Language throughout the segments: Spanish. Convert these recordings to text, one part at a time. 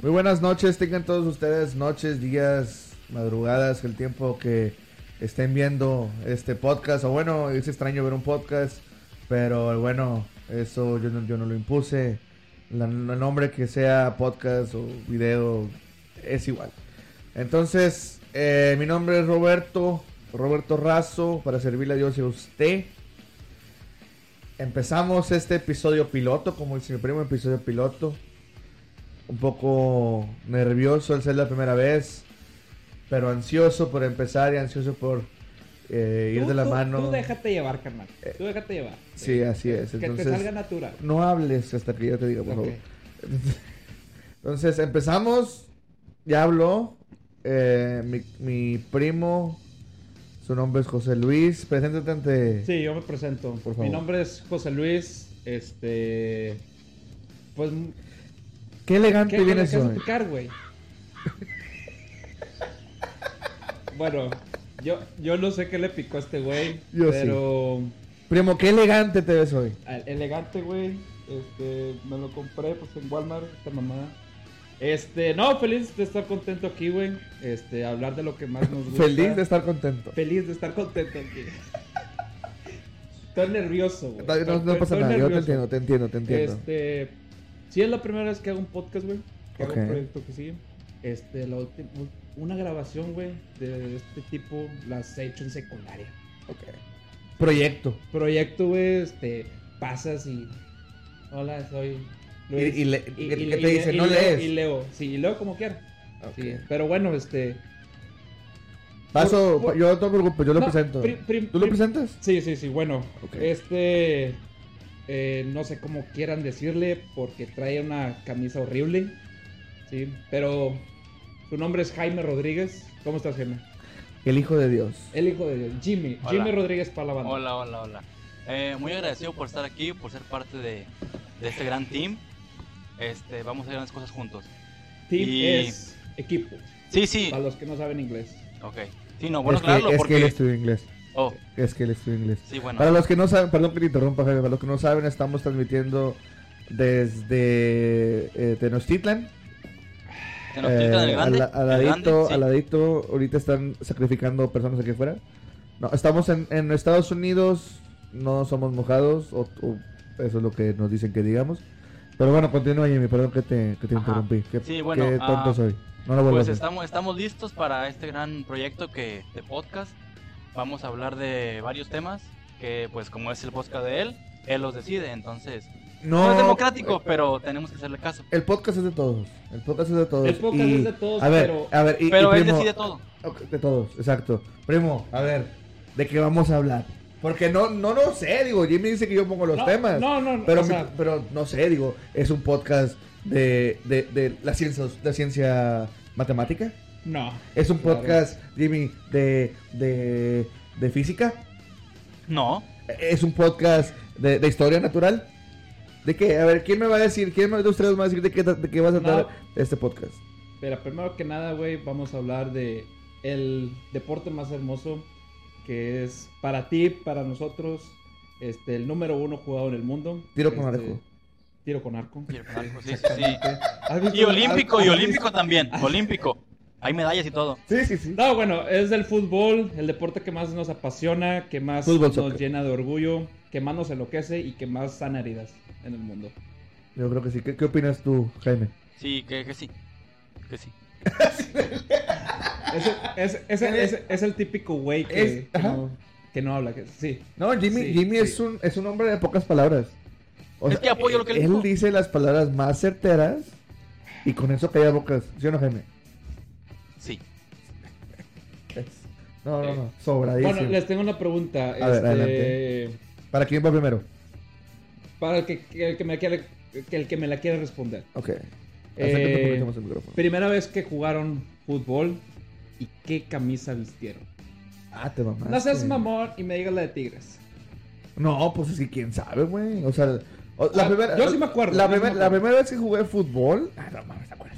Muy buenas noches, tengan todos ustedes noches, días, madrugadas, el tiempo que estén viendo este podcast. O bueno, es extraño ver un podcast, pero bueno, eso yo no, yo no lo impuse. La- el nombre que sea podcast o video es igual. Entonces, eh, mi nombre es Roberto, Roberto Razo, para servirle a Dios y a usted. Empezamos este episodio piloto, como dice mi primo, episodio piloto. Un poco nervioso al ser la primera vez, pero ansioso por empezar y ansioso por eh, ir Tú- de la tú- mano. Eh, Tú déjate llevar, carnal. Tú déjate llevar. Sí, así es. Que Entonces, te salga natural. no hables hasta que yo te diga, por Ok. favor. Entonces, empezamos. Ya habló. eh, mi, mi primo. Su nombre es José Luis. Preséntate ante. Sí, yo me presento. Por Mi favor. nombre es José Luis. Este. Pues. Qué elegante ¿Qué qué me vienes quieres hoy. explicar, güey? bueno, yo, yo no sé qué le picó a este güey. Yo sí. pero. Primo, qué elegante te ves hoy. al- Elegante, güey. Este. Me lo compré pues en Walmart, esta mamada. Este, no, feliz de estar contento aquí, güey. Este, hablar de lo que más nos gusta. Feliz de estar contento. Feliz de estar contento aquí. Estoy nervioso, güey. No, no, Estoy- pasa estoy nada, yo te nervioso. entiendo, te entiendo, te entiendo. Este, sí es la primera vez que hago un podcast, güey. Que hago Ok. un proyecto que sigue. Este, la última, una grabación, güey, de este tipo, las he hecho en secundaria. Ok. Proyecto. Proyecto, güey, este, pasas y... Hola, soy Luis. Y- y le- ¿qué- qué te y- dice? y No leo- lees. Y leo, sí, y leo como quiera. Ok. Sí, pero bueno, este... Paso, Por- por- yo no te preocupes, yo lo no, presento. pri- pri- ¿Tú lo pri- presentas? Sí, sí, sí, bueno. Ok. Este. eh, no sé cómo quieran decirle, porque trae una camisa horrible. Sí, pero. Su nombre es Jaime Rodríguez. ¿Cómo estás, Jaime? El hijo de Dios. El hijo de Dios, Jimmy. Hola. Jimmy Rodríguez para la banda. Hola, hola, hola. Eh, muy agradecido por estar aquí, por ser parte de, de este gran team. Este, vamos a hacer grandes cosas juntos. Team Y- es equipo. Sí, sí. Para los que no saben inglés. Ok. Sí, no, bueno, es que, claro, Este, es que él porque... estudió inglés. Oh, Es que él estudió inglés. sí, bueno. Para los que no saben, perdón que te interrumpa, Jaime, para los que no saben, estamos transmitiendo desde eh, Tenochtitlan. Tenochtitlan, Eh, el al, al grande, el grande, ladito, sí. al ladito, ahorita están sacrificando personas aquí afuera. No, estamos en, en Estados Unidos, no somos mojados, o, o eso es lo que nos dicen que digamos. Pero bueno, continúa, Jimmy, perdón que te, que te Ajá. interrumpí. Qué, Sí, bueno, qué tonto ah, soy. No lo vuelvo Pues a hacer. estamos, estamos listos para este gran proyecto que, de podcast. Vamos a hablar de varios temas que, pues, como es el podcast de él, él los decide. Entonces, no, es democrático, pero tenemos que hacerle caso. El podcast es de todos. El podcast es de todos. El podcast y- es de todos, a ver, pero- A ver, y, Pero y él primo, decide todo. Ok, de todos, exacto. Primo, a ver, ¿de qué vamos a hablar? Porque no, no, no sé, digo, Jimmy dice que yo pongo los no, temas. No, no, no. pero, o mi- sea, pero no sé, digo, es un podcast de, de, de la ciencia, la ciencia matemática. no. Es un Claro. podcast, Jimmy, de, de, de física. No. Es un podcast de, de historia natural. ¿De qué? A ver, ¿quién me va a decir? ¿Quién de ustedes me va a decir de qué, de qué va a tratar este podcast? Pero primero que nada, güey, vamos a hablar de el deporte más hermoso que es para ti, para nosotros, este, el número uno jugado en el mundo. Tiro con Este, arco. Tiro con arco. Sí, sí, sí. ¿Has visto Y el olímpico, arco? y olímpico también, olímpico. Hay medallas y todo. Sí, sí, sí. No, bueno, es el fútbol, el deporte que más nos apasiona, que más Fútbol, nos soccer. llena de orgullo, que más nos enloquece y que más sana heridas en el mundo. Yo creo que sí. ¿Qué, qué opinas tú, Jaime? Sí, que, que sí. Que sí. Es, es- es- es- es el típico güey que, Es- que ajá. no, que no habla. Que, sí. No, Jimmy, Sí, Jimmy sí. es un es un hombre de pocas palabras. O Es que apoyo lo que él él dijo. dice las palabras más certeras y con eso calla bocas. ¿Sí o no, Jaime? Sí. No, no, no. Bueno, Sobradísimo. les tengo una pregunta. este, A ver, adelante. ¿Para quién va primero? Para el que, que el que me quiere, que el que me la quiere responder. Ok. Acércate un Eh, poquito más el micrófono. primera vez que jugaron fútbol y qué camisa vistieron. Ah, te mamaste. No seas mamón y me digas la de Tigres. No, pues sí, quién sabe, güey. O sea, o- la Ah, primera, yo sí me acuerdo, La, yo sí me primer- la acuerdo. primera vez que jugué fútbol. Ah, no mames, ¿te acuerdas?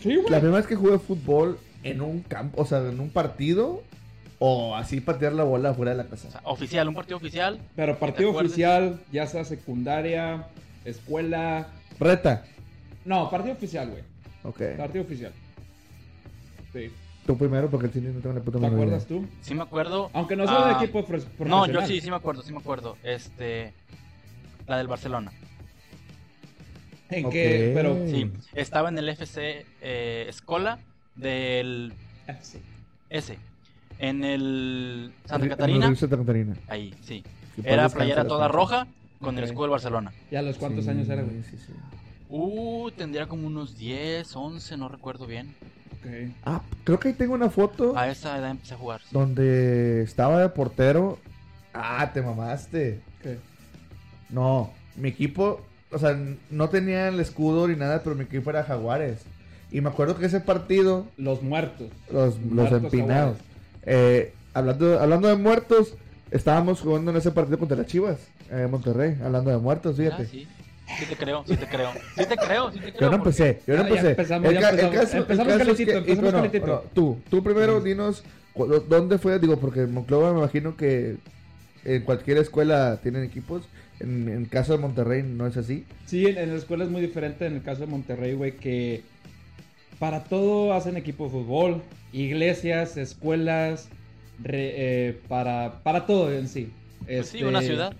Sí, La primera vez que jugué fútbol en un campo, o sea, en un partido o así patear la bola fuera de la casa. O sea, oficial, un partido oficial. Pero partido ¿Te acuerdas? oficial, ya sea secundaria, escuela. Reta. No, partido oficial, güey. Ok. Partido oficial. Sí. Tú primero porque el cine no tengo la puta ¿Te menor acuerdas idea. tú? Sí me acuerdo. Aunque no sea de Ah, equipo fres- No, profesional. yo sí, sí me acuerdo, sí me acuerdo. Este. La del Barcelona. ¿En Ok. qué? Pero. Sí. Sí. Estaba en el FC eh, Escola del Ah, sí. S. En el En Santa el Catarina. Río Santa Catarina. Ahí, sí. Que paz Era descanse playera la toda cancha. roja con el Ok. escudo del Barcelona. ¿Y a los cuántos Sí, años era, güey? sí, sí. Uh, tendría como unos 10, 11, no recuerdo bien. Ok. Ah, creo que ahí tengo una foto A esa edad empecé a jugar. sí. donde estaba de portero. Ah, te mamaste. ok. No, mi equipo, o sea, no tenía el escudo ni nada, pero mi equipo era Jaguares. Y me acuerdo que ese partido, Los muertos. los, los Muertos empinados, eh, hablando, hablando de muertos, estábamos jugando en ese partido contra las Chivas, eh, Monterrey, hablando de muertos, fíjate. Ah, sí. Sí te creo, sí te creo. Sí te creo, sí te creo. Yo no pues, porque- empecé, yo no Ya, ya empecé. empezamos, El ya ca- el empezamos. caso- el Empezamos caso es calentito, que- y empezamos bueno, calentito. bueno, tú, tú primero dinos cu- lo- dónde fue, digo, porque Monclova me imagino que en cualquier escuela tienen equipos. En, en caso de Monterrey no es así. Sí, en, en la escuela es muy diferente en el caso de Monterrey, güey, que para todo hacen equipo de fútbol, iglesias, escuelas, re- eh, para, para todo en sí. eh, Pues sí, Este, una ciudad.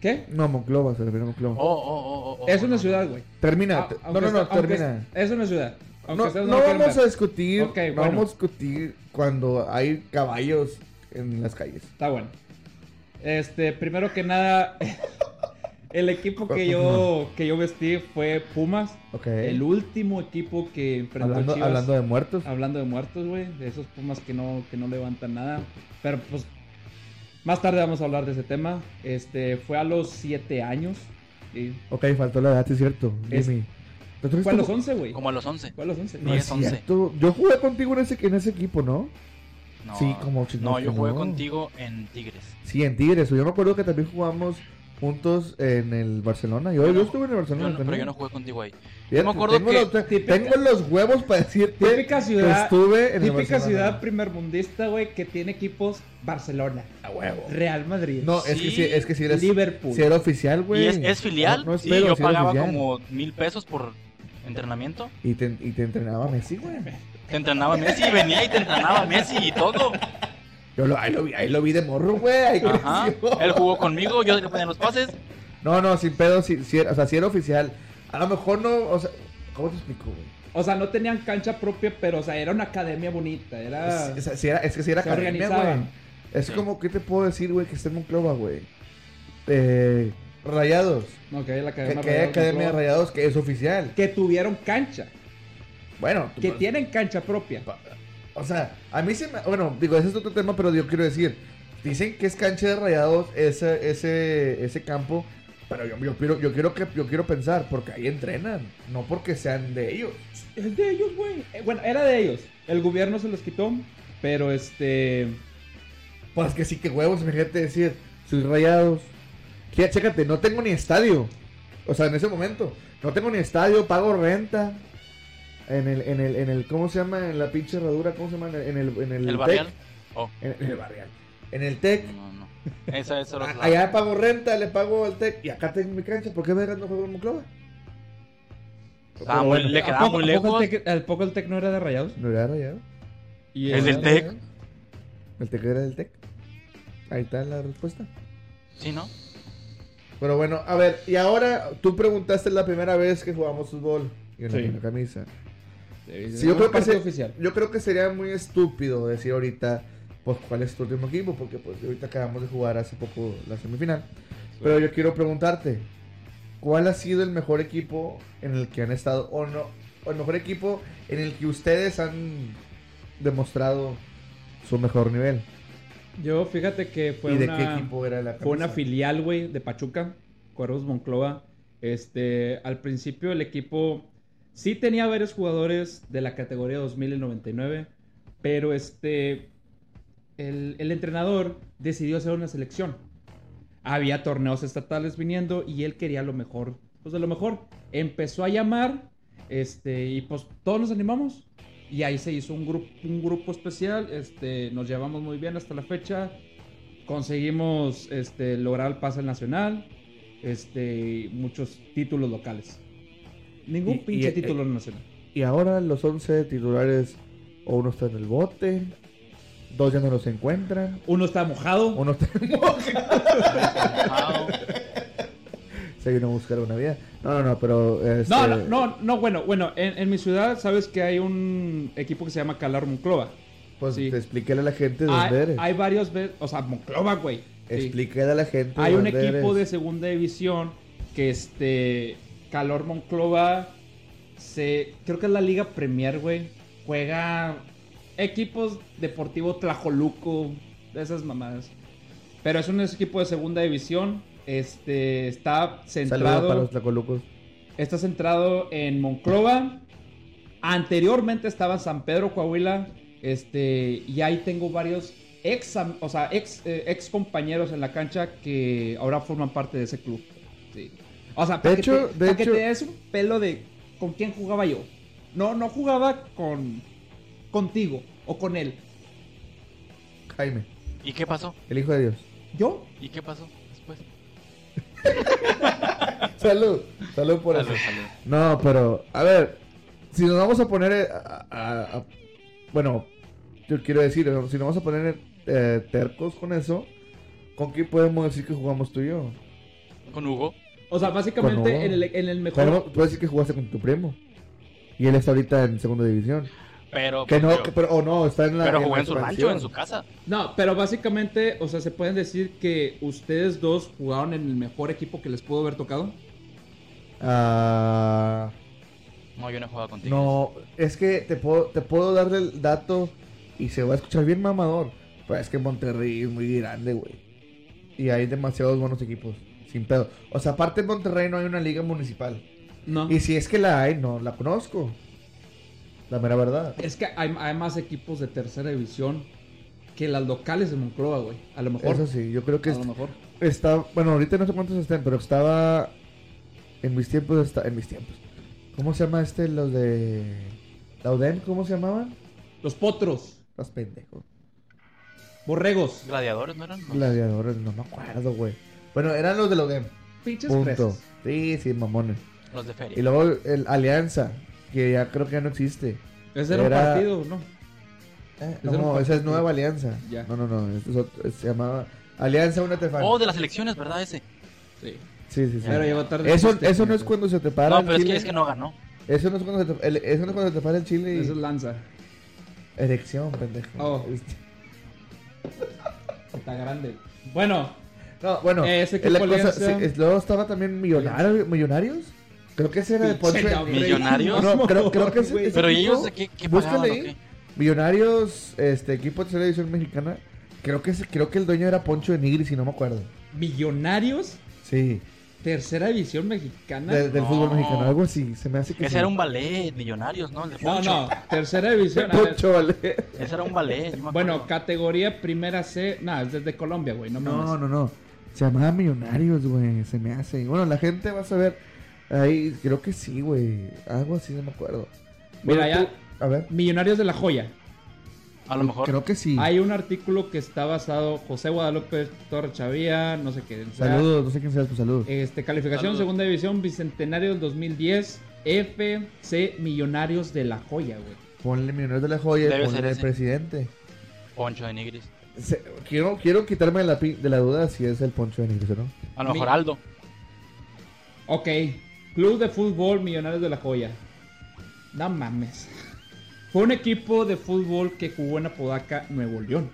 ¿Qué? No, Monclova, se refiere a Monclova. Oh, oh, oh, oh, oh, es no, una no. ciudad, güey. Termina. A- te- no, ah, aunque no, no, está- aunque termina. es- Es una ciudad. Aunque No, ustedes no lo quieran vamos ver. a discutir, Ok, no bueno. vamos a discutir cuando hay caballos en las calles. Está bueno. Este, primero que nada, el equipo que yo, que yo vestí fue Pumas. Ok. El último equipo que enfrentó hablando, Chivas. Ah. hablando de muertos. Hablando de muertos, güey, de esos pumas que no, que no levantan nada. Pero pues más tarde vamos a hablar de ese tema. Este fue a los 7 años. ¿sí? Ok, faltó la edad, sí es cierto. Es- Jimmy. ¿Te Fue a los trajiste- 11, güey. Como a los 11. Fue a los 11. No es 10, 11. cierto. Yo jugué contigo en ese, en ese equipo, ¿no? No, Sí, como si no, No, yo que jugué no. contigo en Tigres. Sí, en Tigres. Yo me acuerdo que también jugamos juntos en el Barcelona. Yo, Yo yo no- estuve en el Yo Barcelona no- pero también. yo no jugué contigo ahí. Fíjate, me acuerdo tengo que- los, te- Típica- tengo los huevos para decirte Típica ciudad. que estuve en el Típica Barcelona. ciudad primermundista, güey, que tiene equipos Barcelona, A huevo. Real Madrid, No, es que sí, Sí, es que sí eres, Liverpool. sí era oficial, güey. Y es, es filial. No, no es y pedo, yo sí era pagaba filial. como mil pesos por entrenamiento. Y te, y te entrenaba Messi, güey. Te entrenaba Messi y venía y te entrenaba Messi y todo. Yo lo, ahí, lo vi, ahí lo vi de morro, güey. ahí Ajá. creció. Él jugó conmigo, yo le ponía los pases. No, no, sin pedo, sí, sí era- o sea, sí era oficial. A lo mejor no, o sea, ¿cómo te explico, güey? O sea, no tenían cancha propia, pero o sea, era una academia bonita, era Es, o sea, sí era- es que sí era Ah. se academia, organizaban. güey. Es Sí. como, ¿qué te puedo decir, güey? Que está en Monclova, güey. Eh, Rayados. no, que era la Que, academia, que hay Rayados, academia de Monclova, Rayados que es oficial. que tuvieron cancha, Bueno, tú- que tienen cancha propia. O sea, a mí se me. Bueno, digo, ese es otro tema, pero yo quiero decir. Dicen que es cancha de rayados ese, ese, ese campo. Pero yo, yo, quiero, yo, quiero que, yo quiero pensar, porque ahí entrenan, no porque sean de ellos. Es de ellos, güey. Eh, Bueno, era de ellos. El gobierno se los quitó, pero este... Pues que sí, que huevos, imagínate decir, soy rayados. Que, chécate, no tengo ni estadio. O sea, en ese momento, no tengo ni estadio, pago renta. En el, en el, en el, ¿cómo se llama? En la pinche herradura, ¿cómo se llama? En el, en el, El Tec. barrial. Oh. En, en el barrial. En el TEC. No, no. Esa es A- Allá pago renta, le pago al TEC y acá tengo mi cancha. ¿Por qué vergas no juego en Monclova? Estaba muy- le ¿A quedaba poco- muy a poco lejos. el Tec- ¿Al poco el Tec no era de Rayados? No era rayado. Y Es era del de Tec. Rayados. El TEC era del TEC. Ahí está la respuesta. Sí, ¿no? Pero bueno, a ver, y ahora tú preguntaste la primera vez que jugamos fútbol. Y en la Sí. misma camisa. Sí, Sí, yo, creo que partido se- oficial. yo creo que sería muy estúpido decir ahorita, pues, cuál es tu último equipo, porque pues ahorita acabamos de jugar hace poco la semifinal. Pero yo quiero preguntarte, ¿cuál ha sido el mejor equipo en el que han estado, o no, o el mejor equipo en el que ustedes han demostrado su mejor nivel? Yo fíjate que fue ¿Y de una... qué equipo era la Fue una camisa? filial, güey, de Pachuca, Cuervos Monclova. Este, al principio el equipo sí tenía varios jugadores de la categoría 2000 y 99, pero este, el, el entrenador decidió hacer una selección. Había torneos estatales viniendo y él quería lo mejor. Pues de lo mejor, empezó a llamar, este, y pues todos nos animamos. Y ahí se hizo un grupo, un grupo especial, este, nos llevamos muy bien hasta la fecha conseguimos este, lograr el pase al nacional, este, y muchos títulos locales. Ningún Y- eh, pinche y- título nacional. Y ahora los 11 titulares, o uno está en el bote, dos ya no los encuentran, Uno está mojado. uno está en Mojado. Se vino a buscar una vida. No, no, no, pero... este, No, no, no, no, bueno, bueno, en, en mi ciudad sabes que hay un equipo que se llama Calar Monclova. Pues sí. Ah, te expliqué a la gente de dónde Hay, eres. hay varios, ve- o sea, Monclova, güey. Sí. Expliqué a la gente Hay un dónde equipo de eres. segunda división que este Calor Monclova se creo que es la Liga Premier, güey. Juega equipos deportivo Tlajoluco, de esas mamadas. Pero es un equipo de segunda división. Este está Saludos para los centrado, tlacolucos. está centrado en Monclova. Anteriormente estaba en San Pedro Coahuila, este y ahí tengo varios ex, am- o sea, ex, eh, ex compañeros en la cancha que ahora forman parte de ese club. Sí. O sea, para De que hecho- te- de para que hecho- te des un pelo de con quién jugaba yo. No, no jugaba con contigo o con él. Jaime, ¿Y qué pasó? el hijo de Dios. Yo ¿Y qué pasó después? Salud, salud por Salud, eso. salud. No, pero, a ver, si nos vamos a poner, eh, a- a- a- bueno, yo quiero decir, si nos vamos a poner eh, tercos con eso, ¿con quién podemos decir que jugamos tú y yo? Con Hugo. o sea, básicamente Con- en el, en el mejor. Podemos- Puedes decir que jugaste con tu primo. Y él está ahorita en segunda división. Pero, Que no, yo- que- pero, o no, está en la. pero en jugó la en su rancho, expansión. en su casa. No, pero básicamente, o sea, se pueden decir que ustedes dos jugaron en el mejor equipo que les pudo haber tocado. Ah, No, yo no he jugado contigo. no, es que te puedo, te puedo dar el dato y se va a escuchar bien mamador. Pero es que Monterrey es muy grande, güey. Y hay demasiados buenos equipos. Sin pedo. O sea, aparte en Monterrey no hay una liga municipal. No. Y si es que la hay, no la conozco. La mera verdad. Es que hay, hay más equipos de tercera división que las locales de Moncloa, güey. A lo mejor. Eso sí, yo creo que a es, lo mejor. Está, bueno, ahorita no sé cuántos estén, pero estaba en mis tiempos, está, en mis tiempos. ¿Cómo se llama este, los de la UDEM? ¿Cómo se llamaban? Los potros, Los pendejos. borregos, Gladiadores, ¿no eran? No. Gladiadores, no me acuerdo, güey. Bueno, eran los de la UDEM. pinches Punto. fresas. Sí, sí, mamones. Los de Y feria. luego el Alianza, que ya creo que ya no existe. Ese era, Era- un partido, ¿no? Eh, Ah, Ese era no, un esa es partido. Nueva Alianza. Ya. No, no, no, esto es otro- se llamaba Alianza Una Tefana. Oh, de las elecciones, ¿verdad? Ese. Sí. Sí, sí, sí. Pero llegó tarde. Eso, Este, eso no es cuando se te para No, el pero es que chile. es que no ganó. Eso no es cuando se te, el- eso no es cuando se te para el chile. y- Eso es lanza. Erección, pendejo. Oh. Este- Está grande. Bueno, No, bueno, Eh, Ese es la equipo cosa, Alianza. sí, es- luego estaba también millonario, Millonarios. Creo que ese era de Poncho. Pinche nombre. Millonarios. No, creo, creo que ese, Güey. ese Pero equipo- ellos, ¿qué, qué búscale pagaban o ahí. qué? Millonarios, este equipo de tercera división mexicana. Creo que ese- creo que el dueño era Poncho de Nigri, si no me acuerdo. Millonarios, Sí, tercera división mexicana. de- del fútbol No. mexicano, algo así. Se me hace que. Ese sí. era un ballet, Millonarios, ¿no? El de No, Poncho. no, tercera división. a ver, Poncho, vale. Ese era un ballet. yo me bueno, acuerdo. categoría primera C. Nada, es desde Colombia, güey. No, No, mames. no, no. Se llamaba Millonarios, güey. Se me hace. Bueno, la gente va a saber. Ahí, creo que sí, güey. Algo así, no me acuerdo. Mira, Bueno, ya- tú- A ver. Millonarios de la Joya. a lo mejor. Creo que sí. Hay un artículo que está basado José Guadalupe Torre Chavía, no sé qué. o sea, Saludos, no sé quién sea tu salud. Este, calificación Saludos. segunda división, bicentenario del 2010, FC Millonarios de la Joya, güey. Ponle Millonarios de la Joya, Debe ser ponle ese. presidente. Poncho de Nigris. Se- quiero, quiero quitarme de la, pi- de la duda si es el Poncho de Nigris o no. A lo mejor Mi- Aldo. Ok, Club de Fútbol Millonarios de la Joya. No mames. Fue un equipo de fútbol que jugó en Apodaca, Nuevo León.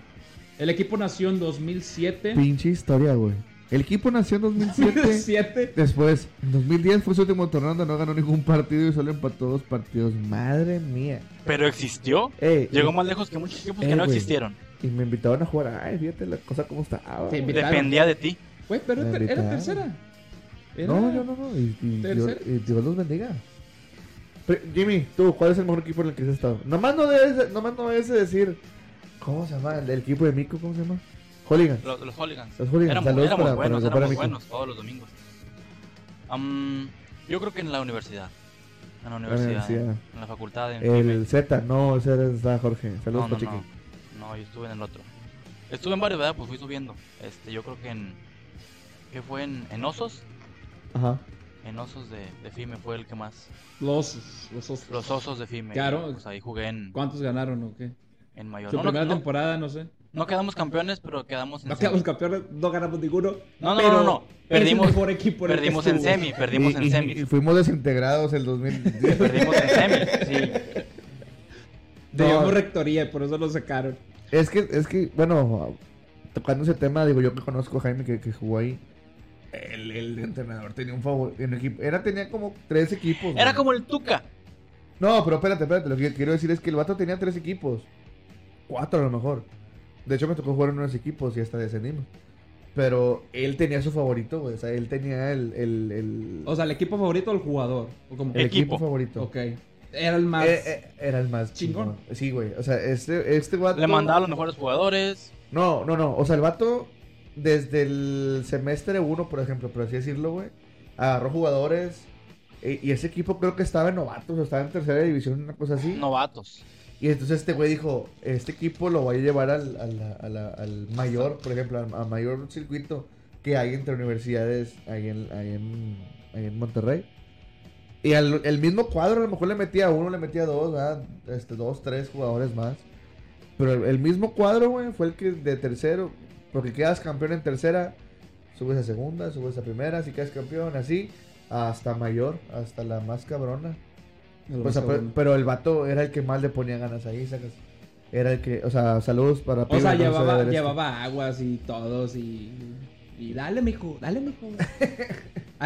El equipo nació en 2007. Pinche historia, güey. El equipo nació en 2007. 2007. Después, en 2010 fue su último torneo donde no ganó ningún partido y solo empató dos partidos. Madre mía. Pero existió. Ey, Llegó y- más lejos que muchos equipos Eh, que no güey. existieron. Y me invitaron a jugar. Ay, fíjate la cosa como está. Ah, Te güey. invitaron. Dependía de ti. Güey, pero Me era, era invitaron. tercera. Era- No, yo no, no. Y, y Dios, ¿Tercera? y Dios los bendiga. Pero, Jimmy, tú, ¿cuál es el mejor equipo en el que has estado? Nomás no debes, de- nomás no debes de decir. ¿Cómo se llama? El, el equipo de Mico, ¿cómo se llama? Hooligan. Los, los hooligans. Los hooligans, éramos saludos éramos para- para buenos, mi compadre éramos Mico. buenos todos los domingos. Am, yo creo que en la universidad. En la universidad. universidad. En la facultad. En El Z, no, ese era- estaba Jorge. Saludos, no, no, Pacheco. no. No, yo estuve en el otro. Estuve en varios, ¿verdad? Pues fui subiendo. Este, yo creo que en. ¿Qué fue? En, en Osos. Ajá. en Osos de, de FIME fue el que más. Los, los osos. Los Osos de FIME. Claro. y, Pues ahí jugué en, ¿Cuántos ganaron o qué? en mayor. Su No, no- primera no- temporada, no sé. no quedamos campeones, pero quedamos en No semi. quedamos campeones, no ganamos ninguno. No, no, pero no, no, no. es el Perdimos- mejor equipo en el que Perdimos en estuvo. semi, perdimos Y- en y- semi. y fuimos desintegrados el 2010. Perdimos en semi, sí. No. Teníamos rectoría y por eso lo sacaron. Es que, es que, bueno, tocando ese tema, digo, yo que conozco a Jaime que, que jugó ahí. El, el entrenador tenía un favor. en equipo- era, tenía como tres equipos. Era güey. como el Tuca. No, pero espérate, espérate. Lo que quiero decir es que el vato tenía tres equipos. Cuatro a lo mejor. De hecho, me tocó jugar en unos equipos y hasta descendimos. Pero él tenía su favorito, güey. O sea, él tenía el. el, el- O sea, el equipo favorito del jugador. O como, el equipo. equipo. favorito. Ok. Era el más. Eh, eh, era el más Chingón. chingón. Sí, güey. O sea, este, este vato. Le mandaba a los mejores jugadores. No, no, no. O sea, el vato, desde el semestre 1, por ejemplo, por así decirlo, güey, agarró jugadores. e- Y ese equipo creo que estaba en novatos, o estaba en tercera división, una cosa así. Novatos. Y entonces este güey dijo, este equipo lo voy a llevar al, a la- a la- al mayor, por ejemplo, al, al mayor circuito que hay entre universidades ahí en, ahí en, ahí en Monterrey. Y al el mismo cuadro a lo mejor le metía uno, le metía dos, ¿verdad? Este, dos, tres jugadores más. Pero el, el mismo cuadro, güey, fue el que de tercero, porque quedas campeón en tercera, subes a segunda, subes a primera, si quedas campeón, así, hasta mayor, hasta la más cabrona. el O más sea, pero, cabrón. Pues, pero el vato era el que más le ponía ganas ahí, sacas. Era el que, o sea, saludos para O Pibe, sea, no se debe llevaba, ver esto. llevaba aguas y todos y. Y dale, mijo, dale, mijo.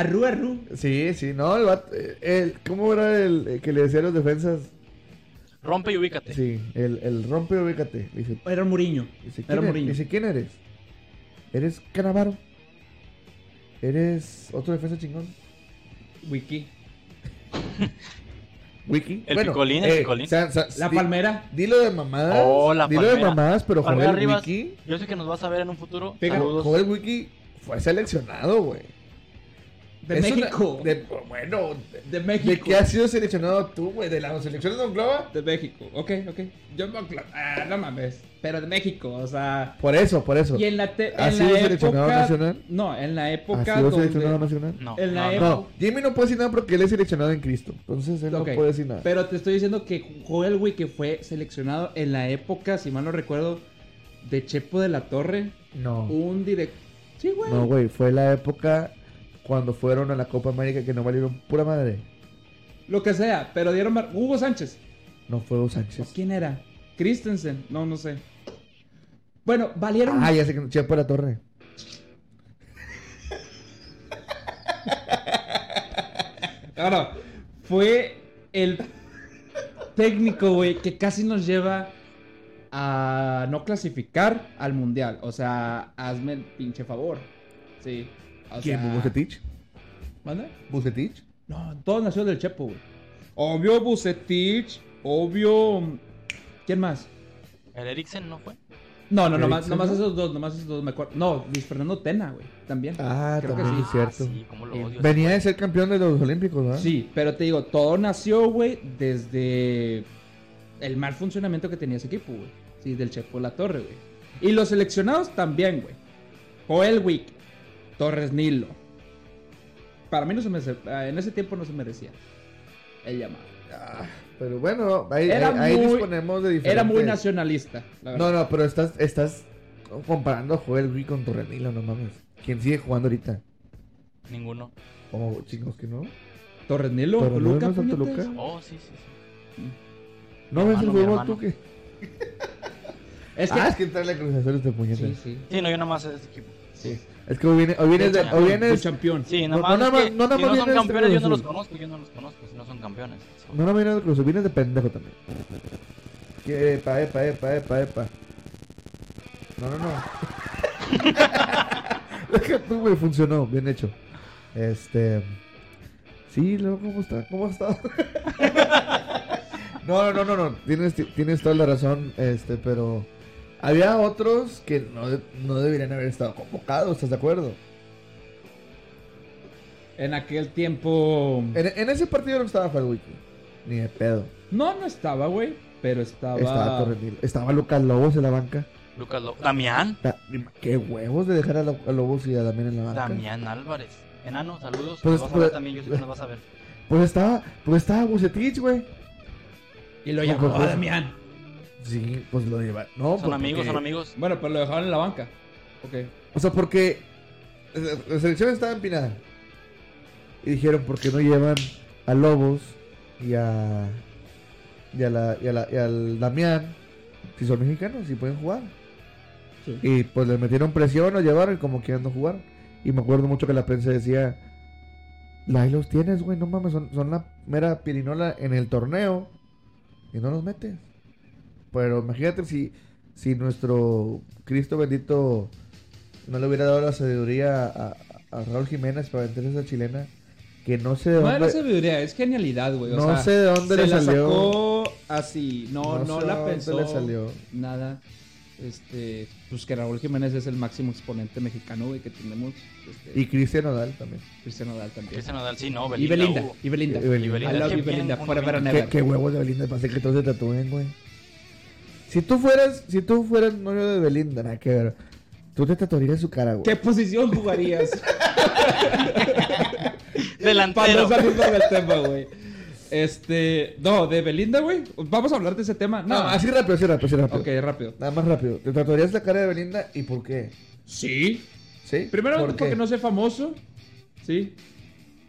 Arru, arru. Sí, sí, no, el vato. eh, El, ¿Cómo era el eh, que le decía a los defensas? Rompe y ubícate. Sí, el, el rompe, ubícate. Dice, Era Muriño. Dice, Era ¿quién, eres? Mourinho. Dice, ¿quién eres? ¿Eres Canavaro? ¿Eres otro defensa chingón? Wiki. ¿Wiki? El Picolín, el Picolín. sa- sa- La di- palmera. Dilo de mamadas. Oh, la dilo de palmera. mamadas, pero Palmera Joel Rivas. Wiki. Yo sé que nos vas a ver en un futuro. Pega. Saludos. Joel Wiki fue seleccionado, güey. De Es una- México. de- bueno, de- ¿De De México. qué has sido seleccionado tú, güey? ¿De la selección de Monclova? De México, ok, ok. Yo me acla- ah, no mames. Pero de México, o sea. Por eso, por eso. Y en la, te- ¿Ha en sido la seleccionado época. nacional? No, en la ¿Ha época. sido donde- seleccionado nacional? No, En la no, no. época- No, Jimmy no puede decir nada porque él es seleccionado en Cristo. Entonces él Ok, no puede decir nada. Pero te estoy diciendo que Joel Wiki que fue seleccionado en la época, si mal no recuerdo, de Chepo de la Torre. No. Un directo. Sí, güey. No, güey. Fue la época cuando fueron a la Copa América que no valieron pura madre. Lo que sea, pero dieron. mar- Hugo Sánchez. No fue Hugo ¿O Sánchez. ¿Quién era? Christensen. No, no sé. Bueno, valieron. Ah, ya sé que Chepo de la Torre. Ahora, fue el técnico, güey, que casi nos lleva a no clasificar al mundial. O sea, hazme el pinche favor. Sí. O ¿Quién? sea- ¿Bucetich? ¿Manda? ¿Bucetich? No, todo nació del Chepo, güey. Obvio Bucetich, obvio. ¿Quién más? El Eriksen no fue. No, no, nomás, Eriksen, nomás ¿no? esos dos, nomás esos dos me acuerdo. No, Luis Fernando Tena, güey, también. Ah, Eh, Creo que también sí. es cierto. Ah, sí, cómo lo odio. Venía de ser campeón de los Olímpicos, ¿verdad? Sí, pero te digo, todo nació, güey, desde el mal funcionamiento que tenía ese equipo, güey. Sí, del Chepo La Torre, güey. Y los seleccionados también, güey. Joel Wick, Torres Nilo. Para mí no se me ah, en ese tiempo no se merecía el llamado. Ah, pero bueno, ahí, Era ahí- ahí muy- disponemos de diferentes... Era muy nacionalista, la verdad. No, no, pero estás, estás comparando a Joel Wii con Torrenilo, no mames. ¿Quién sigue jugando ahorita? Ninguno. Oh, chicos, que no. Torres Nilo, Torres Nilo, Toluca, ¿no es el puñetas. Toluca? Oh, sí, sí, sí. ¿No Mi ves el hermano, mi fútbol hermano. tú que? Es que Ah, es que trae la Cruz Azul este puñete. sí, sí, Sí, no, yo nada más es este equipo. sí. Es que hoy viene, hoy vienes, de, hoy Un vienes, campeón. Sí, No, nada no más. nada es más- que no nada si más viene no son este campeones, yo no los Azul. conozco. Yo no los conozco si no son campeones. So, no, no vienes de Cruz Azul, vienes de pendejo también. Que, epa, epa, epa, epa, epa. No, no, no. Deja tú, güey, funcionó, bien hecho. Este. Sí, luego, ¿cómo está? ¿Cómo ha estado? no, no, no, no, no. Tienes, ti- tienes toda la razón, este, pero. Había otros que no, de- no deberían haber estado convocados, ¿estás de acuerdo? En aquel tiempo En, en ese partido no estaba Farwiki. Ni de pedo. no no estaba, güey, pero estaba Estaba Torrenil. Estaba Lucas Lobos en la banca. Lucas Lo- Damián. Da- Qué huevos de dejar a, Lo- a Lobos y a Damián en la banca. Damián Álvarez. enano, saludos. Pues- nos vas a pues- ver también, yo sé que nos vas a ver. Pues estaba, pues estaba Bucetich, güey. Y lo Con llamó Cruz. a Damián. Sí, pues lo lleva. No, Son amigos, porque- son amigos. Bueno, pero lo dejaron en la banca. Ok. O sea, porque la la selección estaba empinada. Y dijeron, ¿por qué no llevan a Lobos y a. y, a la, y, a la- y al Damián? Si son mexicanos y pueden jugar. Sí. Y pues les metieron presión, lo llevaron y como quieran no jugar. Y me acuerdo mucho que la prensa decía: "La- Ahí los tienes, güey, no mames, son, son la mera pirinola en el torneo y no los metes. Pero imagínate si, si nuestro Cristo bendito no le hubiera dado la sabiduría a, a- a Raúl Jiménez para meter esa chilena, que no sé de No era dónde. sabiduría, es genialidad, güey. o No sea, sé de dónde se le la salió. sacó así, no, no, sé de la dónde pensó. le salió. Nada. Este, pues que Raúl Jiménez es el máximo exponente mexicano, güey, que tenemos. Este, Y Cristian Odal también. Cristiano Dal también. Cristian Nodal, sí, no, y Belinda. Belinda, uh, y Belinda. Y Belinda. I love Qué you, bien, Belinda, un forever and ¿Qué, ever. qué huevos de Belinda para hacer que todos se tatúen, güey. Si tú fueras, si tú fueras novio de Belinda, nada que ver. Tú te tatuarías su cara, güey. ¿Qué posición jugarías? Para no Delantero. salirnos del tema, güey. Este, no, de Belinda, güey. Vamos a hablar de ese tema. No, No, así rápido, así rápido, así Ah, rápido. Ok, rápido. Nada más rápido. ¿Te tatuarías la cara de Belinda y por qué? Sí. ¿Sí? Primero, ¿Por qué? porque no sé famoso. Sí.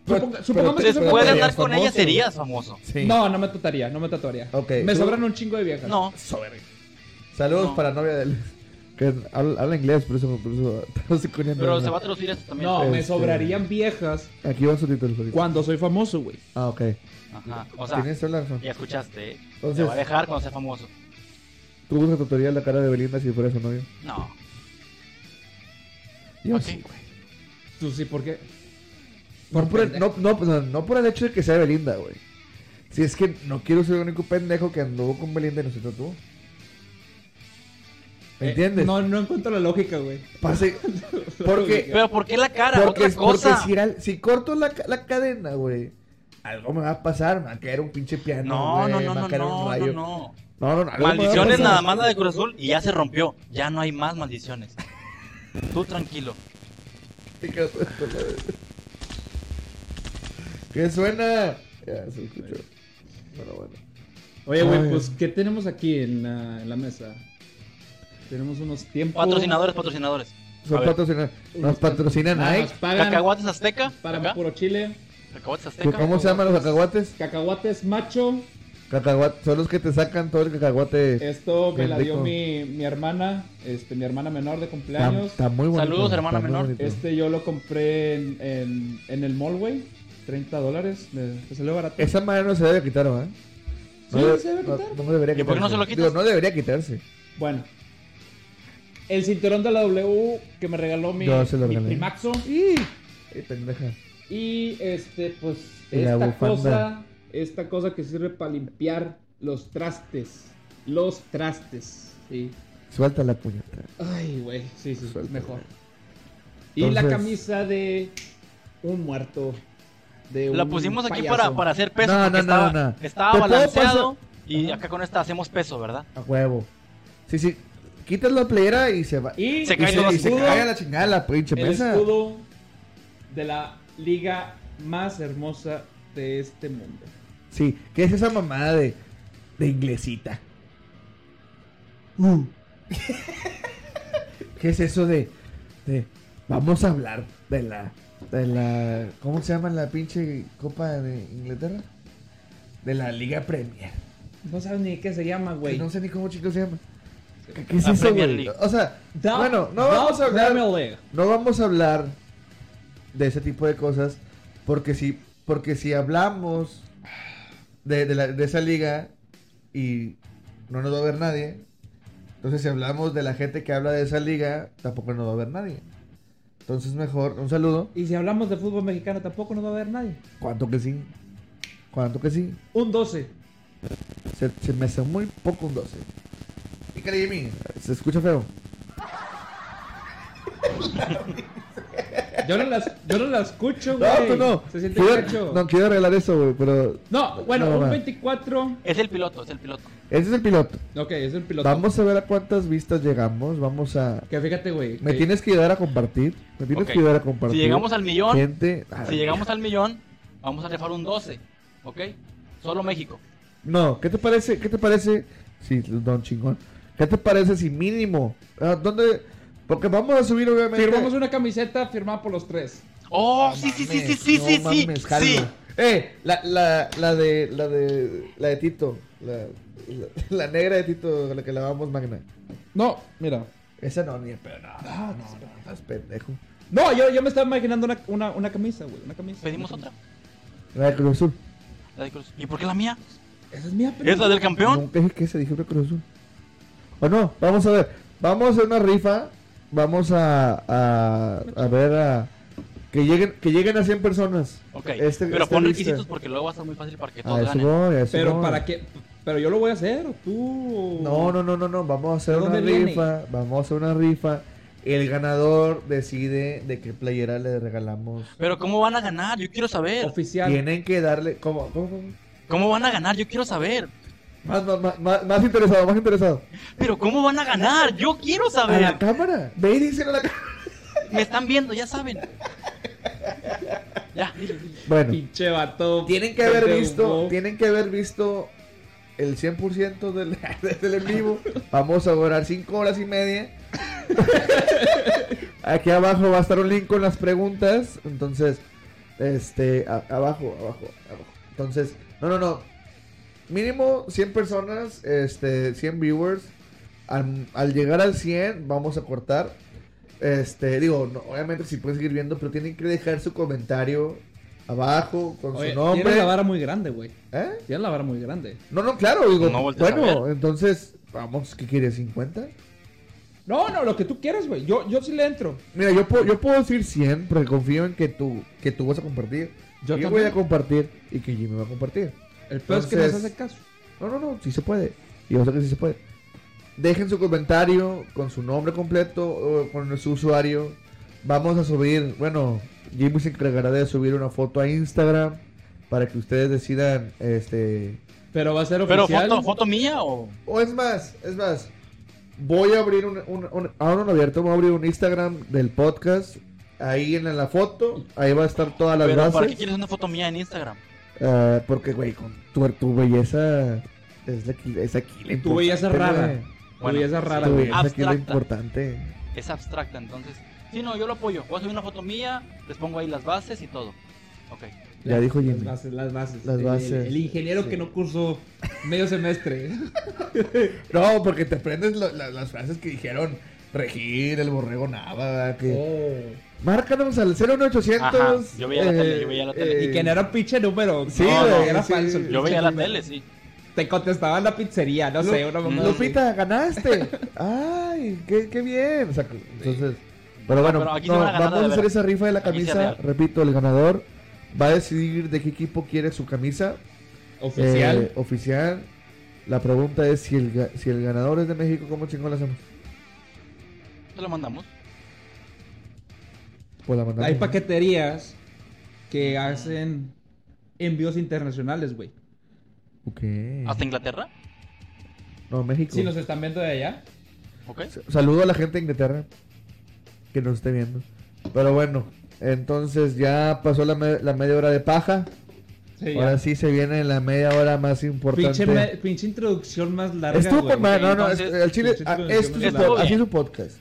Pero- Suponga- pero supongamos tú que eres soy Pero Puedes famoso. andar con ella, famoso. serías famoso. Sí. No, no me tatuaría, no me tatuaría. Ok, Me tú- sobran un chingo de viejas. No, Saludos No. para novia de él. Que habla, habla inglés, por eso, por eso no se coñan pero nada. se va a traducir eso también. No, me Este- sobrarían viejas Aquí va su título. Felipe. cuando soy famoso, güey. Ah, ok. Ajá. O sea, Tienes toda la razón. ya escuchaste, ¿eh? Te Entonces- va a dejar cuando sea famoso. ¿Tú buscas tatuarías la cara de Belinda si fuera su novio? No. Yo Ok. sí, güey. Tú sí, Eh, porque. No por, el, pendejo. no, no, no, no por el hecho de que sea Belinda, güey. Si es que no quiero ser el único pendejo que anduvo con Belinda y no se tatuó. ¿Me Eh, entiendes? no, no encuentro la lógica, güey. Pase. Porque. Pero ¿por qué la cara? Porque, Otra cosa. porque si, era- si corto la, ca- la cadena, güey, algo me va a pasar. Me va a caer un pinche piano. No, güey, no, me no, va no, a caer un no, rayo. no, no. No, no, no, algo me va a Maldiciones pasar. nada más la de Cruz Azul y ya se rompió. Ya no hay más maldiciones. Tú tranquilo. ¿Qué suena? Ya se escuchó. Pero bueno. Oye, güey, Ay. pues, ¿qué tenemos aquí en la, en la mesa? Tenemos unos tiempos. Patrocinadores, patrocinadores. A Son ver. patrocina- Nos patrocina Ah, Nike. Nos pagan Cacahuates Azteca. para acá. puro chile. Cacahuates ¿Qué- Azteca. ¿Cómo se llaman los cacahuates? Cacahuates macho. Cacahuates. Son los que te sacan todo el cacahuate. Esto me Bien la rico. dio mi, mi hermana, este, mi hermana menor de Está, cumpleaños. está muy bonito. Saludos, hermana está muy menor. bonito. Este yo lo compré en, en, en el mall, güey. 30 dólares. Me, me salió barato. Esa madre no se debe quitar, ¿verdad? Sí, debe- se debe no- quitar. No, debería ¿Y por qué no quitarse. se lo quitas? Digo, no debería quitarse. Bueno. El cinturón de la W que me regaló mi, Yo se lo mi regalé. primaxo. ¡Y! ¡Qué pendeja! Y este, pues, Y la esta bufanda. cosa, esta cosa que sirve para limpiar los trastes. Los trastes. Sí. Suelta la puñeta. Ay, güey. Sí, sí, Suelta, mejor. güey. Y la Entonces- camisa de un muerto. De La un pusimos aquí payaso. para, para hacer peso. No, no, porque no, estaba, no. estaba ¿Te puedo balanceado. Y Ajá. acá con esta hacemos peso, ¿verdad? A huevo. Sí, sí. Quitas la playera y se va. Y Se y cae se, todo el y se escudo. cae a la chingada la pinche el mesa. escudo de la liga más hermosa de este mundo. Sí, ¿qué es esa mamada de, de inglesita? ¿Qué es eso de, de vamos a hablar de la de la ¿cómo se llama la pinche copa de Inglaterra? De la Liga Premier. No sabes ni qué se llama, Que güey. No sé ni cómo chicos se llama. ¿Qué, qué es La eso, Premier güey? League. O sea, The- bueno, no the vamos a hablar Premier League. no vamos a hablar de ese tipo de cosas porque si, porque si hablamos de, de la- de esa liga y no nos va a ver nadie, entonces si hablamos de la gente que habla de esa liga, tampoco nos va a ver nadie. Entonces mejor, un saludo. Y si hablamos de fútbol mexicano tampoco nos va a ver nadie. ¿Cuánto que sí? ¿Cuánto que sí? Un 12. Se, se me hace muy poco un 12. Pícale, Jimmy. Se escucha feo. Yo no las, yo no las escucho, No, güey. tú no. Se siente Quiero- gacho. no, quiero arreglar eso, güey, pero. No, bueno, No, un va. 24. Es el piloto, es el piloto. Ese es el piloto. Ok, es el piloto. Vamos a ver a cuántas vistas llegamos. Vamos a. Que fíjate, güey. Me que- tienes que ayudar a compartir. Me tienes Ok. que ayudar a compartir. Si llegamos al millón, Gente. ay, si llegamos al millón, vamos a rifar un 12, ¿ok? Solo México. No, ¿qué te parece? ¿Qué te parece? Sí, don chingón. ¿Qué te parece si mínimo? Ah, ¿Dónde? Porque vamos a subir, obviamente. Firmamos una camiseta firmada por los tres. Oh, No sí, sí, sí, mames, sí, sí, no sí, sí, mames, jalo. sí. Eh, la, la, la de la de la de Tito, la, la, la negra de Tito, la que lavamos magna. No, mira. Esa no ni pero no, no, Ah, no, estás pendejo. No, yo, yo me estaba imaginando una, una, una camisa, güey. Una camisa. Pedimos Una otra, camisa. La de Cruz Azul. la de Cruz. ¿Y por qué la mía? Esa es mía, pero. ¿Es la del campeón? Nunca dije que se dije una Cruz Azul. O no, vamos a ver. Vamos a hacer una rifa. Vamos a, a, a ver a que lleguen que lleguen a 100 personas. Ok, Este- pero esta pon lista. requisitos porque luego va a estar muy fácil para que A todos eso ganen. voy, a eso Pero voy. para qué. Pero yo lo voy a hacer, ¿o tú. No, no, no, no, no. Vamos a hacer ¿De una dónde viene? rifa. Vamos a hacer una rifa. El ganador decide de qué playera le regalamos. Pero ¿cómo van a ganar? Yo quiero saber. Oficial. Tienen que darle. ¿Cómo? ¿Cómo? cómo? ¿Cómo van a ganar? Yo quiero saber. Más, más, más, más, más interesado, más interesado. Pero ¿cómo van a ganar? Yo quiero A la saber. cámara. Ve y díselo a la cámara. Me están viendo, ya saben. Ya, dile, dile. Bueno, Pinche vato. tienen que haber pendejo. visto. Tienen que haber visto el 100% del, del en vivo. Vamos a durar 5 horas y media. Aquí abajo va a estar un link con las preguntas. Entonces, este, a- abajo, abajo, abajo. Entonces, no, no, no. Mínimo 100 personas, este, 100 viewers. Al, al llegar al 100, vamos a cortar. Este, digo, no, obviamente si pueden seguir viendo, pero tienen que dejar su comentario abajo con su Oye, Tienes la nombre. vara muy grande, güey. ¿Eh? Tienes la vara muy grande. No, no, claro, digo. No voltees a bueno, entonces, vamos, ¿qué quieres? ¿50? No, no, lo que tú quieras, güey. Yo, yo sí le entro. Mira, yo puedo, yo puedo decir 100 porque confío en que tú, que tú vas a compartir. Yo Yo, también. voy a compartir y que Jimmy va a compartir. El peor es que no se Entonces- hace caso. No, no, no, sí se puede. Y yo sé que sí se puede. Dejen su comentario con su nombre completo, o con su usuario. Vamos a subir, bueno, Jimmy se encargará de subir una foto a Instagram para que ustedes decidan, este... Pero va a ser Pero oficial. foto, foto mía o. O es más, es más, voy a abrir un, un, un- ahora no lo he abierto, voy a abrir un Instagram del podcast. Ahí en la foto, ahí va a estar todas las Pero ¿para qué bases. quieres una foto mía en Instagram? Ah, porque, güey, con tu, tu belleza es, la, que- es aquí la Tu belleza importante, rara. güey. Bueno, Uy, esa es rara, Tu güey. belleza aquí es Ah, la Abstracta. importante. Es abstracta, entonces. Sí, no, yo lo apoyo. Voy a subir una foto mía, les pongo ahí las bases y todo. Ok. Ya dijo Jimmy. Las bases, las bases. Las El- bases. El, ingeniero Sí. que no cursó medio semestre. No, porque te aprendes lo- la- las frases que dijeron Regir, el borrego Nava, que... Oh. Márcanos al 01800. Ajá, yo veía la tele, yo veía la eh, tele. Y que no era un pinche número. Sí, No, no, güey, era sí. falso. el Yo pinche veía la número. tele, sí. Te contestaban la pizzería, no Lu- sé, una mamá. Lu- Lupita, ganaste. Ay, qué, qué bien. O sea, que- entonces, pero bueno, pero aquí no, sí van a ganar, vamos a de hacer veras. esa rifa de la Aquí sí es camisa. real. Repito, el ganador va a decidir de qué equipo quiere su camisa Oficial. eh, oficial. La pregunta es si el, ga- si el ganador es de México, ¿cómo chingón la hacemos? Te lo mandamos. Pues la mandamos. Hay paqueterías que hacen envíos internacionales, güey. Ok. ¿Hasta Inglaterra? No, México. Si nos están viendo de allá. Ok. S- Saludo a la gente de Inglaterra que nos esté viendo. Pero bueno, entonces ya pasó la, me- la media hora de paja. Sí, Ahora ya. sí se viene la media hora más importante. pinche, me- pinche introducción más larga. Estuvo güey. con madre, no, no, entonces, es- el chile, sí, sí, ah, sí, sí, esto sí, es sí, un pod- sí. así es un podcast.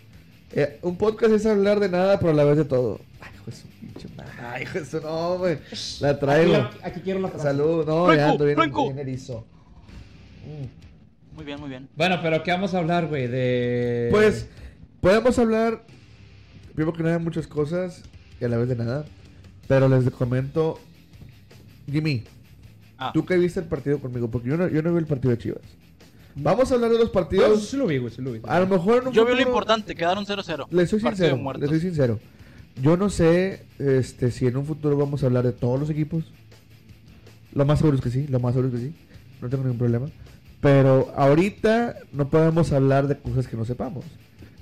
Eh, un podcast es hablar de nada, pero a la vez de todo. Ay, hijo de su pinche madre, ay, hijo de su- no, güey, la Aquí, traigo. la- aquí quiero la frase. Salud, no, Franco, ya ando bien, Franco. bien erizo. Mm. Muy bien, muy bien. Bueno, pero ¿qué vamos a hablar, güey? De. Pues, podemos hablar, primero que nada, de muchas cosas y a la vez de nada, pero les comento, Jimmy, Ah, tú que viste el partido conmigo, porque yo no, yo no vi el partido de Chivas. Vamos a hablar de los partidos. Yo sí lo vi, güey, sí lo vi. A lo mejor en un Pues, yo veo lo futuro- importante, quedaron 0-0. Le soy Partido de sincero, le muertos. soy sincero. Yo no sé este, si en un futuro vamos a hablar de todos los equipos. Lo más seguro es que sí, lo más seguro es que sí. No tengo ningún problema. Pero ahorita no podemos hablar de cosas que no sepamos.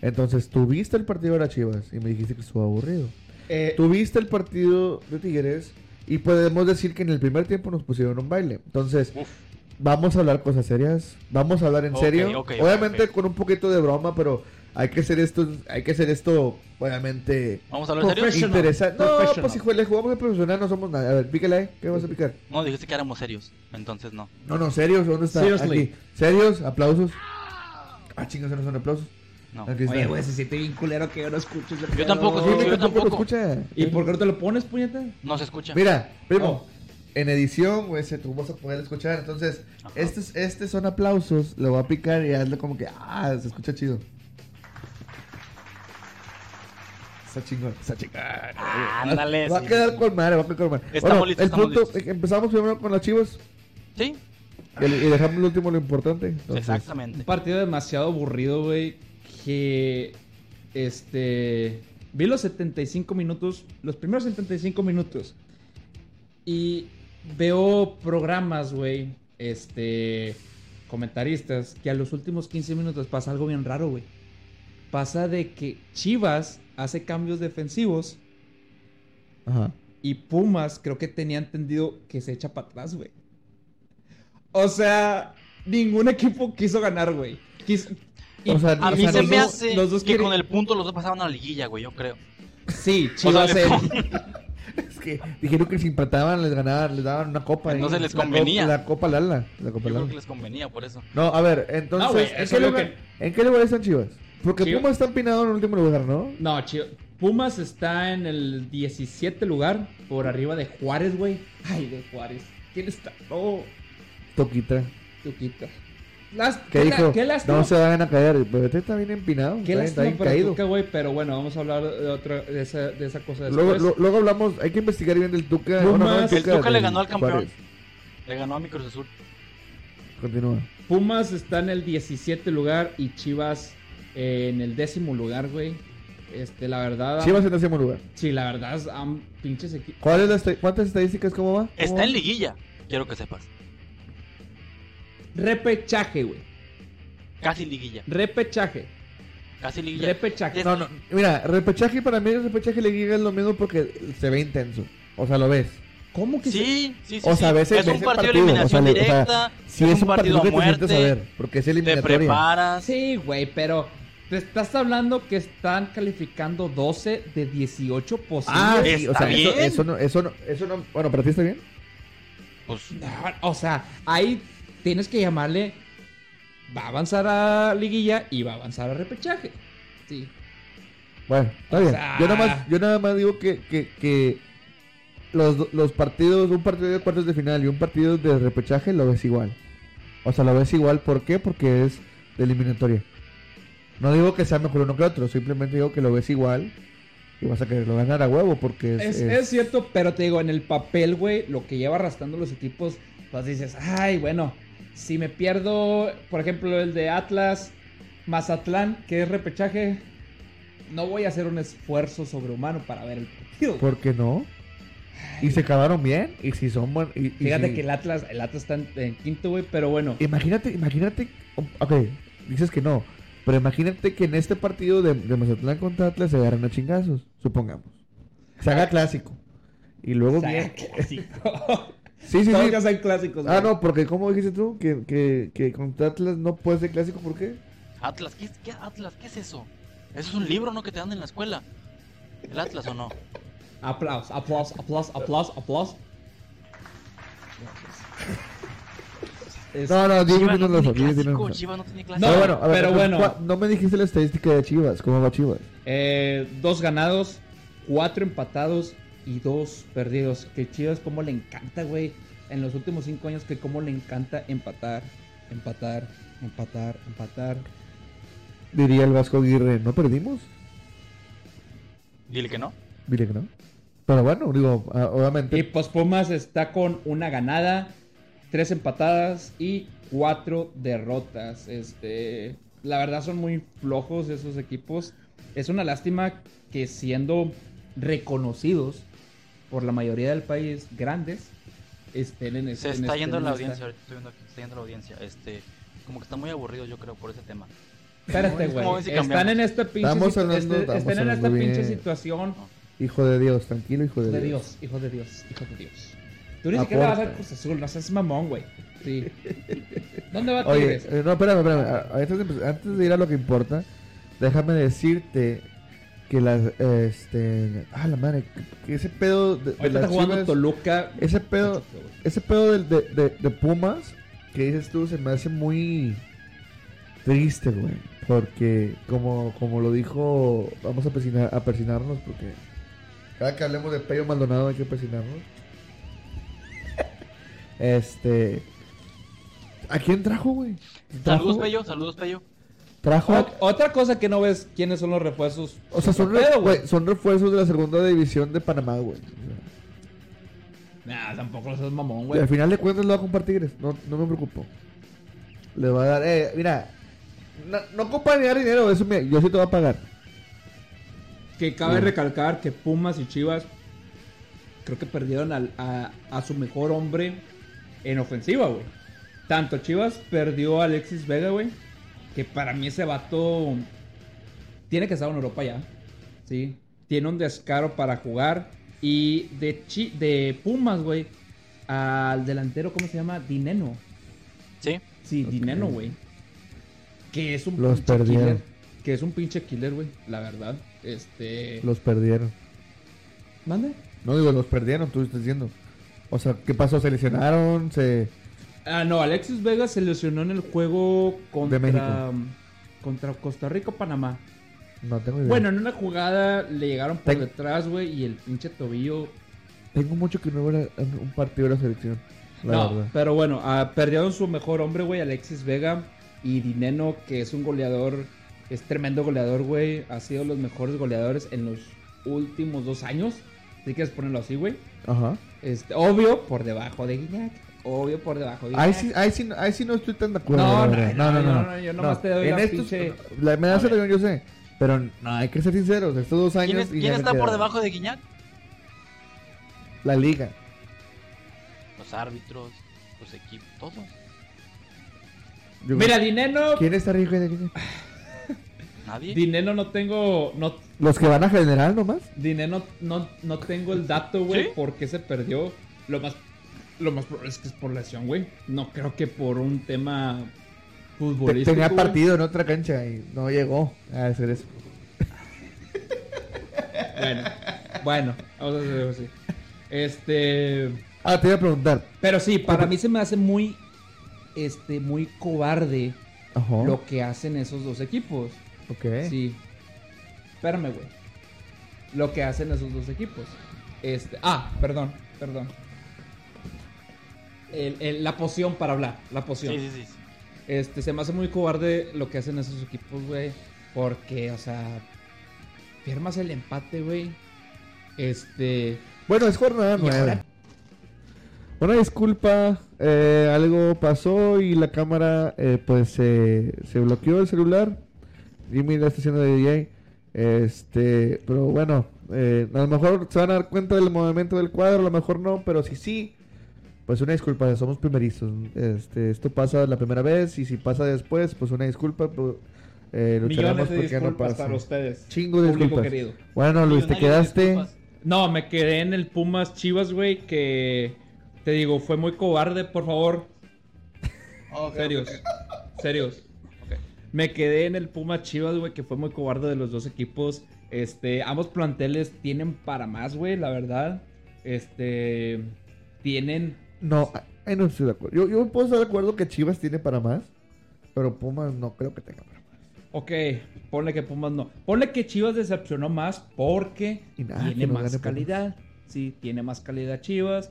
Entonces, tú viste el partido de las Chivas y me dijiste que estuvo aburrido. Eh, Tuviste el partido de Tigres y podemos decir que en el primer tiempo nos pusieron un baile. Entonces, Uf. vamos a hablar cosas serias, vamos a hablar en Ok, serio. ok, ok, obviamente ok. con un poquito de broma, pero hay que hacer esto, hay que hacer esto, obviamente ¿Vamos a hablar en serio? Profession- Professional, interesante. No, professional. pues si jue- le jugamos de profesional no somos nada. A ver, pícale, ¿eh? ¿qué vas a picar? No, dijiste que éramos serios, entonces no. No, no, serios, ¿dónde está? Seriously. Aquí. Serios, aplausos. Ah, chingas, no son aplausos. no. Aquí está. Oye, güey, se siente bien culero que yo no escucho ese pedo. tampoco, Dime, tampoco yo lo tampoco. escucha. ¿Y por qué no te lo pones, puñeta? No se escucha. Mira, primo, Oh. en edición, güey, se tú vas a poder escuchar. Entonces, Ajá. estos, estos son aplausos, lo voy a picar y hazle como que, ah, se escucha chido. Está chingón, está chingón. Ándale. va a sí. quedar con madre, va a quedar con madre. Estamos listos, el estamos punto, listos. eh, empezamos primero con los chivos Sí, y, y dejamos lo último lo importante. Entonces, Un exactamente. partido demasiado aburrido, güey. Que. Este. Vi los 75 minutos. Los primeros 75 minutos. Y veo programas, güey. Este. Comentaristas. Que a los últimos 15 minutos pasa algo bien raro, güey. Pasa de que Chivas hace cambios defensivos. Ajá. Y Pumas creo que tenía entendido que se echa para atrás, güey. O sea, ningún equipo quiso ganar, güey. Quis- y- O sea, A mí o sea, se los me dos- hace los dos que quieren- con el punto los dos pasaron a la liguilla, güey, yo creo. Sí, Chivas. O sea, eh, Es que dijeron que si empataban les ganaban, les daban una copa. eh. Entonces les La co- convenía. La copa Lala. La copa Yo creo Lala. que les convenía por eso. No, a ver, entonces, No, Ah, güey, ¿en, eso qué digo lugar, en qué lugar están Chivas? Porque Chivas- Pumas está empinado en el último lugar, ¿no? No, Chivas. Pumas está en el 17 lugar por arriba de Juárez, güey. Ay, de Juárez. ¿Quién está? Oh, Toquita. Tuquita. Las- ¿Qué la- dijo? qué lástima. no se van a caer. Pero este está bien empinado. Qué está, está lástima bien para caído. Tuca, güey, pero bueno, vamos a hablar de otra de esa, de esa cosa después. Luego, lo- luego hablamos, hay que investigar bien del Tuca. Pumas- no del El Tuca le del ganó al campeón. Juárez. Le ganó a mi Cruz Azul. Continúa. Pumas está en el 17 lugar y Chivas eh, en el décimo lugar, güey. Este, la verdad. Chivas en décimo lugar. Sí, la verdad, am- pinches equipos. ¿Cuál es la esta- ¿Cuántas estadísticas? ¿Cómo va? ¿Cómo Está va? en liguilla, quiero que sepas. Repechaje, güey. Casi liguilla. Repechaje. Casi liguilla. Repechaje. No, no. Mira, repechaje para mí, el repechaje le llega lo mismo porque se ve intenso. O sea, lo ves. ¿Cómo que se- Sí, sí, sí. O sea, a sí. veces es un ves el partido, de partido, o sea, eliminación le- o sea, directa. Si es, un partido, a que te muerte. sientes a ver, porque es te eliminatoria. preparas. Sí, güey, pero te estás hablando que están calificando 12 de 18 posibles. Ah, sí, o ¿Está sea, eso, bien? eso no, eso no, eso no, bueno, ¿para ti está bien? Pues, Ah, O sea, ahí tienes que llamarle. Va a avanzar a liguilla y va a avanzar a repechaje. Sí. Bueno, está O bien. sea- Yo nada más, yo nada más digo que, que, que los, do- los partidos, un partido de cuartos de final y un partido de repechaje lo ves igual. O sea, lo ves igual, ¿por qué? Porque es de eliminatoria. No digo que sea mejor uno que otro, simplemente digo que lo ves igual y vas a quererlo ganar a huevo porque es... Es, es- es cierto, pero te digo, en el papel, güey, lo que lleva arrastrando los equipos, pues dices, ay, bueno, si me pierdo, por ejemplo, el de Atlas, Mazatlán, que es repechaje, no voy a hacer un esfuerzo sobrehumano para ver el partido. ¿Por qué no? Y se acabaron bien y si son buen- y- y Fíjate si- que el Atlas, el Atlas está en, en quinto, güey, pero bueno, Imagínate, imagínate. Ok, dices que no. Pero imagínate que en este partido de, de Mazatlán contra Atlas se agarran a chingazos, supongamos. Se haga clásico. Y luego. o sea, bien- clásico. Sí, sí, Todos sí. ya son clásicos, Ah, güey. no, porque como dijiste tú, que, que, que contra Atlas no puede ser clásico, ¿por qué? Atlas, ¿qué, es- qué- Atlas, ¿qué es eso? Eso es un libro, ¿no? Que te dan en la escuela. ¿El Atlas o no? Aplaus, aplaus, aplaus, aplaus, aplaus. Es- No, no, Diego Chivas tiene no razón. Diego tiene tiene clásico. razón. Chivas no tiene clásico. No, No, bueno, a ver, pero entonces, bueno. ¿cuál- no me dijiste la estadística de Chivas, ¿cómo va Chivas? Eh, dos ganados, cuatro empatados y dos perdidos. Que Chivas como le encanta, güey. En los últimos cinco años que como le encanta empatar, empatar, empatar, empatar. Diría el Vasco Aguirre, ¿no perdimos? Dile que no. Dile que no. Pero bueno, digo, ah, obviamente. Y pues Pumas está con una ganada, tres empatadas y cuatro derrotas. Este, la verdad son muy flojos esos equipos. Es una lástima que siendo reconocidos por la mayoría del país grandes estén en este, Se en está en yendo esta- la audiencia, ahorita estoy viendo aquí, está yendo la audiencia. Este, como que está muy aburrido yo creo por ese tema. Espérate, ¿Cómo güey. ves si Están cambiamos? en esta pinche, Estamos situ- hablando- este- estamos están en esta hablando pinche bien. situación Hijo de Dios, tranquilo, hijo de, De Dios. Dios, hijo de Dios, hijo de Dios. Tú ni siquiera vas Aporta. al Cruz Azul, no seas mamón, güey. Sí. ¿Dónde va Oye, Tigres? eh, no, espérame, espérame. A- Antes de, empe- antes de ir a lo que importa, déjame decirte que las. Este. Ah, la madre. que ese pedo de, de Ahorita las está jugando Chivas- Toluca. Ese pedo. Ese pedo del- de, de, de Pumas que dices tú se me hace muy triste, güey. Porque, como, como lo dijo, vamos a, persina- a persinarnos porque cada que hablemos de Pello Maldonado hay que persinarnos. Este. ¿A quién trajo, güey? Saludos, Trajo- Pello, saludos, Pello. Trajo a- O- Otra cosa que no ves quiénes son los refuerzos. O sea, son, re- Pero, güey. güey, son refuerzos de la segunda división de Panamá, güey. Nah, tampoco lo seas mamón, O sea, güey. al final de cuentas lo va a compartir, no, no me preocupo. Le va a dar, eh, mira, no, no compañear dinero, eso mira, yo sí te voy a pagar. Que cabe Sí. recalcar que Pumas y Chivas creo que perdieron al- a, a su mejor hombre en ofensiva, güey. Tanto Chivas perdió a Alexis Vega, güey. Que para mí ese vato tiene que estar en Europa ya. Sí. Tiene un descaro para jugar. Y de, Chi- de Pumas, güey, al delantero, ¿cómo se llama? Dineno. Sí, Sí, Dineno, güey. Que es un Los perdieron. killer. Que es un pinche killer, güey. La verdad. Este. Los perdieron. ¿Mande? No digo, los perdieron, tú estás diciendo. O sea, ¿qué pasó? ¿Se lesionaron? ¿Se... Ah, no, Alexis Vega se lesionó en el juego contra. México. Contra Costa Rica o Panamá. No tengo idea. Bueno, en una jugada le llegaron por Tec- detrás, güey, y el pinche tobillo. tengo mucho que no ver a- un partido de la selección. La no, verdad. pero bueno, ah, perdieron su mejor hombre, güey, Alexis Vega. Y Dineno, que es un goleador, es tremendo goleador, güey. Ha sido los mejores goleadores en los últimos dos años. Si quieres ponerlo así, güey. Ajá. Este, obvio por debajo de Guiñac. Obvio por debajo de Guiñac. Ahí sí, ahí, sí, ahí sí no estoy tan de acuerdo. la No, verdad. no, no, no, no, yo nomás te doy en la estos- pinche- La me da A ver. selección, yo sé. Pero no, hay que ser sinceros. Estos dos años. ¿quién, es- y ya quién me está por quedaron. debajo de Guiñac? La liga. Los árbitros, los equipos, todos. Yo- Mira, Dineno. ¿Quién está rico de Guiñac? Nadie. Dinero no tengo. No, Los que van a general nomás. dinero no, no tengo el dato, güey. ¿Sí? ¿Por qué se perdió? Lo más. Lo más probable es que es por lesión, güey. No creo que por un tema Te- futbolístico. tenía güey. partido en otra cancha y no llegó a hacer eso. Bueno, bueno, vamos a hacerlo así. Este. Ah, te iba a preguntar. Pero sí, para Ajá. mí se me hace muy. Este, muy cobarde Ajá. lo que hacen esos dos equipos. ok. Sí. Espérame, güey. Lo que hacen esos dos equipos. Este. Ah, perdón, perdón. El- el- la poción para hablar. La poción. Sí, sí, sí. sí. Este, se me hace muy cobarde lo que hacen esos equipos, güey. Porque, o sea. Firmas el empate, güey. Este. Bueno, es jornada nueva. Una disculpa, eh, algo pasó y la cámara eh, pues se- se bloqueó el celular. Jimmy la está haciendo de DJ. Este, pero bueno, eh, a lo mejor se van a dar cuenta del movimiento del cuadro, a lo mejor no, pero si sí, pues una disculpa, somos primerizos. Este, esto pasa la primera vez y si pasa después, pues una disculpa. Pero, eh, lucharemos Millones de porque no disculpas pase. para ustedes. Chingo de público disculpas. querido. Bueno, Luis, te Millonarios, quedaste. disculpas. No, me quedé en el Pumas Chivas, güey, que te digo, fue muy cobarde, por favor. Ok, Serios. Serios. Me quedé en el Pumas Chivas, güey, que fue muy cobarde de los dos equipos. Este, ambos planteles tienen para más, güey, la verdad. Este, tienen No, ahí no estoy de acuerdo. Yo, yo puedo estar de acuerdo que Chivas tiene para más, pero Pumas no creo que tenga para más. Ok, ponle que Pumas no. Ponle que Chivas decepcionó más porque Y nada, que tiene no más gane Pumas. calidad. Sí, tiene más calidad Chivas,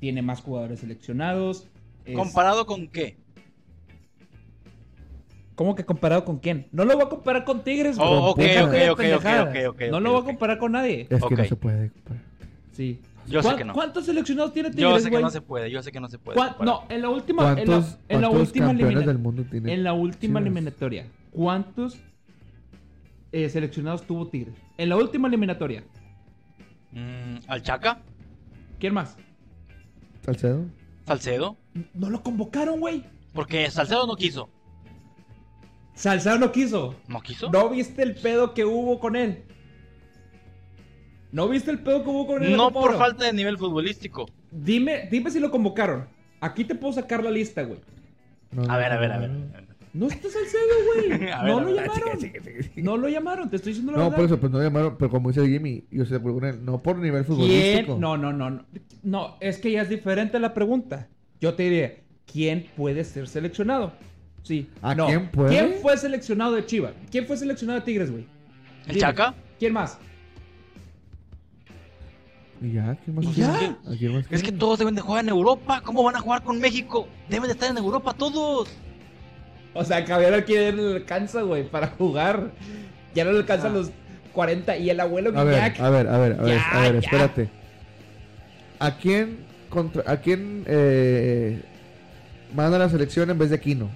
tiene más jugadores seleccionados. es- ¿Comparado con qué? ¿Cómo que comparado con quién? No lo voy a comparar con Tigres, güey. Oh, ok, Deja ok, de ok, pendejadas. ok, ok, ok, No lo voy a ok. comparar con nadie. Es que no Ok. se puede. pues. comparar. Sí. Yo sé ¿Cuán- que no. ¿Cuántos seleccionados tiene Tigres, Yo sé que güey? no se puede, yo sé que no se puede. ¿Cuán- comparar. No, en la última, en la, ¿Cuántos, en la cuántos última campeones elimina- del mundo tiene? en la última Chivas? eliminatoria, ¿cuántos eh, seleccionados tuvo Tigres? En la última eliminatoria, Mm, ¿Al Chaca? ¿quién más? ¿Salcedo? ¿Salcedo? No lo convocaron, güey. Porque Salcedo no quiso. Salcedo no quiso. ¿No quiso? ¿No viste el pedo que hubo con él? ¿No viste el pedo que hubo con el No por falta de nivel futbolístico. Dime, dime si lo convocaron. Aquí te puedo sacar la lista, güey. No, A ver, no, a ver, no, a ver. no. No está Salcedo, güey. A Mm. No ver, lo a ver, llamaron. sigue, sigue, sigue. No lo llamaron, te estoy diciendo la No, verdad. por eso, pues no llamaron, pero como dice Jimmy, yo se con él, no por nivel futbolístico. ¿Quién? No, no, no, no. No, es que ya es diferente la pregunta. Yo te diré, ¿quién puede ser seleccionado? Sí. ¿A no. quién puede? fue seleccionado de Chivas? ¿Quién fue seleccionado de Tigres, güey? ¿El Dime. Chaca? ¿Quién más? ¿Y ya? ¿Quién más? Pues quiere? es que- ¿A quién más Es que quiere? todos deben de jugar en Europa. ¿Cómo van a jugar con México? Deben de estar en Europa todos. O sea, Caballero aquí ya no le alcanza, güey, para jugar. Ya no le alcanzan Ah. los 40. Y el abuelo A ver, Guiñac. a ver, a ver, a ver, Ya, a ver, ya. espérate. ¿A quién contra, a quién eh, manda la selección en vez de Aquino?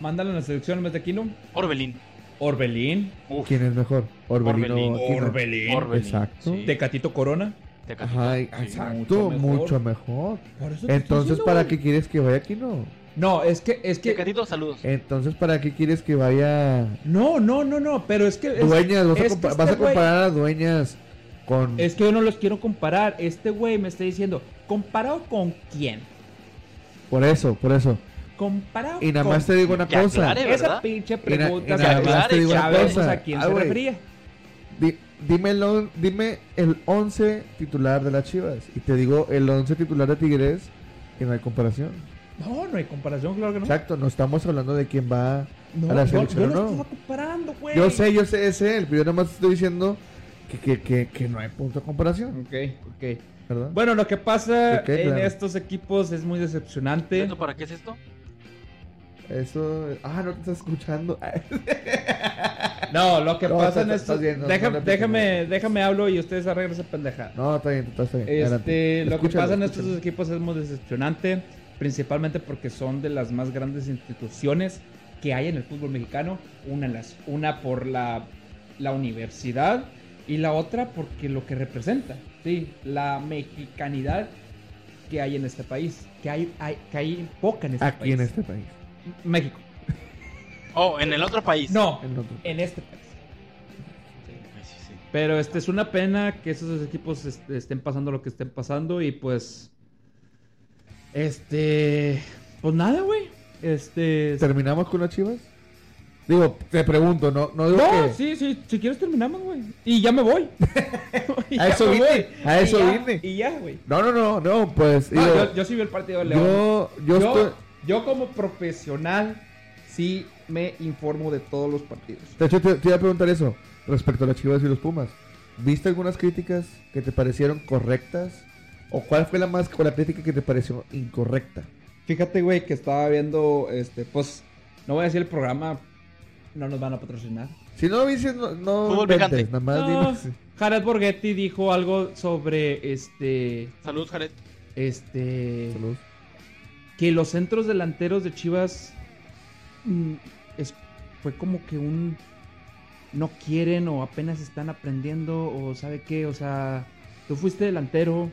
Mándalo a la selección en vez de Aquino. Orbelín. Orbelín. Uf, ¿Quién es mejor? Orbelino. Orbelín. Aquino. Orbelín. Orbelín. Exacto. Sí. Tecatito Corona. Tecatito. Ajá, Sí, exacto, mucho mucho mejor. Por eso te estoy Entonces, diciendo, ¿para güey. qué quieres que vaya Aquino? No, es que, es que. Tecatito, saludos. Este. Entonces, ¿para qué quieres que vaya No, no, no, no, pero es que. es- Dueñas? ¿Vas, es a, que compa- este vas a güey- comparar a Dueñas con... Es que yo no los quiero comparar. Este güey me está diciendo, ¿comparado con quién? Por eso, por eso. ¿Comparado Y nada con más te digo una Que cosa. aclare. Esa ¿Verdad? pinche Y na- y pregunta. nada que ¿sabes? más te digo una Ya vemos cosa. a quién Ah, se güey, refería. di- dime, el on- dime el 11 titular de las Chivas. Y te digo el 11 titular de Tigres. Y no hay comparación. No, no hay comparación, claro que no. Exacto, no estamos hablando de quién va No, a la yo- selección yo, o no no. estaba comparando, güey. Yo sé, yo sé, es él. Pero yo nada más estoy diciendo que, que, que, que no hay punto de comparación. Ok, ok. ¿Verdad? Bueno, lo que pasa Ok, en claro. estos equipos es muy decepcionante. ¿Esto ¿Para qué es esto? Eso. Ah, no te estás escuchando. Ah, No, lo que No, pasa está- en está- estos... está bien, no, Deja- no le piques déjame, nada. déjame hablo y ustedes arreglen esa pendejada. No, está bien, está bien. Este, adelante. lo que Escúchalo, pasa en estos escúchalo. dos equipos es muy decepcionante, principalmente porque son de las más grandes instituciones que hay en el fútbol mexicano, una, en las, una por la, la universidad y la otra porque lo que representa, sí, la mexicanidad que hay en este país, que hay, hay- que hay poca en este Aquí país. en este país. México. Oh, en el otro país. No, En otro. en este país. Sí, sí, sí. Pero este es una pena que esos dos equipos est- estén pasando lo que estén pasando y pues este pues nada, güey. Este ¿Terminamos con las chivas? Digo, te pregunto, no, no digo No, que- sí, sí, si quieres terminamos, güey. Y ya me voy. Y A ya eso me vine, voy. a Y eso ya- vine. Y ya, güey. No, no, no, no, pues No, digo, yo, yo sí vi el partido de León. yo, yo, yo, estoy... yo como profesional sí me informo de todos los partidos. De hecho, te, te iba a preguntar eso, respecto a las chivas y los Pumas. ¿Viste algunas críticas que te parecieron correctas? ¿O cuál fue la más o la crítica que te pareció incorrecta? Fíjate, güey, que estaba viendo este pues no voy a decir el programa no nos van a patrocinar. Si no lo dices, no, no Fútbol inventes, picante. nada más No, dime. Jared Borghetti dijo algo sobre este. Saludos, Jared. Este. Saludos. Que los centros delanteros de Chivas. mm, es- fue como que un. No quieren o apenas están aprendiendo o sabe qué. O sea, tú fuiste delantero.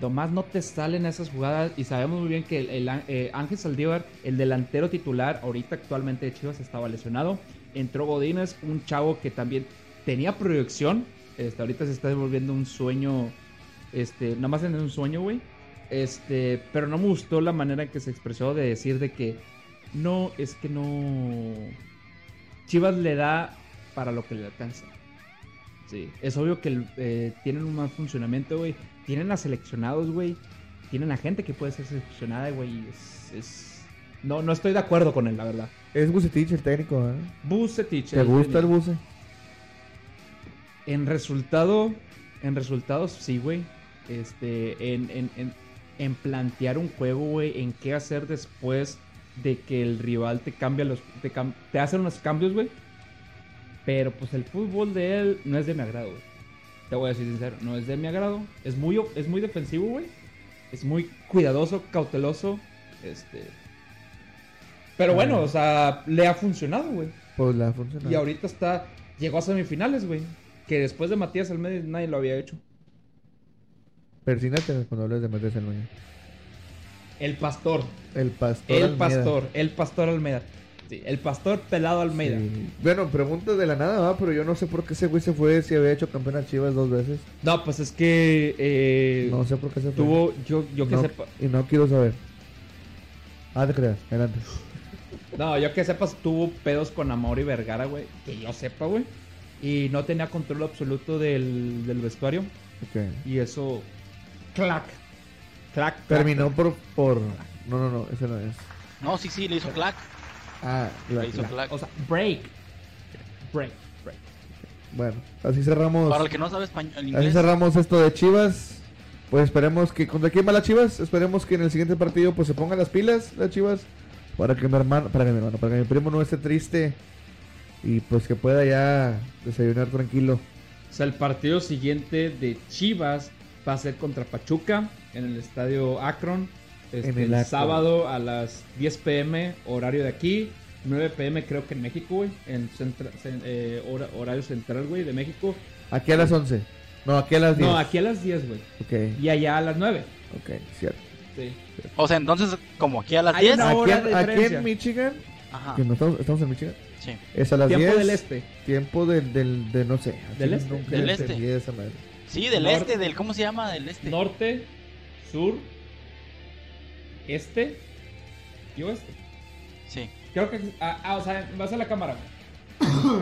Nomás no te salen esas jugadas. Y sabemos muy bien que el, el Á- eh, Ángel Saldívar, el delantero titular, ahorita actualmente de Chivas, estaba lesionado. Entró Godínez, un chavo que también tenía proyección. Este, ahorita se está devolviendo un sueño. Este, nada más en un sueño, güey. Este, pero no me gustó la manera en que se expresó de decir de que no, es que no. Chivas le da para lo que le alcanza. Sí, es obvio que el- eh, tienen un mal funcionamiento, güey. Tienen a seleccionados, güey. Tienen a gente que puede ser seleccionada, güey. y Es, es- No, no estoy de acuerdo con él, la verdad. Es Bucetich el técnico, ¿eh? Bucetich. ¿Te el gusta el técnico. Buce? En resultado, en resultados, sí, güey. Este, en, en, en, en plantear un juego, güey, en qué hacer después de que el rival te cambia los, te, cam- te hace unos cambios, güey. Pero pues el fútbol de él no es de mi agrado, güey. Te voy a decir sincero, no es de mi agrado. Es muy, o- es muy defensivo, güey. Es muy cuidadoso, cauteloso, este. Pero bueno, o sea, le ha funcionado, güey. Pues la funciona. Y ahorita está. Llegó a semifinales, güey. Que después de Matías Almeida nadie lo había hecho. Persínate cuando hables de Matías Almeida. El pastor. El pastor. El Almeida. pastor. El pastor Almeida. Sí, el pastor pelado Almeida. Sí. Bueno, preguntas de la nada, ¿va? pero yo no sé por qué ese güey se fue si había hecho campeón a Chivas dos veces. No, pues es que eh, No sé por qué se fue. tuvo, yo, yo que No, sepa, Y no quiero saber. Ah, te creas, adelante. no, yo que sepas, tuvo pedos con Amaury Vergara, güey, que yo sepa, güey, y no tenía control absoluto del, del vestuario, Ok. y eso, clac, clac, clac. Terminó por, por. No, no, no, ese no es. No, sí, sí, le hizo clack. Ah, la- Le hizo la- clack. O sea, break, break, break. Bueno, así cerramos. Para el que no sabe español, Así inglés, cerramos esto de Chivas. Pues esperemos que. ¿Contra quién va las Chivas? Esperemos que en el siguiente partido pues se pongan las pilas las Chivas. Para que mi hermano, para que mi hermano, para que mi primo no esté triste. Y pues que pueda ya desayunar tranquilo. O sea, el partido siguiente de Chivas va a ser contra Pachuca en el estadio Akron. Este, En el el Akron. sábado a las 10 pm, horario de aquí. 9 pm creo que en México, güey. En centra- cen- eh, hora- horario central, güey, de México. Aquí a las 11. No, aquí a las 10. No, aquí a las 10, güey. Ok, Y allá a las 9. ok, cierto. Sí. o sea, entonces, como aquí a las Hay 10. una- Aquí, hora de en- aquí diferencia. Ah. en Michigan, Ajá, que no estamos, estamos en Michigan, sí. es a las Tiempo 10. del este. Tiempo del, del, de no sé. así Del este. nunca Del entendí esa madre. Sí, del Norte. este, del, ¿cómo se llama? Del este. Norte, sur, este y oeste. Sí. Creo que. Ah, ah, o sea, vas a la cámara.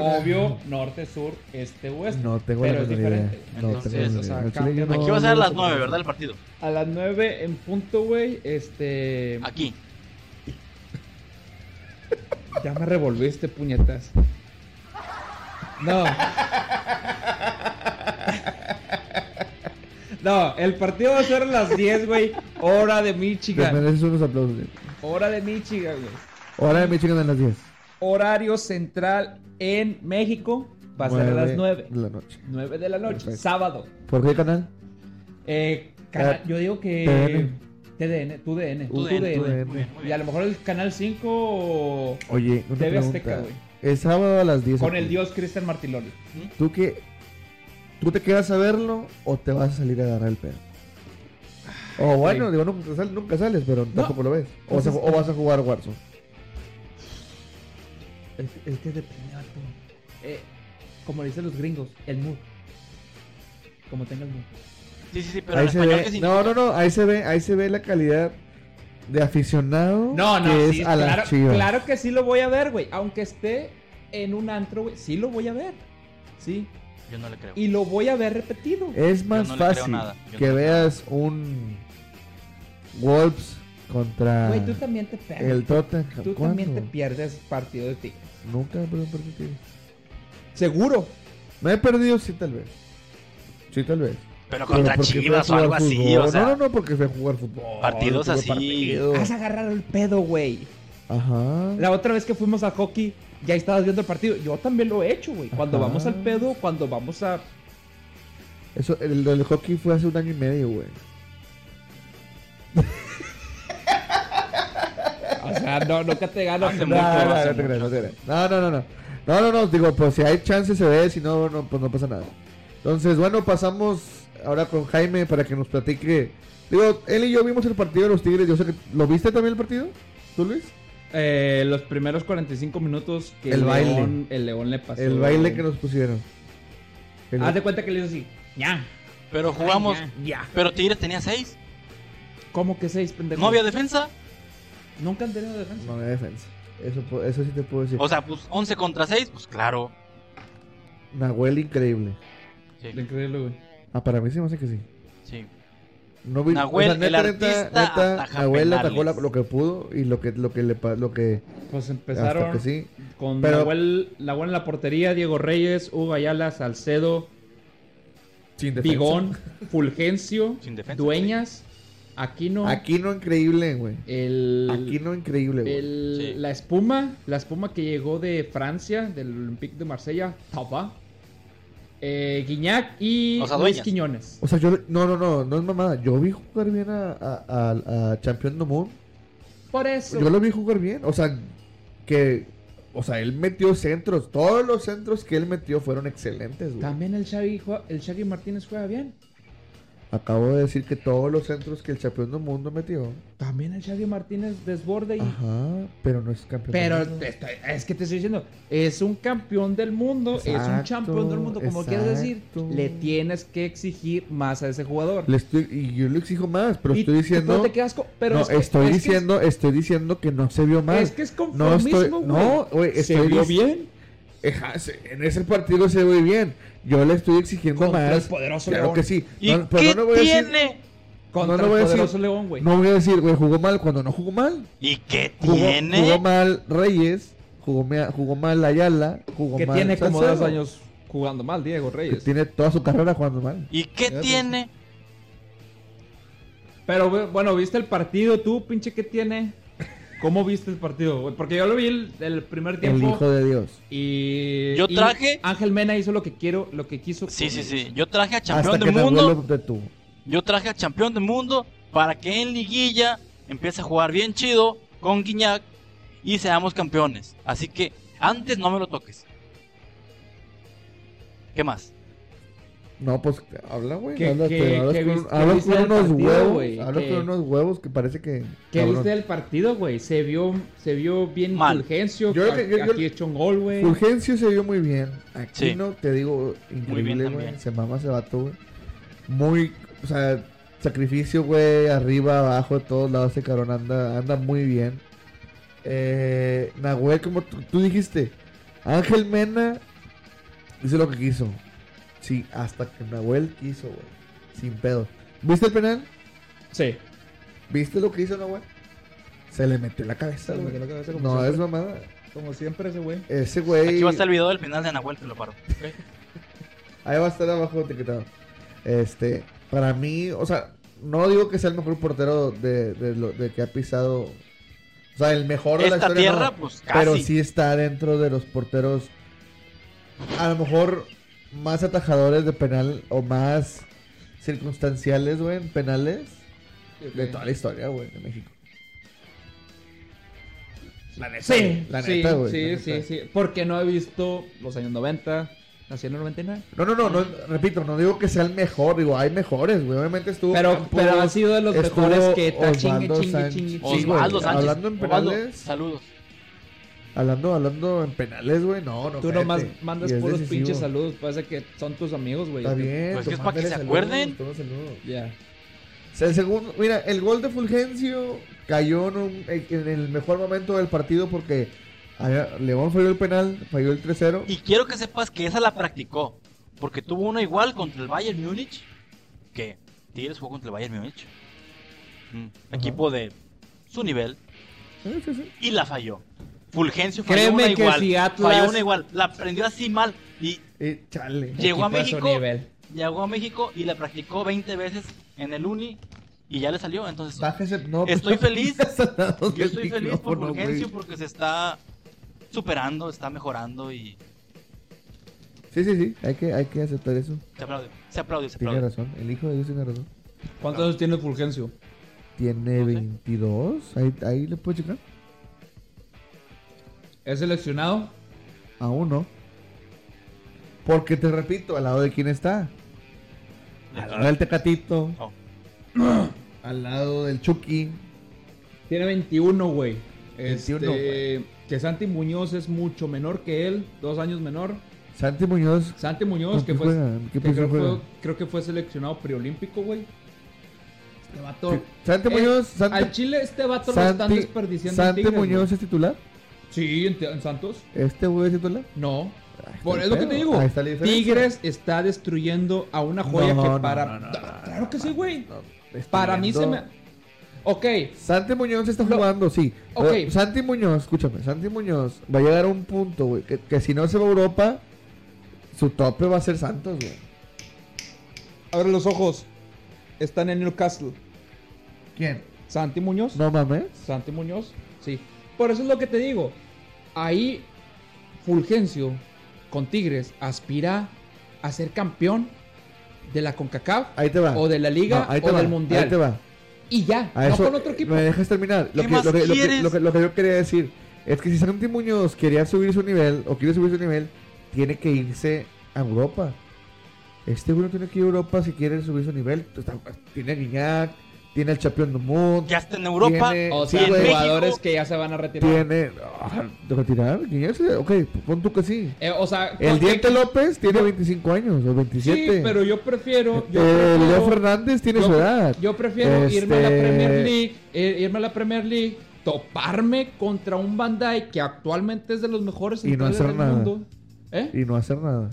Obvio, norte, sur, este, oeste. No tengo pero la es menor idea. diferente. No Entonces, tengo la menor o sea, idea. Al chile yo cambia. no- Aquí va a ser a no las sé. 9, ¿verdad? El partido. A las 9 en punto, güey. Este. Aquí. Ya me revolviste, puñetas. No. No, el partido va a ser a las 10, güey. Hora de Te Michigan. mereces Pues unos aplausos. güey. Hora de Michigan, güey. Hora de Michigan a las 10. Horario central en México. Va a ser a las 9. De la noche. 9 de la noche, Perfecto. sábado. ¿Por qué canal? Eh, cana- Ah, yo digo que. TDN. TDN, tu DN, Tú tu DN, tú DN. DN. Muy bien, Y a lo mejor el canal 5 o- Oye, una TV pregunta. Azteca, güey. Es sábado a las 10. con aquí. el dios Cristian Martiloli. ¿Tú qué? ¿Tú te quedas a verlo o te vas a salir a agarrar el pedo? O bueno, Ah, digo, güey. nunca sales, nunca sales, pero tampoco lo ves. O, Pues se- es- o vas a jugar Warzone. Es, que depende alto. Eh, como le dicen los gringos, el mood. Como tenga el mood. Sí, sí, sí, pero en ahí se español, ve, ¿qué significa? no, no, no, ahí se ve, ahí se ve la calidad de aficionado No, no, que sí, es a claro, las chivas. claro que sí lo voy a ver, güey. Aunque esté en un antro, güey, sí lo voy a ver. Sí. Yo no le creo. Y lo voy a ver repetido. Es más no le creo fácil nada, yo no que le creo veas un Wolves contra Güey, tú también te pegas. el Tottenham. Tú ¿Cuándo? también te pierdes partido de Tigres. Nunca me he perdido. Seguro. Me he perdido, sí, tal vez. Sí, tal vez. Pero Pero contra porque Chivas o fui a algo jugar así, fútbol. o sea. No, no, no, porque fui a jugar fútbol. Partidos tuve así. Has agarrado el pedo, güey. Ajá. La otra vez que fuimos a hockey, ya estabas viendo el partido. Yo también lo he hecho, güey. Cuando Ajá. vamos al pedo, cuando vamos a. Eso, el del hockey fue hace un año y medio, güey. O sea, no, nunca te gano. Hace No, mucho, no, no, hace no te creas, mucho. no te creas. No, no, no, no. No, no, no, digo, pues si hay chance se ve, si no, no, pues no pasa nada. Entonces, bueno, pasamos ahora con Jaime para que nos platique. Digo, él y yo vimos el partido de los Tigres, yo sé que... ¿Lo viste también el partido, tú, Luis? Eh, los primeros 45 minutos que El baile. León, el León le pasó. el baile que nos pusieron. El- Haz de cuenta que le hizo así. Ya. Pero jugamos. Ya. ya. Pero Tigres tenía 6. ¿Cómo que seis, pendejo? No había defensa. Nunca han tenido defensa. No, de defensa. Eso, po- eso sí te puedo decir. O sea, pues 11 contra 6, pues claro. Nahuel increíble. Sí, Increíble, güey. Ah, para mí sí me hace que sí. sí. No vi, Nahuel, el artista, ataja Nahuel atacó la- penales. lo que pudo y lo que lo que le pa- lo que Pues hasta empezaron. que sí. Con Pero- Nahuel, Nahuel en la portería, Diego Reyes, Hugo Ayala, Salcedo, Sin defensa. Bigón, Fulgencio, Sin defensa, Dueñas, Aquino, Aquino increíble, güey. el, Aquino increíble, güey. el- Sí. la espuma, la espuma que llegó de Francia, del Olympique de Marsella, Tapa, eh, Guiñac y O sea, Luis Dueñas. Quiñones. O sea, yo no no no, no es mamada. Yo vi jugar bien a a, a, a Champion No Moon. Por eso, Yo lo vi jugar bien, o sea, que o sea, él metió centros, todos los centros que él metió fueron excelentes, güey. también el Shaggy, jue- el Shaggy Martínez juega bien. Acabo de decir que todos los centros que el campeón del mundo metió. También el Xavi Martínez desborde y... Ajá, pero no es campeón. Pero del mundo. estoy- es que te estoy diciendo, es un campeón del mundo, es un Exacto, campeón del mundo, como quieras decir, exacto. le tienes que exigir más a ese jugador. Le estoy- y yo le exijo más, pero Y estoy tú diciendo. te quedas co- pero no, es que- estoy es que es- diciendo, estoy diciendo que no se vio mal. Es que es no estoy, conformismo, güey. no, güey, ¿Se estoy vio dic- bien? Ejá, se- en ese partido se ve bien. Yo le estoy exigiendo Contra el más. poderoso claro León. que sí. ¿Y No, pero qué no le voy a decir- tiene? Contra no el voy a decir- poderoso León, güey. No voy a decir, güey, jugó mal cuando no jugó mal. ¿Y qué Jugó, tiene? jugó mal Reyes, jugó, mea- jugó mal Ayala, jugó que mal tiene como Salcedo, dos años jugando mal, Diego Que Reyes. tiene toda su carrera jugando mal. ¿Y qué Ya, tiene? Pero bu- bueno, ¿viste el partido tú, pinche, qué tiene? ¿Cómo viste el partido? güey? Porque yo lo vi el, el primer El tiempo hijo de Dios. y... Yo y traje- Ángel Mena hizo lo que quiero, lo que quiso. Sí, con sí, ellos. sí. Yo traje a Hasta campeón que del mi mundo. abuelo detuvo. Yo traje a campeón del mundo para que en liguilla empiece a jugar bien chido con Guiñac y seamos campeones. Así que antes no me lo toques. ¿Qué más? No, pues habla, güey. ¿Qué- Háblate, qué- hablas qué con, viste- hablas viste con del unos partido, huevos. güey? hablas ¿Qué- con unos huevos que parece que. ¿Qué cabrón. viste del partido, güey? Se vio, se vio bien Mal. Fulgencio. Yo creo a- que- yo- yo- aquí hecho un gol, güey. Fulgencio se vio muy bien. Sí. Aquino, te digo, bien increíble, güey. también. Se mama ese vato, güey. Muy, o sea, sacrificio, güey. Arriba, abajo, de todos lados. Ese cabrón anda, anda muy bien. Eh, Nahuel, como tú, tú dijiste, Ángel Mena hizo lo que quiso. Sí, hasta que Nahuel quiso, güey. Sin pedo. ¿Viste el penal? Sí. ¿Viste lo que hizo Nahuel? Se le metió la cabeza, Se le güey. metió la cabeza como No, siempre. es mamada. Como siempre ese güey. Ese güey. Aquí va a estar el video del final de Nahuel que lo paro. Ahí va a estar abajo etiquetado. Este, para mí, o sea, no digo que sea el mejor portero de, de lo- de que ha pisado. O sea, el mejor de la Esta historia. tierra, no, pues casi. pero sí está dentro de los porteros. A lo mejor más atajadores de penal o más circunstanciales, güey, en penales. De toda la historia, güey, de México. La neta. Sí, la sí, neta, güey, sí, la neta. sí, sí. Porque no he visto los años 90, nací en el 99. No, no, no, no, repito, no digo que sea el mejor, digo, hay mejores, güey, obviamente estuvo Pero, Campos, pero han sido de los estuvo mejores que está chingue, Osvaldo chingue, Sánchez. chingue. Sí, Osvaldo güey, Sánchez. hablando en Osvaldo, penales. saludos. Hablando, hablando en penales, güey, no, no. Tú cállate. nomás Y mandas es puros decisivo. pinches saludos. Parece que son tus amigos, güey. Está bien. Pues tú que es para mándale que se saludos, acuerden. todos saludos. Ya. O sea, el segundo, mira, el gol de Fulgencio cayó en, un- en el mejor momento del partido porque había- León falló el penal, falló el 3-0. Y quiero que sepas que esa la practicó. Porque tuvo una igual contra el Bayern Múnich. Que Tigres jugó contra el Bayern Múnich. Un Equipo de su nivel. Sí, sí, sí. Y la falló. Fulgencio falló Créeme una que igual. si Atlas- Falló una igual. La prendió así mal. Y Y chale. llegó a Equipo de su México. nivel. Llegó a México y la practicó 20 veces en el Uni. Y ya le salió. Entonces, Bájese, no, pues, Estoy feliz. yo Yo estoy feliz por Fulgencio porque se está superando, está mejorando y Sí, sí, sí, hay que, hay que aceptar eso. se aplaude. Se aplaude, se Tiene aplaude. razón, el hijo de Dios tiene razón. ¿Cuántos años tiene Fulgencio? Tiene No sé. 22, ahí, ahí le puedo checar. ¿Es seleccionado? Aún no. Porque te repito, al lado de quién está. Al lado del Tecatito. Oh. Al lado del Chucky. Tiene 21, güey. 21, Este, Que Santi Muñoz es mucho menor que él, dos años menor. Santi Muñoz. Santi ¿Con Muñoz, que quién fue. juega? ¿En qué que posición creo, fue juega? creo que fue seleccionado preolímpico, güey. Este vato. Santi Eh, Muñoz. Santi, Al Chile, este vato lo están Santi- desperdiciando. en Santi Tigres, Muñoz güey. es titular. Sí, en, T- en Santos. Este güey es titular. No. Ah, está Por el eso que pedo. te digo. Ahí está la diferencia. Tigres está destruyendo a una joya No, que no, para. Ah, no, no, no, claro que sí, güey. No, está para mí se viendo- me. Ok. Santi Muñoz está No. jugando, sí. Ok. Pero Santi Muñoz, escúchame, Santi Muñoz va a llegar a un punto, güey, que, que si no se va a Europa, su tope va a ser Santos, güey. Abre los ojos. Están en Newcastle. ¿Quién? Santi Muñoz. No mames. Santi Muñoz, sí. Por eso es lo que te digo. Ahí Fulgencio con Tigres aspira a ser campeón de la CONCACAF Ahí te va. o de la Liga No, ahí te o va, del Mundial. Ahí te va. Y ya, A no eso, con otro equipo. ¿Me dejas terminar? Lo ¿Qué que, más lo, que, lo, que, quieres? lo, que, lo que yo quería decir es que si Santi Muñoz quería subir su nivel o quiere subir su nivel, tiene que irse a Europa. Este güey no tiene que ir a Europa si quiere subir su nivel. Pues, Está- tiene a Guiñac, tiene al Champion du Mundo. Ya está en Europa. Tiene- O Sí, sea, güey. jugadores que ya se van a retirar. Tiene. ah, ¿De retirar? Guiñac, se- ok, pon tú que sí. Eh, o sea, El ¿qué- Diente López tiene 25 años o 27. Sí, pero yo prefiero. Yo Eh, prefiero- Leo Fernández tiene yo- su edad. Yo prefiero irme a la Este- Premier League, eh, irme a la Premier League, toparme contra un Bandai que actualmente es de los mejores Y no centrales hacer del nada. mundo. ¿Eh? Y no hacer nada.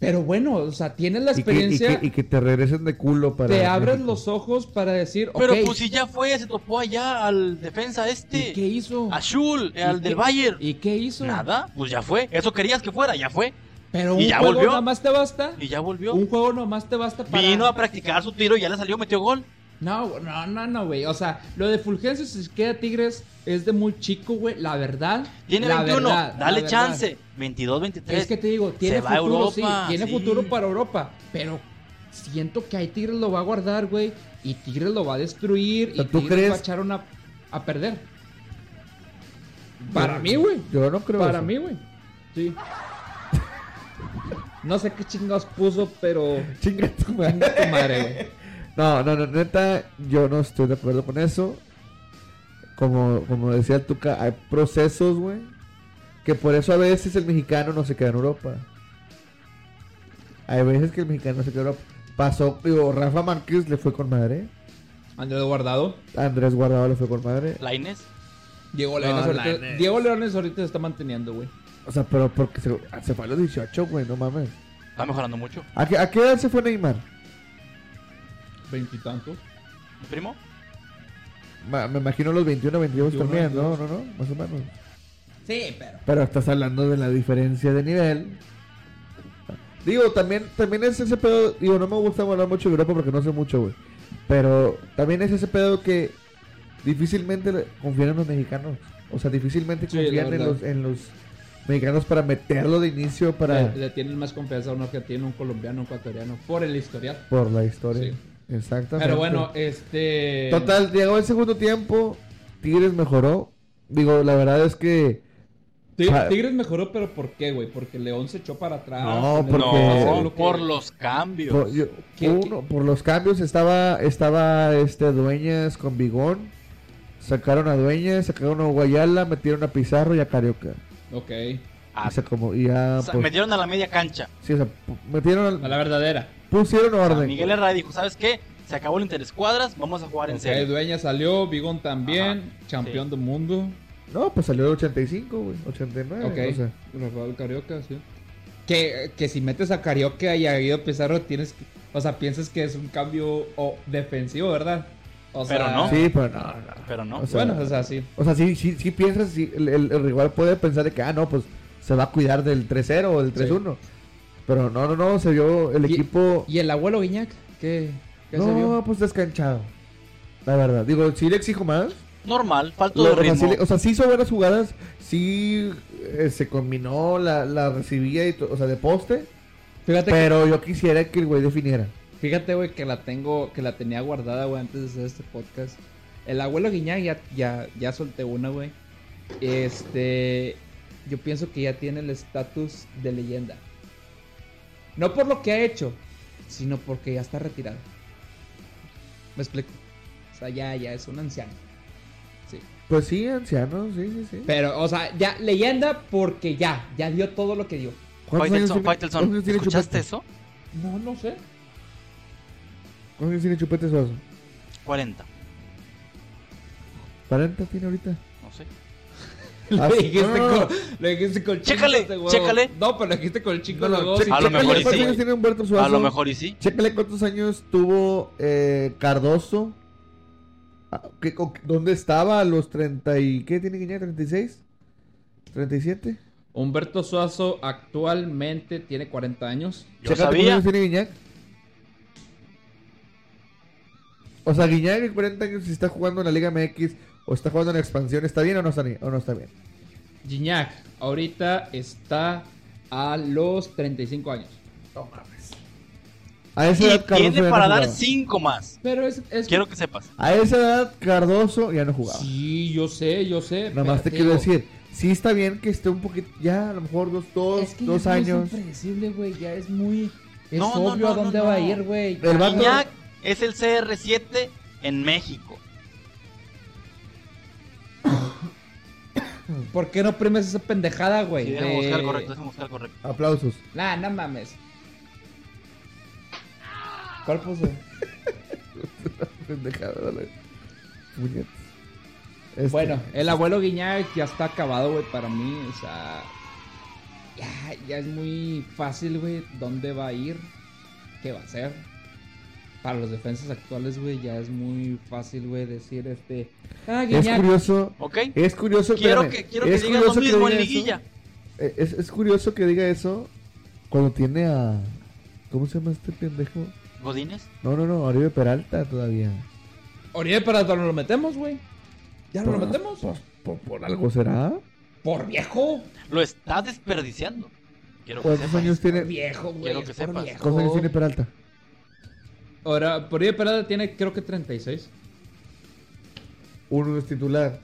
Pero bueno, o sea, tienes la Y que, y, experiencia, que, y que te regresen de culo para. te abres México. los ojos para decir, Pero ok, pues si ya fue, se topó allá al defensa ¿y qué este. hizo? A Schul, al ¿Y del qué- Bayern. ¿Y qué hizo? Nada, pues ya fue. Eso querías que fuera, ya fue. Pero ¿Y un ya juego volvió? nada más te basta. Y ya volvió. Un juego nomás te basta para. Vino a practicar su tiro y ya le salió, metió gol. No, no, no, no, güey. O sea, lo de Fulgencio si se queda Tigres es de muy chico, güey. La verdad. Tiene la 21, verdad, la dale verdad. chance. 22, 23. Es que te digo, tiene Se va a futuro, Europa, sí. Tiene sí. futuro para Europa. Pero siento que ahí Tigres lo va a guardar, güey. Y Tigres lo va a destruir. sea, y ¿tú Tigres crees? va a echar una, a perder. Para mí, güey. Yo no creo. Para eso. mí, güey. Sí. No sé qué chingados puso, pero. Chinga tu madre. Chinga tu madre, güey. No, no, no, neta, yo no estoy de acuerdo con eso. Como, como decía el Tuca, hay procesos, güey. Que por eso a veces el mexicano no se queda en Europa. Hay veces que el mexicano no se queda en Europa. Pasó, digo, Rafa Márquez le fue con madre. Andrés Guardado. Andrés Guardado le fue con madre. La Inés. Diego No, Leones, ahorita, Lainez. Diego Leones ahorita se está manteniendo, güey. O sea, pero porque se, se fue a los 18, güey, no mames. Está mejorando mucho. ¿A qué, a qué edad se fue Neymar? Veintitantos. ¿Mi primo? Ma- me imagino los 21, 22 21, también, ¿no? No, no, más o menos. Sí, pero. Pero estás hablando de la diferencia de nivel. Digo, también, también es ese pedo. Digo, no me gusta hablar mucho de Europa porque no sé mucho, güey. Pero también es ese pedo que difícilmente le- confían en los mexicanos. O sea, difícilmente Sí, la confían en verdad. los, en los mexicanos para meterlo de inicio para Le, le tienen más confianza a un argentino, un colombiano, un ecuatoriano, por el historial. por la historia. Sí. Exactamente. Pero bueno, este. Total, llegó el segundo tiempo. Tigres mejoró. Digo, la verdad es que. Ti- Ah. Tigres mejoró, pero ¿por qué, güey? Porque León se echó para atrás. No, León porque- hizo No, lo que- por los cambios. Por, yo- ¿Qué- uno, por los cambios estaba estaba este Dueñas con Bigón. Sacaron a Dueñas, sacaron a Guayala, metieron a Pizarro y a Carioca. Ok. Ah, O sea, como, y ya, o sea, pues, metieron a la media cancha. sí, o sea, pu- metieron al- A la verdadera. pusieron O sea, orden. Miguel Herrera dijo, ¿sabes qué? Se acabó el interescuadras, vamos a jugar en Ok, serio. Dueña salió, Bigón también, campeón del mundo. No, pues salió el 85, güey, 89. Ok. o sea, Rafael Carioca, sí. Que, que si metes a Carioca y a Guido Pizarro, tienes que- O sea, piensas que es un cambio o, defensivo, ¿verdad? O Pero no. sí, pero no, no. Pero no. O sea, bueno, o sea, sí. o sea, sí, sí, sí piensas, sí, el, el- el rival puede pensar de que, ah, no, pues se va a cuidar del 3-0 o del 3-1. Pero no, no, no, se vio el Y- equipo... ¿Y el abuelo Guiñac? ¿Qué, qué se No, vio? pues descanchado. La verdad. Digo, sí le exijo más. Normal, falta La- de o sea, sí ritmo. le- o sea, sí hizo buenas jugadas. Sí eh, se combinó, la, la recibía, y to- o sea, de poste. Fíjate, que- Pero yo quisiera que el güey definiera. fíjate, güey, que la tengo, que la tenía guardada, güey, antes de hacer este podcast. El abuelo Guiñac ya, ya, ya solté una, güey. Este, yo pienso que ya tiene el estatus de leyenda. No por lo que ha hecho, sino porque ya está retirado. ¿Me explico? O sea, ya, ya es un anciano. Sí. Pues sí, anciano, sí, sí, sí. Pero, o sea, ya, leyenda porque ya, ya dio todo lo que dio. ¿Cuántos años Faitelson, tiene- cuántos Faitelson, años tiene ¿escuchaste Chupete? eso? No, no sé. ¿Cuántos años tiene Chupete Suazo? 40, 40 tiene ahorita. no sé. Ah, Lo sí. dijiste, No, no, no. Con, lo dijiste con Chécale, chingos de huevo. chécale. No, pero lo dijiste con el chico de No, no, huevo, che- sí, A lo chécale chécale. mejor y ¿Cuántos sí. años tiene Humberto Suazo? A lo mejor y sí. Chécale cuántos años tuvo eh, Cardoso. Ah, ¿qué- con- ¿Dónde estaba? A los 30 y... ¿Qué tiene Guiñac? ¿36? ¿37? Humberto Suazo actualmente tiene 40 años. Yo Chécate cuántos sabía. años tiene Guiñac. O sea, Guiñac en 40 años si está jugando en la Liga MX o está jugando en expansión, ¿está bien o no está, ni- o no está bien? Gignac ahorita está a los 35 años. No mames. A esa Y edad Cardoso ya tiene no para jugaba. dar 5 más. Pero es... es- Quiero que sepas. A esa edad Cardoso ya no jugaba. Sí, yo sé, yo sé. Nada más te pero quiero digo, decir, sí está bien que esté un poquito, ya a lo mejor dos, dos, es que ya dos es muy años. impredecible, güey. Ya es muy... Es No, no, obvio a no, dónde no, va a no. ir, güey. El vato- Guiñac es el CR7 en México. ¿Por qué no primes esa pendejada, güey? Sí, De- déjame buscar el correcto, déjame buscar el correcto. Aplausos. Nah, no mames. ¿Cuál puso? Este. Pendejada, dale. Puñet. Este, Bueno, el abuelo Guiñac ya está acabado, güey, para mí. O sea, ya, ya es muy fácil, güey, dónde va a ir, qué va a hacer. Para los defensas actuales, güey, ya es muy fácil, güey, decir este. Ah, Es Guiñac. curioso. ¿Ok? Es curioso. Quiero espérame, que, quiero que es digas lo curioso que mismo en diga eso. liguilla. Eh, Es, es curioso que diga eso cuando tiene a. ¿Cómo se llama este pendejo? ¿Godines? No, no, no, Oribe Peralta todavía. Oribe para no lo metemos, güey. Ya no lo Por- metemos. Por, por- por algo será. Por viejo. Lo está desperdiciando. Quiero que ¿Cuántos sepas. años Por tiene? viejo, güey. Quiero es que por sepas. viejo. ¿Cuántos años tiene Peralta? Ahora, por Oribe Peralta tiene creo que 36. Uno es titular,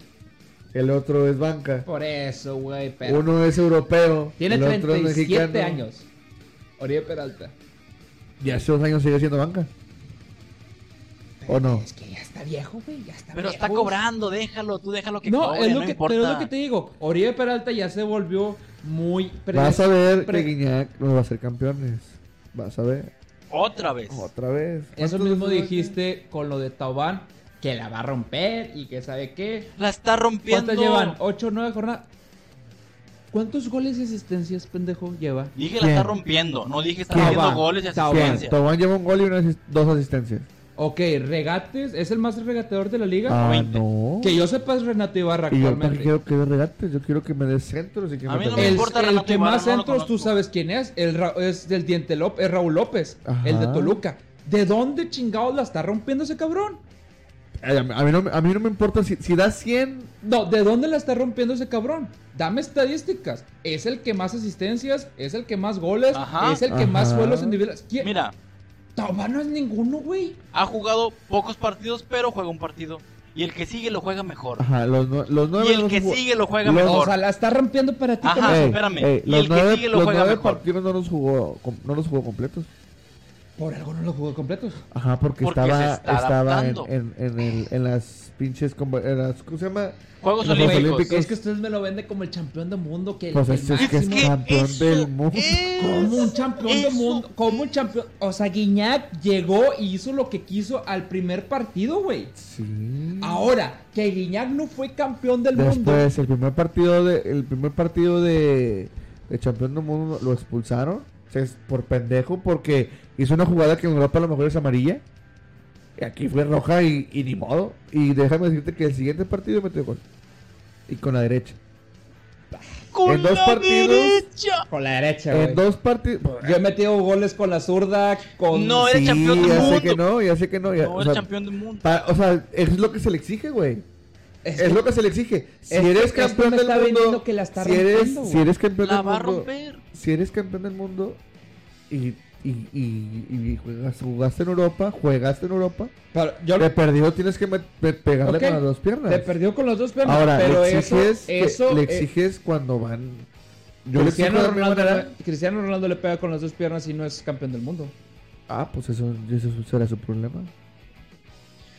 el otro es banca, Por eso, güey, pero. uno es europeo, Tiene el otro es 37 mexicano. años. Oribe Peralta. Y hace dos años sigue siendo banca. ¿O no? Es que ya está viejo, güey. Ya está Pero viejo. está pues, cobrando, déjalo, tú déjalo que no, cobre, es lo no que, importa. pero es lo que te digo. Oribe Peralta ya se volvió muy. pre- Vas a ver pre- que Guiñac nos va a ser campeones. Vas a ver. Otra vez. Otra vez. Eso ¿Cuántos mismo veces dijiste con lo de Taubán. Que la va a romper y que sabe qué. La está rompiendo. ¿Cuántas llevan? ¿8 o 9 jornadas? ¿Cuántos goles y asistencias, pendejo, lleva? Dije la ¿Quién? está rompiendo, no dije está ¿Quién? haciendo Taubán. goles y va? ¿Quién? asistencias. Tobán lleva un gol y una asist- dos asistencias. Ok, regates. Es el más regateador de la liga. Ah, 20. no. Que yo sepa es Renato Ibarra Y yo no actualmente. quiero que dé regates, yo quiero que me des centros y que A me mí no pegue. me el, importa el Renato que Ibarra, más no lo centros tú conozco. sabes quién es. El Ra- es del Diente López, es Raúl López, Ajá. el de Toluca. ¿De dónde chingados la está rompiendo ese cabrón? Ay, a mí- a, mí no, me- a mí no me importa si, si da 100. No, ¿de dónde la está rompiendo ese cabrón? Dame estadísticas. Es el que más asistencias, es el que más goles, Ajá. es el que más Ajá. suelos individuales. ¿Quién? Mira, Taubá no es ninguno, güey. ha jugado pocos partidos, pero juega un partido. Y el que sigue lo juega mejor. Ajá, los, nue- los nueve. Y el los que jugó- sigue lo juega Los- O mejor. sea, la está rompiendo para ti. Ajá. cabrón. Ey, espérame, ey, y los el que nueve, sigue lo los juega nueve mejor. partidos no los jugó, com- no los jugó completos. Por algo no lo jugó completos. Ajá, porque, Porque se estaba, está estaba en, adaptando. en, en, el- en las pinches. convo- En las, ¿Cómo se llama? Juegos Los Olímpicos. Olímpicos. eh, Es que ustedes me lo venden como el campeón del mundo. Que el- Pues el es, es que es máximo. que campeón eso del mundo. es- Como un campeón Eso. del mundo, como un campeón. O sea, Guiñac llegó y hizo lo que quiso al primer partido, güey. Sí. Ahora, que Guiñac no fue campeón del mundo. Después, el primer partido de el primer partido de, de campeón del mundo lo expulsaron. O sea, es por pendejo, porque hizo una jugada que en Europa a lo mejor es amarilla. Y aquí fue roja y, y ni modo. Y déjame decirte que el siguiente partido metió gol. Y con la derecha. Con en dos la partidos- derecha. Con la derecha, En güey. dos partidos. Yo he metido goles con la zurda, con. No eres campeón del ya mundo. sé que no, ya sé que no. ya- No o, eres sea, campeón del mundo. pa- o sea, es lo que se le exige, güey. Es- Es lo que se le exige. Si es que- eres es que me campeón del está mundo. vendiendo que la está si, eres, rompiendo, si güey. eres campeón La del va a mundo. romper. si eres campeón del mundo y, y, y, y juegas, jugaste en Europa, jugaste en Europa, Pero yo de perdido tienes que met- pe- pegarle Ok, con las dos piernas. te perdió con los dos piernas. Ahora, pero le eso, exiges, que- eso le eh, exiges cuando van. Yo le exijo Cristiano, de mi Ronaldo, manera. Cristiano Ronaldo le pega con las dos piernas y no es campeón del mundo. Ah, pues eso, eso será su problema.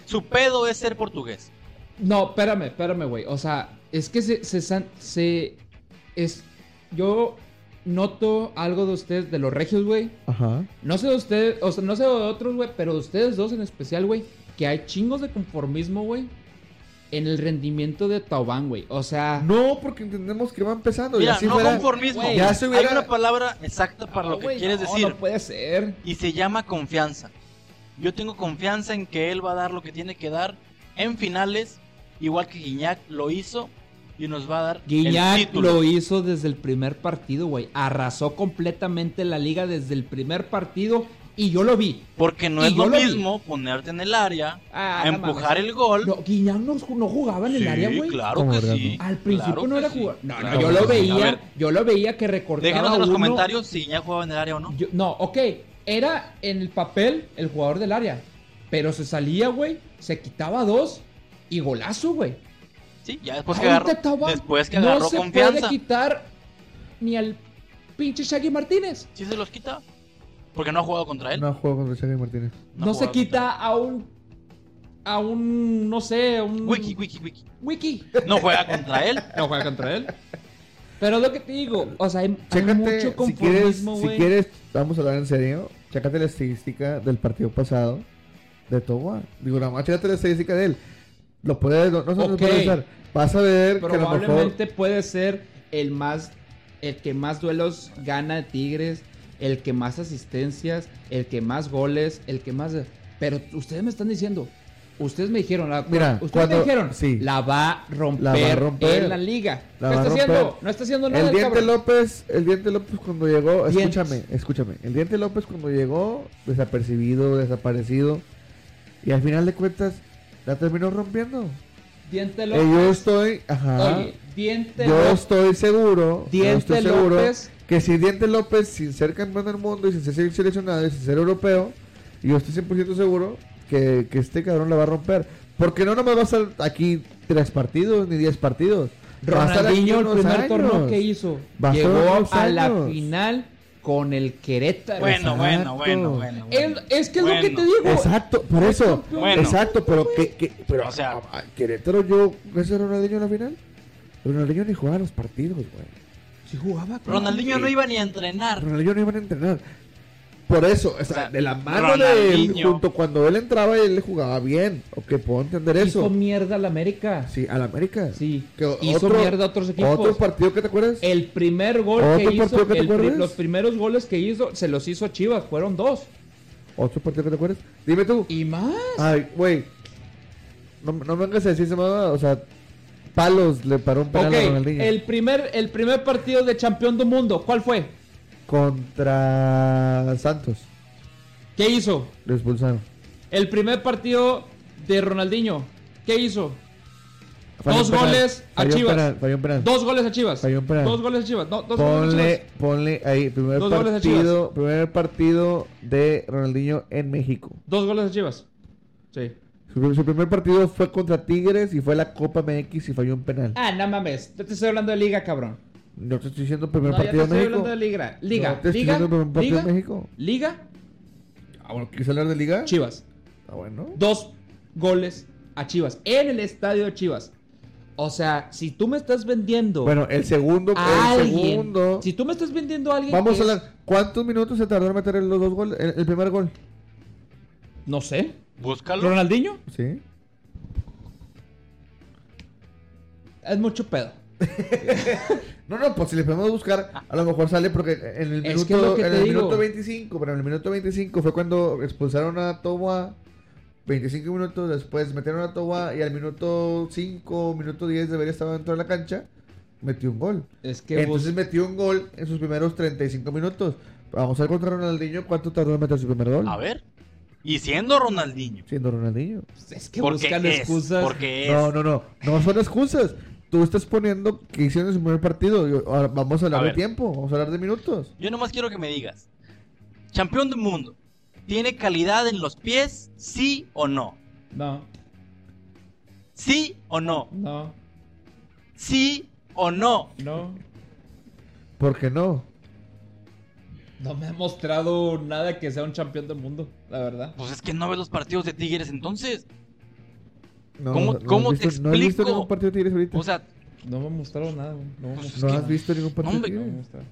Su pedo es ser portugués. No, espérame, espérame, güey. O sea, es que se, se, san- se- es, yo noto algo de ustedes, de los regios, güey. Ajá. No sé de ustedes, o sea, no sé de otros, güey, pero de ustedes dos en especial, güey, que hay chingos de conformismo, güey, en el rendimiento de Taubán, güey. O sea, No, porque entendemos que va empezando. y Mira, así no fuera- conformismo. Güey, ya se hubiera- Hay una palabra exacta para lo que güey, quieres no, decir. No puede ser. y se llama confianza. Yo tengo confianza en que él va a dar lo que tiene que dar en finales, igual que Guiñac lo hizo y nos va a dar el Guiñac título. lo hizo desde el primer partido, güey. Arrasó completamente la liga desde el primer partido y yo lo vi. Porque no y es yo lo lo vi. mismo ponerte en el área, Ah, a no mames. empujar el gol. No, Guiñac no, no jugaba en el Sí, área, güey. claro Como que vergas, sí. ¿no? Al principio claro no que era sí. jugador. No, no, Claro yo que lo sí. veía. A ver, yo lo veía que recortaba. déjenos en los uno. comentarios si Guiñac jugaba en el área o no. Yo- no, ok. Era en el papel el jugador del área. Pero se salía, güey. Se quitaba dos. Y golazo, güey. Sí, ya después que Ahorita agarró, estaba- después que no agarró se confianza. puede quitar ni al pinche Shaggy Martínez. ¿Sí se los quita? Porque no ha jugado ¿eh? contra él. No juego contra Xavi Martínez. No No, ha se jugado quita a un. A un. No sé, a un. Wiki, wiki, wiki. Wiki. No juega contra él. No juega contra él. Pero es lo que te digo. O sea, hay, hay Chécate, mucho si quieres, conformismo, si güey. quieres, vamos a hablar en serio. Chécate la estadística del partido pasado de Toba. Digo, nada más chécate la estadística de él. Lo puedes, no, no se lo Ok. puede usar. Vas a ver que a lo mejor. Probablemente puede ser el más. El que más duelos gana de Tigres. El que más asistencias. El que más goles. El que más. Pero ustedes me están diciendo. Ustedes me dijeron, la, Mira, ustedes cuando- me dijeron, sí. la va a romper, romper. en la liga. La ¿Qué va a está haciendo? romper. No está haciendo nada. El Diente cabrón. López, el Diente López cuando llegó, Dientes. escúchame, escúchame. El Diente López cuando llegó, desapercibido, desaparecido. Y al final de cuentas, la terminó rompiendo. Diente Eh, López. yo estoy, ajá. Oye, Diente Yo López. estoy seguro, yo Diente estoy seguro López. que si Diente López, sin ser campeón del mundo y sin ser seleccionado y sin ser europeo, yo estoy 100% seguro que, que este cabrón la va a romper. Porque no nomás va a estar aquí tres partidos ni diez partidos. Va a estar aquí Ronaldinho, el unos primer años. torneo que hizo. Va a estar Llegó unos a la años. final con el Querétaro. Bueno, bueno, Exacto. bueno, bueno. bueno. El- es que es lo que Bueno. te digo. Exacto, por eso. Bueno. Exacto, pero que, que- pero O sea- a- a- Querétaro yo, ¿ese Ronaldinho en la final? Ronaldinho ni jugaba los partidos, güey. Sí jugaba con- Ronaldinho no iba ni a entrenar. Ronaldinho no iban a entrenar. Por eso, o sea, sea, de la mano de él, Ronaldinho. junto cuando él entraba, él le jugaba bien. O que puedo entender Hizo eso. mierda al América. Sí, al América. Sí. Que hizo otro- mierda a otros equipos. Eh. Otro partido que te acuerdas. el primer gol ¿Otro que hizo, partido que te el pri- acuerdes? los primeros goles que hizo, se los hizo a Chivas. Fueron dos. Otro partido que te acuerdas. Dime tú. Y más. Ay, güey. No, no me vengas a decir esa mamada, O sea, palos le paró un penal Ok, a Ronaldinho. el primer, el primer partido de campeón del mundo, ¿cuál fue? Contra Santos. ¿Qué hizo? Lo expulsaron. El primer partido de Ronaldinho, ¿qué hizo? Falló Dos un penal, goles a falló un Chivas. penal, falló un penal. Dos goles a Chivas. Falló un penal. Dos goles a Chivas. No, dos goles a Ponle, Chivas. ponle ahí, primer Dos goles a partido, primer partido de Ronaldinho en México. Dos goles a Chivas. Sí. Su, su primer partido fue contra Tigres y fue la Copa MX y falló un penal. Ah, no mames. Yo te estoy hablando de liga, cabrón. No te estoy diciendo No, primer yo te partido estoy de México. hablando de liga. Liga. No te estoy liga. diciendo primer partido Liga. de México. Liga. Ah, bueno, ¿quieres hablar de Liga? Chivas. Ah, bueno. Dos goles a Chivas. En el estadio de Chivas. O sea, si tú me estás vendiendo Bueno, el segundo, a el alguien. segundo. Si tú me estás vendiendo a alguien. Vamos que a es- hablar. ¿Cuántos minutos se tardó en meter los dos goles? El, el primer gol. No sé. Búscalo. ¿Ronaldinho? Sí. Es mucho pedo. No, no, pues si le podemos buscar, a lo mejor sale porque en el Es que es lo minuto, que en te el digo. minuto 25, pero en el minuto 25 fue cuando expulsaron a Towa. 25 minutos después metieron a Towa y al minuto 5, minuto 10 debería estar dentro de la cancha. Metió un gol. Es que vos- Entonces metió un gol en sus primeros 35 minutos. Vamos a ver contra Ronaldinho cuánto tardó en meter su primer gol. A ver. Y siendo Ronaldinho. Siendo Ronaldinho. es que Porque buscan es. excusas. Porque es. No, no, no. No son excusas. Tú estás poniendo que hicieron en su primer partido. Yo- ahora Vamos a hablar A de ver. tiempo. Vamos a hablar de minutos. Yo nomás quiero que me digas. Campeón del mundo. ¿Tiene calidad en los pies? ¿Sí o no? No, ¿Sí o no? no, ¿Sí o no? no. ¿Por qué no? No me ha mostrado nada que sea un campeón del mundo, la verdad. Pues es que no ves los partidos de Tigres entonces. No, ¿Cómo- no has cómo te visto- No has visto explico? ningún partido de Tigres ahorita. O sea, No me ha mostrado nada, güey. No, me ha Pues, mostrado no es has nada. visto ningún partido de hombre, No me ha Tigres. mostrado.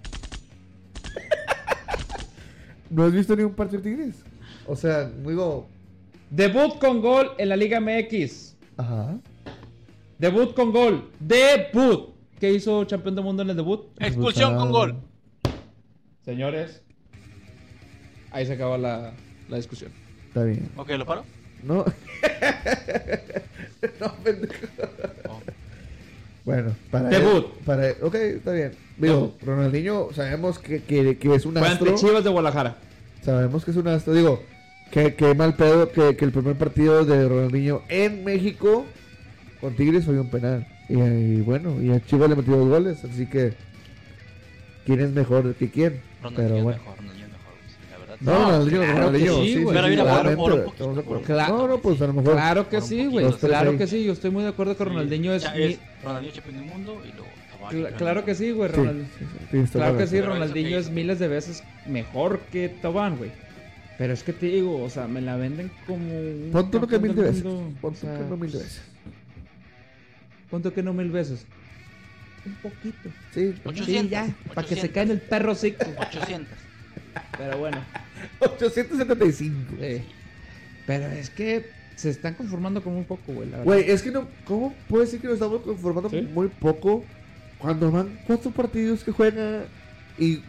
No has visto ningún partido de Tigres. O sea, digo, Debut con gol en la Liga MX. ajá. Debut con gol. Debut. ¿Qué hizo campeón del mundo en el debut? expulsión ah, con gol. Señores. Ahí se acaba la, la discusión. Está bien. Ok, ¿lo paro? No. no, pendejo. Oh. Bueno, para él- Debut. para él- ok, está bien. Digo, Ronaldinho, sabemos que, que, que es un Fue astro. ante Chivas de Guadalajara. Sabemos que es un astro. Digo, que, que mal pedo que, que el primer partido de Ronaldinho en México con Tigres fue un penal. Y, y bueno, y a Chivas le metió dos goles. Así que, ¿quién es mejor que quién? Ronaldinho Pero es bueno. mejor, Ronaldinho es mejor. sí, La verdad. No, No, Ronaldinho, claro Ronaldinho, que sí, sí, sí, sí, güey. Pero mira, por- obviamente, por un estamos poquito, de acuerdo. por un No, no, pues a lo mejor. Claro que Por un sí, poquito, güey. los tres Claro ahí. que sí. Yo estoy muy de acuerdo con Ronaldinho. Ya Es mi- es Ronaldinho campeón del mundo y luego Cla- claro que sí, güey, Sí, Ronald. sí, sí, tienes toda Claro la que razón. sí, Pero eso Ronaldinho que- es miles de veces mejor que Tobán, güey. Pero es que te digo, o sea, me la venden como. un Pon tú lo que campeón mil del veces. mundo, Pon o tú sea, pues, que no mil veces. pon tú que no mil veces. Un poquito. Sí. Ocho- Sí, 800, ya, para que se 800. caiga en el perro hocico. 800. Pero bueno. 875. Sí. Pero es que se están conformando como un poco, güey, la verdad. Güey, es que no. ¿Cómo puede decir que nos estamos conformando Sí. muy poco cuando van cuatro partidos que juega y Ujú.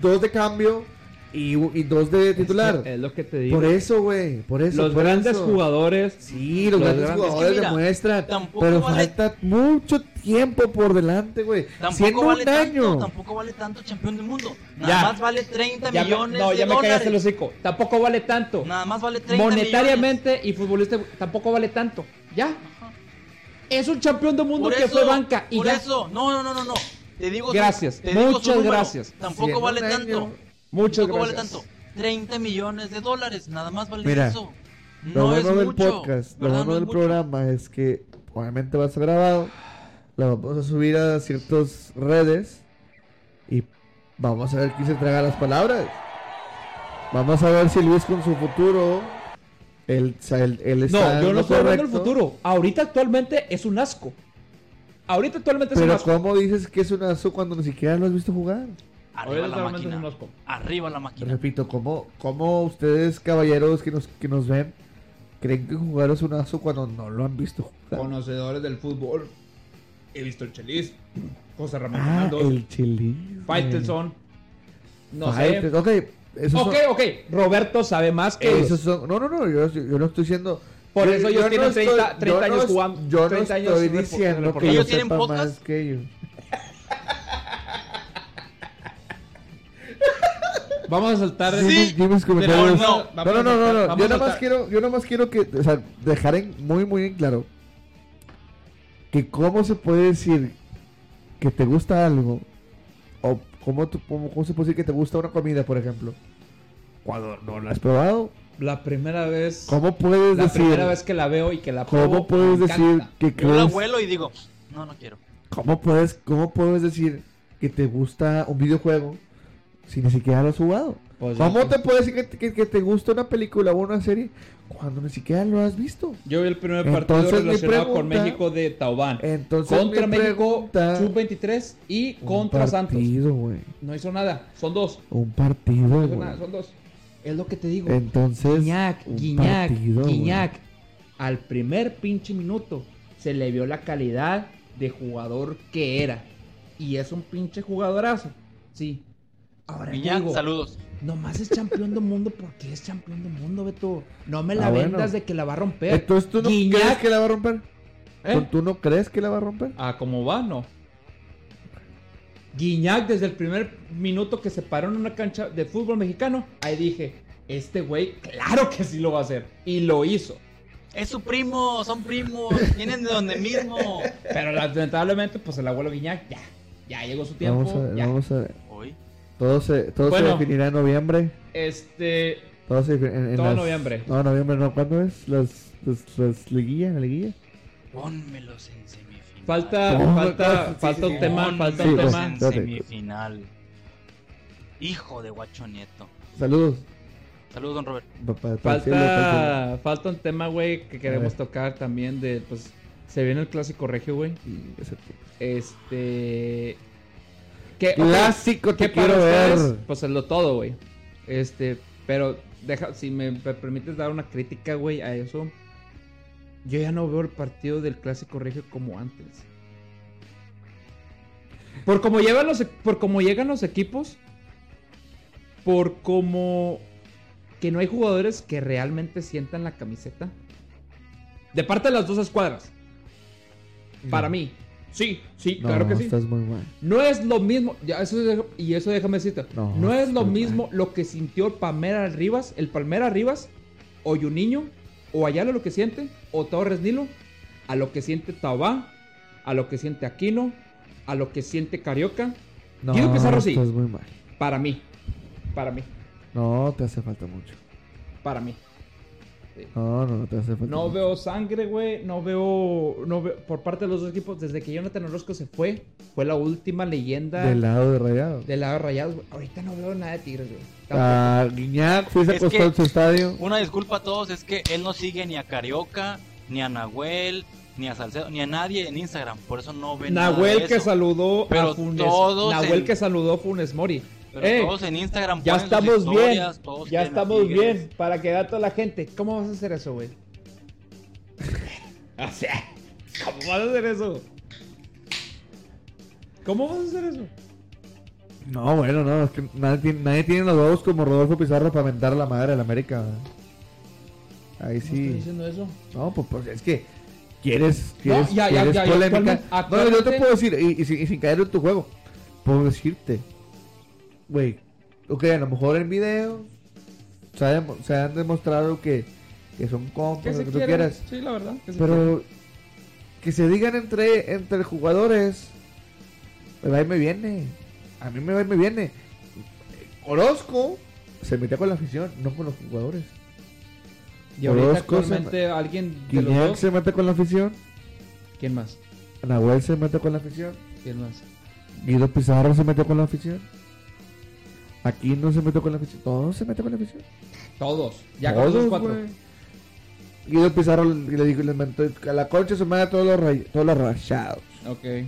dos de cambio y, y dos de Es que- titular? Es, lo que te digo. por eso, güey. Por eso. Los por grandes eso. jugadores. Sí, los, Los grandes, grandes- jugadores Es que mira, demuestran. tampoco Pero vale- falta mucho tiempo por delante, güey. Siendo Tampoco un vale, año. tanto, tampoco vale tanto campeón del mundo. Nada Ya. más vale 30 Ya me- millones no, de ya me dólares. callaste el hocico. Tampoco vale tanto. Nada más vale 30 millones. Monetariamente y futbolista tampoco vale tanto. Ya. Ajá. Es un campeón del mundo Por que eso, fue banca y por ya. eso. No, no, no, no, no. Te digo su- Gracias, te digo su muchas número. gracias. Siendo Tampoco vale un año. tanto. Muchas Tampoco vale gracias. tanto. 30 millones de dólares, nada más vale Mira, eso. Lo No es bueno del mucho. podcast, lo bueno ¿verdad? No es del mucho. programa es que obviamente va a ser grabado, lo vamos a subir a ciertas redes y vamos a ver quién se traga las palabras. Vamos a ver si Luis con su futuro, él, él- él está No, yo en lo no estoy hablando del correcto, futuro. Ahorita actualmente es un asco. Ahorita actualmente es un Pero asco. ¿cómo dices que es un aso cuando ni siquiera lo has visto jugar? Arriba la Ahorita realmente máquina. es un asco. Arriba la máquina. Repito, ¿cómo, cómo ustedes caballeros que nos, que nos ven creen que jugar es un aso cuando no lo han visto jugar? Conocedores del fútbol. He visto el Chelis. José Ramón Ah, Fernando. el chilí. Faitelson. No Fighters, sé. Ok, esos Ok, son- ok. Roberto sabe más que ellos. esos son- no, no, no, yo, yo no estoy diciendo. Por eso ellos tienen 30 yo no es- años jugando, Yo no 30 años estoy repo- diciendo que reportando. yo ¿Ellos tienen sepa podcast? más que ellos. Vamos a saltar. Dime- dime mis comentarios. no, no, no, no, no, no, vamos Yo nada más a saltar. quiero, yo nada más quiero que, o sea, dejar en- muy, muy en claro que cómo se puede decir que te gusta algo o cómo, tú- cómo, cómo se puede decir que te gusta una comida, por ejemplo, cuando no la has probado. La primera vez. ¿Cómo puedes La decir? primera vez que la veo y que la ¿Cómo pruebo, puedes me decir encanta. que Yo la crees? vuelo y digo, no, no quiero. ¿Cómo puedes, ¿Cómo puedes decir que te gusta un videojuego si ni siquiera lo has jugado? Pues yo- ¿Cómo te puedes decir que, te- que- que te gusta una película o una serie cuando ni siquiera lo has visto? Yo vi el primer partido Entonces, mi relacionado con pregunta- México de Taubán. Entonces, Contra mi México, pregunta- sub-23 y un contra Santos. partido, güey. No hizo nada. Son dos. Un No partido, hizo nada, güey. son dos. Es lo que te digo. Entonces, Guiñac, un Guiñac, partido, güey. Guiñac. Al primer pinche minuto se le vio la calidad de jugador que era. Y es un pinche jugadorazo. Sí. Ahora te Guiñac, digo, saludos. nomás es campeón del mundo porque es campeón del mundo, Beto. No me la Ah, bueno. vendas de que la va a romper. Entonces, ¿tú no Guiñac- crees que la va a romper? ¿Eh? ¿Tú- ¿Tú no crees que la va a romper? Ah, como va, no. Guiñac, desde el primer minuto que se paró en una cancha de fútbol mexicano, ahí dije, este güey, claro que sí lo va a hacer. Y lo hizo. Es su primo, son primos, vienen de donde mismo. Pero lamentablemente, pues el abuelo Guiñac, ya. Ya llegó su tiempo. vamos a ver, ya. vamos a ver. Hoy. Todo se, todo se Bueno. definirá en noviembre. Este, Todo, se- en, en Todo las- noviembre. No, noviembre no. ¿Cuándo es? Las, las, las liguillas, la liguilla. Pónmelos en semifinal. falta, Oh, falta, sí, falta sí, un sí. tema, Pónmelos falta Sí, un pues, tema. en date. semifinal. Hijo de guacho nieto. Saludos. Saludos, don Robert. pa- pa- para el cielo, para Falta, falta un tema, güey, que queremos ver. tocar también de, pues, se viene el clásico regio, güey. el cielo. Y ese- Este. Que, ok, Clásico que te para quiero ustedes, ver. pues es lo todo, güey. Este, pero deja, si me, me permites dar una crítica, güey, a eso. Yo ya no veo el partido del clásico regio como antes. Por como llevan los, e-, por como llegan los equipos, por como que no hay jugadores que realmente sientan la camiseta. De parte de las dos escuadras. Para mí. Sí, sí, No, claro que sí. estás muy mal. No es lo mismo, ya, eso deja- y eso déjame decirte, No, no, es lo estoy mismo lo que sintió el Palmera Rivas, el Palmera Rivas, o Juninho, o Ayala lo que siente, o Torres Nilo, a lo que siente Tabá, a lo que siente Aquino, a lo que siente Carioca, No, Diego Pizarro sí. estás muy mal. para mí, para mí, No, te hace falta mucho. para mí. Sí. No, no, no te hace falta. No veo sangre, güey. No veo, no veo. Por parte de los dos equipos, desde que Jonathan Orozco se fue, fue la última leyenda Del lado de rayado. del lado de Rayados, güey. Ahorita no veo nada de Tigres, güey. Tampoco. Ah, Guiñac, fui se Es acostó que- en su estadio. Una disculpa a todos, es que él no sigue ni a Carioca, ni a Nahuel, ni a Salcedo, ni a nadie en Instagram. Por eso no ven nada de Nahuel que eso. saludó a Pero Funes. todos Nahuel en- que saludó a Funes Mori. Pero Eh, todos en Instagram ya ponen sus estamos bien. historias, todos Ya quieren a estamos Tigres. bien. Para que vea toda la gente. ¿Cómo vas a hacer eso, güey? o sea, ¿cómo vas a hacer eso? ¿Cómo vas a hacer eso? No, bueno, no, es que nadie, tiene- nadie tiene los huevos como Rodolfo Pizarro para mentar a la madre de la América. ¿verdad? Ahí ¿Cómo estoy sí. diciendo eso? No, pues, pues, es que quieres, No, quieres, ya, ya, quieres ya, ya, polémica. actualmente- no, yo te actualmente- puedo decir, y, y sin, y sin caer en tu juego, puedo decirte, güey, ok, a lo mejor en video se, ha demo- se han demostrado que, que son Que compas, lo se que tú quieran. quieras. Sí, la verdad. que se quieran. Pero que se digan entre, entre jugadores, me va y me viene. A mí me va y me viene. Orozco se metía con la afición, no con los jugadores. Y ahorita Orozco se- actualmente alguien de los Guiñac dos. se mete con la afición, ¿Quién más? Nahuel se mete con la afición, ¿Quién más? Guido Pizarro se metió con la afición. Aquí no se metió con la afición, todos se meten con la afición. Todos. Ya Todos, con los cuatro. güey. Guido Pizarro le, le dijo, le mentó a la concha se manda todos los, ray- todos los rayados. Ok.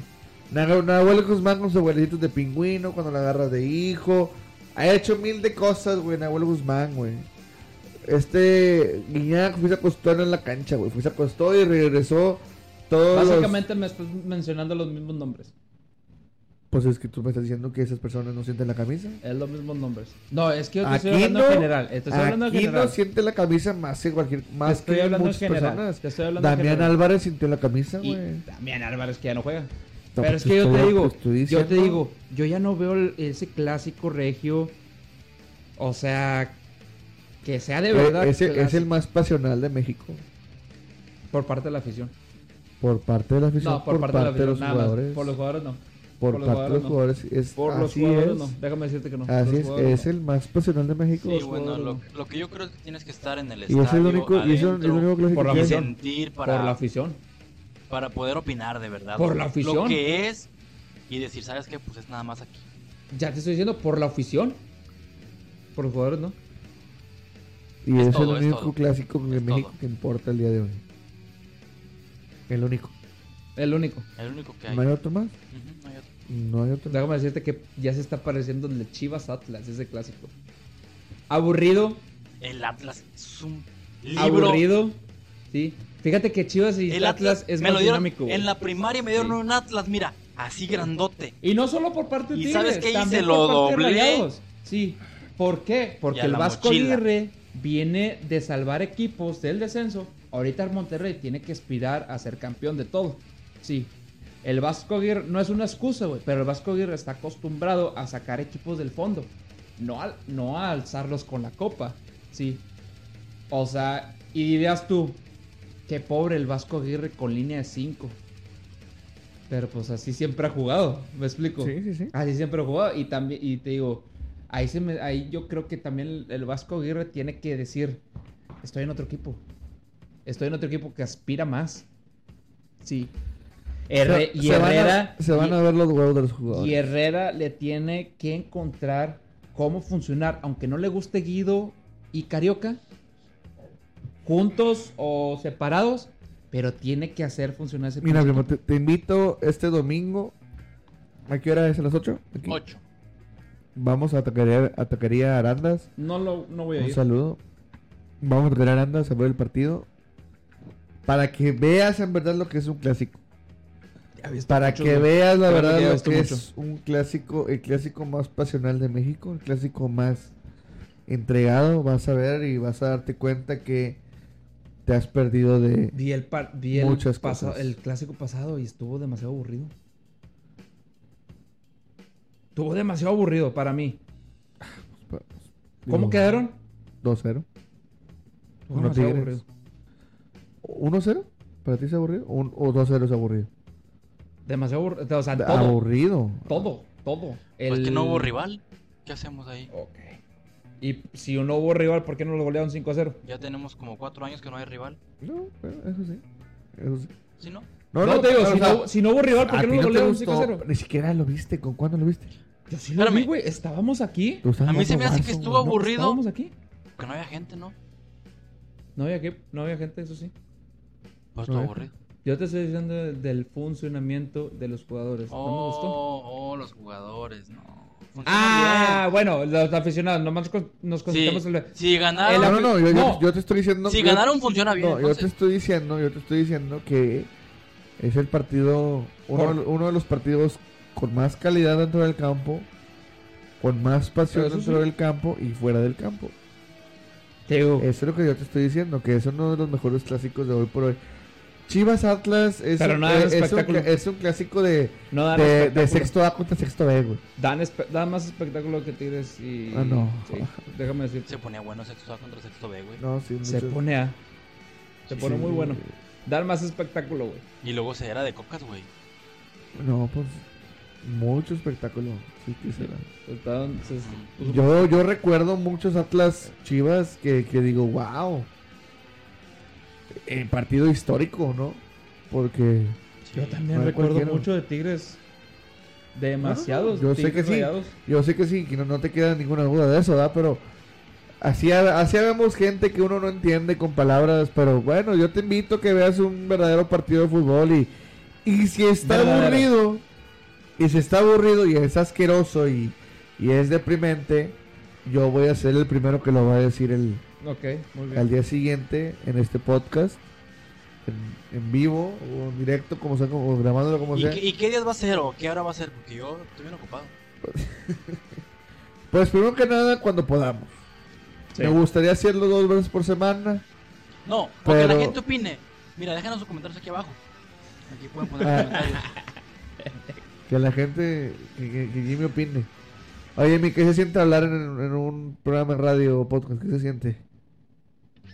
Nahu- Nahuel Guzmán con sus abuelitos de pingüino, cuando la agarras de hijo. Ha hecho mil de cosas, güey, Nahuel Guzmán, güey. Este Guiñac fue y se acostó en la cancha, güey. Fue y se acostó y regresó todos los- Básicamente me estás mencionando los mismos nombres. Pues es que tú me estás diciendo que esas personas no sienten la camisa. Es los mismos nombres. No, es que yo te estoy hablando en general. Te estoy hablando en Aquí no general. siente la camisa más, que cualquier, Te más estoy que hablando en muchas general. personas. Te estoy hablando en Damián general. Álvarez sintió la camisa, Y güey. también Álvarez que ya no juega. No, Pero es pues que yo estoy- te digo, estoy yo te diciendo- digo, yo ya no veo el- ese clásico regio. O sea, que sea de Eh, verdad es el- es clásico el más pasional de México. por parte de la afición. Pues Por parte de la afición, No, por, parte, de la los afición, nada jugadores. más. Por los jugadores no. Por, por los parte de los jugadores, jugadores. Es, Por los así jugadores es. no. Déjame decirte que no. Así Los es, jugadores es no. el más pasional de México. Sí, Los bueno, lo, jugadores. lo que yo creo es que tienes que estar en el y estadio, es el único, y es el- el adentro, único clásico Por la que y es. afición. sentir Por la para, afición. para poder opinar de verdad. Por güey. la afición. Lo que es y decir, ¿sabes qué? Pues es nada más aquí. Ya te estoy diciendo, por la afición. Por los jugadores no. Y es es, todo, es el único todo. clásico de Es México todo. que importa el día de hoy. El único. El único. El único que hay. ¿No hay otro más? Ujú, no hay otro. No hay otro. Déjame decirte que ya se está pareciendo el de Chivas Atlas, ese clásico. Aburrido, El Atlas es un libro. aburrido. Sí. Fíjate que Chivas y El Atlas, Atlas es me más lo dieron, dinámico. güey. En la primaria me dieron Sí. un Atlas, mira, así grandote. Y no solo por parte de ¿Y Tigres, sabes qué hice? también Lo por parte de doblé. Rayados. Sí. ¿Por qué? Porque Y a el la Vasco mochila. Aguirre viene de salvar equipos del descenso. Ahorita el Monterrey tiene que aspirar a ser campeón de todo. Sí. El Vasco Aguirre no es una excusa, güey, pero el Vasco Aguirre está acostumbrado a sacar equipos del fondo, no al- no a alzarlos con la copa. Sí. O sea, y dirías tú, qué pobre el Vasco Aguirre con línea de 5. Pero pues así siempre ha jugado, ¿me explico? Sí, sí, sí. Así siempre jugó y también y te digo, ahí se me, ahí yo creo que también el, el Vasco Aguirre tiene que decir, estoy en otro equipo. Estoy en otro equipo que aspira más. Sí. Herre- se, y se van a- Herrera se van a ver los huevos de los y, y jugadores. Herrera le tiene que encontrar cómo funcionar, aunque no le guste Guido y Carioca juntos o separados, pero tiene que hacer funcionar ese Mira, pinche primo, te, te invito este domingo. ¿A qué hora es? ¿A las 8? Ocho. Vamos a taquería, a taquería Arandas. No lo no voy a Un ir. saludo. Vamos a traer a Aranda a ver el partido. Para que veas en verdad lo que es un clásico. Para muchos, que güey. veas la Créeme verdad que ya lo ves tú que es un clásico, el clásico más pasional de México, el clásico más entregado. Vas a ver y vas a darte cuenta que te has perdido de. Vi el, par- vi el, Muchas pasa- cosas. el clásico pasado y estuvo demasiado aburrido. Estuvo demasiado aburrido para mí. ¿Cómo digo, quedaron? 2-0. Estuvo Uno demasiado Tigres. aburrido. 1-0. ¿Para ti es aburrido? Un- ¿O 2-0 es aburrido? Demasiado aburrido. O sea, todo. Ah, Aburrido. Todo, todo. Pues El- que no hubo rival. ¿Qué hacemos ahí? Ok. Y si no hubo rival, ¿por qué no lo golearon 5 a 0? Ya tenemos como cuatro años que no hay rival. No, bueno, eso sí. Eso sí. ¿Sí no? No, te digo, pero, si, o sea, no, si no hubo rival, ¿por a qué ti no lo te golearon gustó, 5 a 0? Ni siquiera lo viste. ¿Con cuándo lo viste? Yo sí lo vi, Espérame. güey. Estábamos aquí. Te gustaba A mí más se me hace Robazo, que güey, estuvo ¿no? No, aburrido. Estábamos aquí. Porque no había gente, ¿no? No había, que, no había gente, eso sí. Por Pues estuvo No. aburrido. Yo te estoy diciendo de- del funcionamiento de los jugadores. No me gustó. Oh, oh, los jugadores, no. Funcionan Ah, bueno, los aficionados. Nomás con- nos bien. concentramos Sí, en el... si ganaron, No, no, no. Yo, yo- No. yo te estoy diciendo. Ah, si yo- ganaron funciona bien. No, yo te entonces. estoy diciendo, yo te estoy diciendo que es el partido, uno, de, Por- lo- uno de los partidos con más calidad dentro del campo, con más pasión Pero eso dentro sí. del campo y fuera del campo. Te digo, Eso es lo que yo te estoy diciendo, que es uno de los mejores clásicos de hoy por hoy. Chivas Atlas es, Pero un, no dan es- es un espectáculo. cla- es un clásico de, no dan de, de espectáculo. sexto A contra sexto B, güey. Dan, espe- dan más espectáculo que Tigres y... Ah, no. sí, déjame decirte. Se ponía bueno sexto A contra sexto B, güey. No, sí, Se mucho- pone a... Se sí, pone muy bueno. güey. Dan más espectáculo, güey. Y luego se era de cocas, güey. No, pues mucho espectáculo. Sí, que será. Estaban- se- se Mm, puso- Yo, yo recuerdo muchos Atlas Chivas que, que digo, wow. Eh, partido histórico, ¿no? Porque. Sí. Yo también no era recuerdo cualquiera. mucho de Tigres. Demasiados. Yo sé Tigres que sí. rayados. Yo sé que sí, que no, no te queda ninguna duda de eso, ¿verdad? Pero. Así, ha- así vemos gente que uno no entiende con palabras, pero bueno, yo te invito a que veas un verdadero partido de fútbol y. Y si está Verdadero. aburrido. Y si está aburrido y es asqueroso y, y es deprimente, yo voy a ser el primero que lo va a decir el. Ok, muy bien. al día siguiente en este podcast en, en vivo o en directo como sea como, o grabándolo como ¿Y, sea qué, y qué días va a ser o qué hora va a ser? Porque yo estoy bien ocupado. pues primero que nada cuando podamos Sí. me gustaría hacerlo dos veces por semana No, porque Pero- la gente opine. Mira, déjanos sus comentarios aquí abajo. Aquí pueden poner Ah. comentarios. que la gente que, que- que Jimmy opine oye mi qué se siente hablar en, en un programa de radio o podcast qué se siente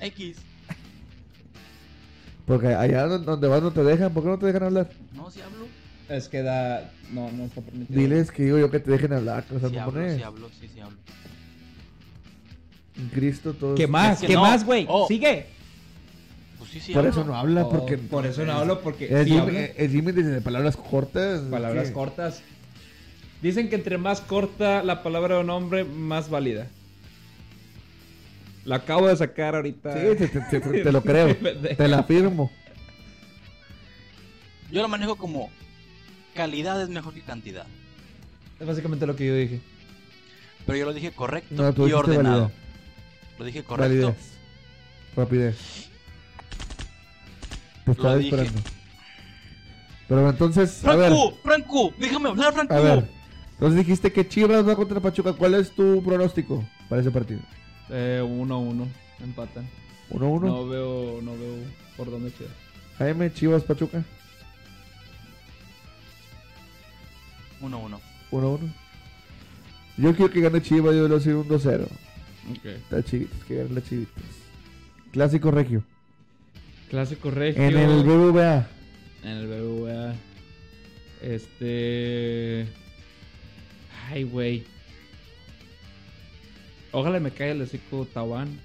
X. porque allá don- donde vas no te dejan ¿por qué no te dejan hablar? No, si hablo. Es que da... No, no está permitido. diles que digo yo que te dejen hablar que no sean Si hablo, mamones. si hablo, sí, sí hablo. en Cristo todos ¿Qué más? Es que ¿Qué no. más, güey? Oh. Sigue. Pues sí, sí por hablo. eso no habla Oh, porque por eso no hablo, porque es, sí Jimmy, hablo. es Jimmy desde palabras cortas palabras sí. cortas. Dicen que entre más corta la palabra de un hombre, más válida. La acabo de sacar ahorita. Sí, te, te- te- te lo creo. te la firmo. Yo lo manejo como calidad es mejor que cantidad. Es básicamente lo que yo dije. Pero yo lo dije correcto No, tú y dijiste ordenado. validez. Lo dije correcto. Validez. Rapidez. Te Lo estaba dije. esperando. Pero entonces, a ver, Franco, Franco, déjame hablar, Franco. a ver. Entonces dijiste que Chivas va contra Pachuca. ¿Cuál es tu pronóstico para ese partido? Eh, uno a uno. Empatan. 1-1. No veo, no veo por dónde queda. Jaime, Chivas, Pachuca. 1-1. 1-1. Yo quiero que gane Chivas. Yo le voy a decir un 2-0. Ok. Las chivitas, que ganen las chivitas. Clásico regio. Clásico regio. En el BBVA. En el BBVA. Este. Ay, güey. Ojalá me caiga el hocico Tabán.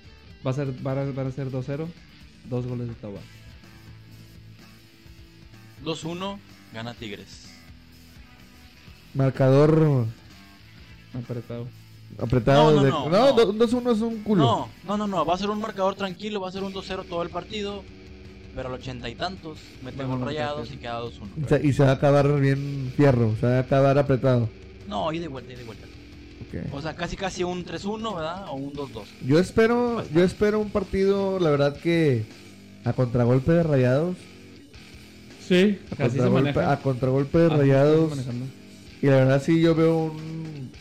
Va a ser, van a, van a ser 2-0. Dos goles de Tabán. 2-1, gana Tigres. Marcador Apretado. apretado. No, no, de- no, no, no. do- 2-1 es un culo. No, no, no, no, va a ser un marcador tranquilo, va a ser un 2-0 todo el partido. Pero al ochenta y tantos, mete Vamos, gol rayados sí. y queda 2-1. Y se- Y se va a acabar bien fierro, se va a acabar apretado. No, ida y de vuelta, ida y de vuelta. Ok. O sea, casi casi un 3-1, ¿verdad? O un 2-2. Yo espero, yo espero un partido, la verdad que a contragolpe de rayados. Sí, A así se contragolpe, maneja. a contragolpe de Así se rayados. está manejando. Y la verdad sí yo veo un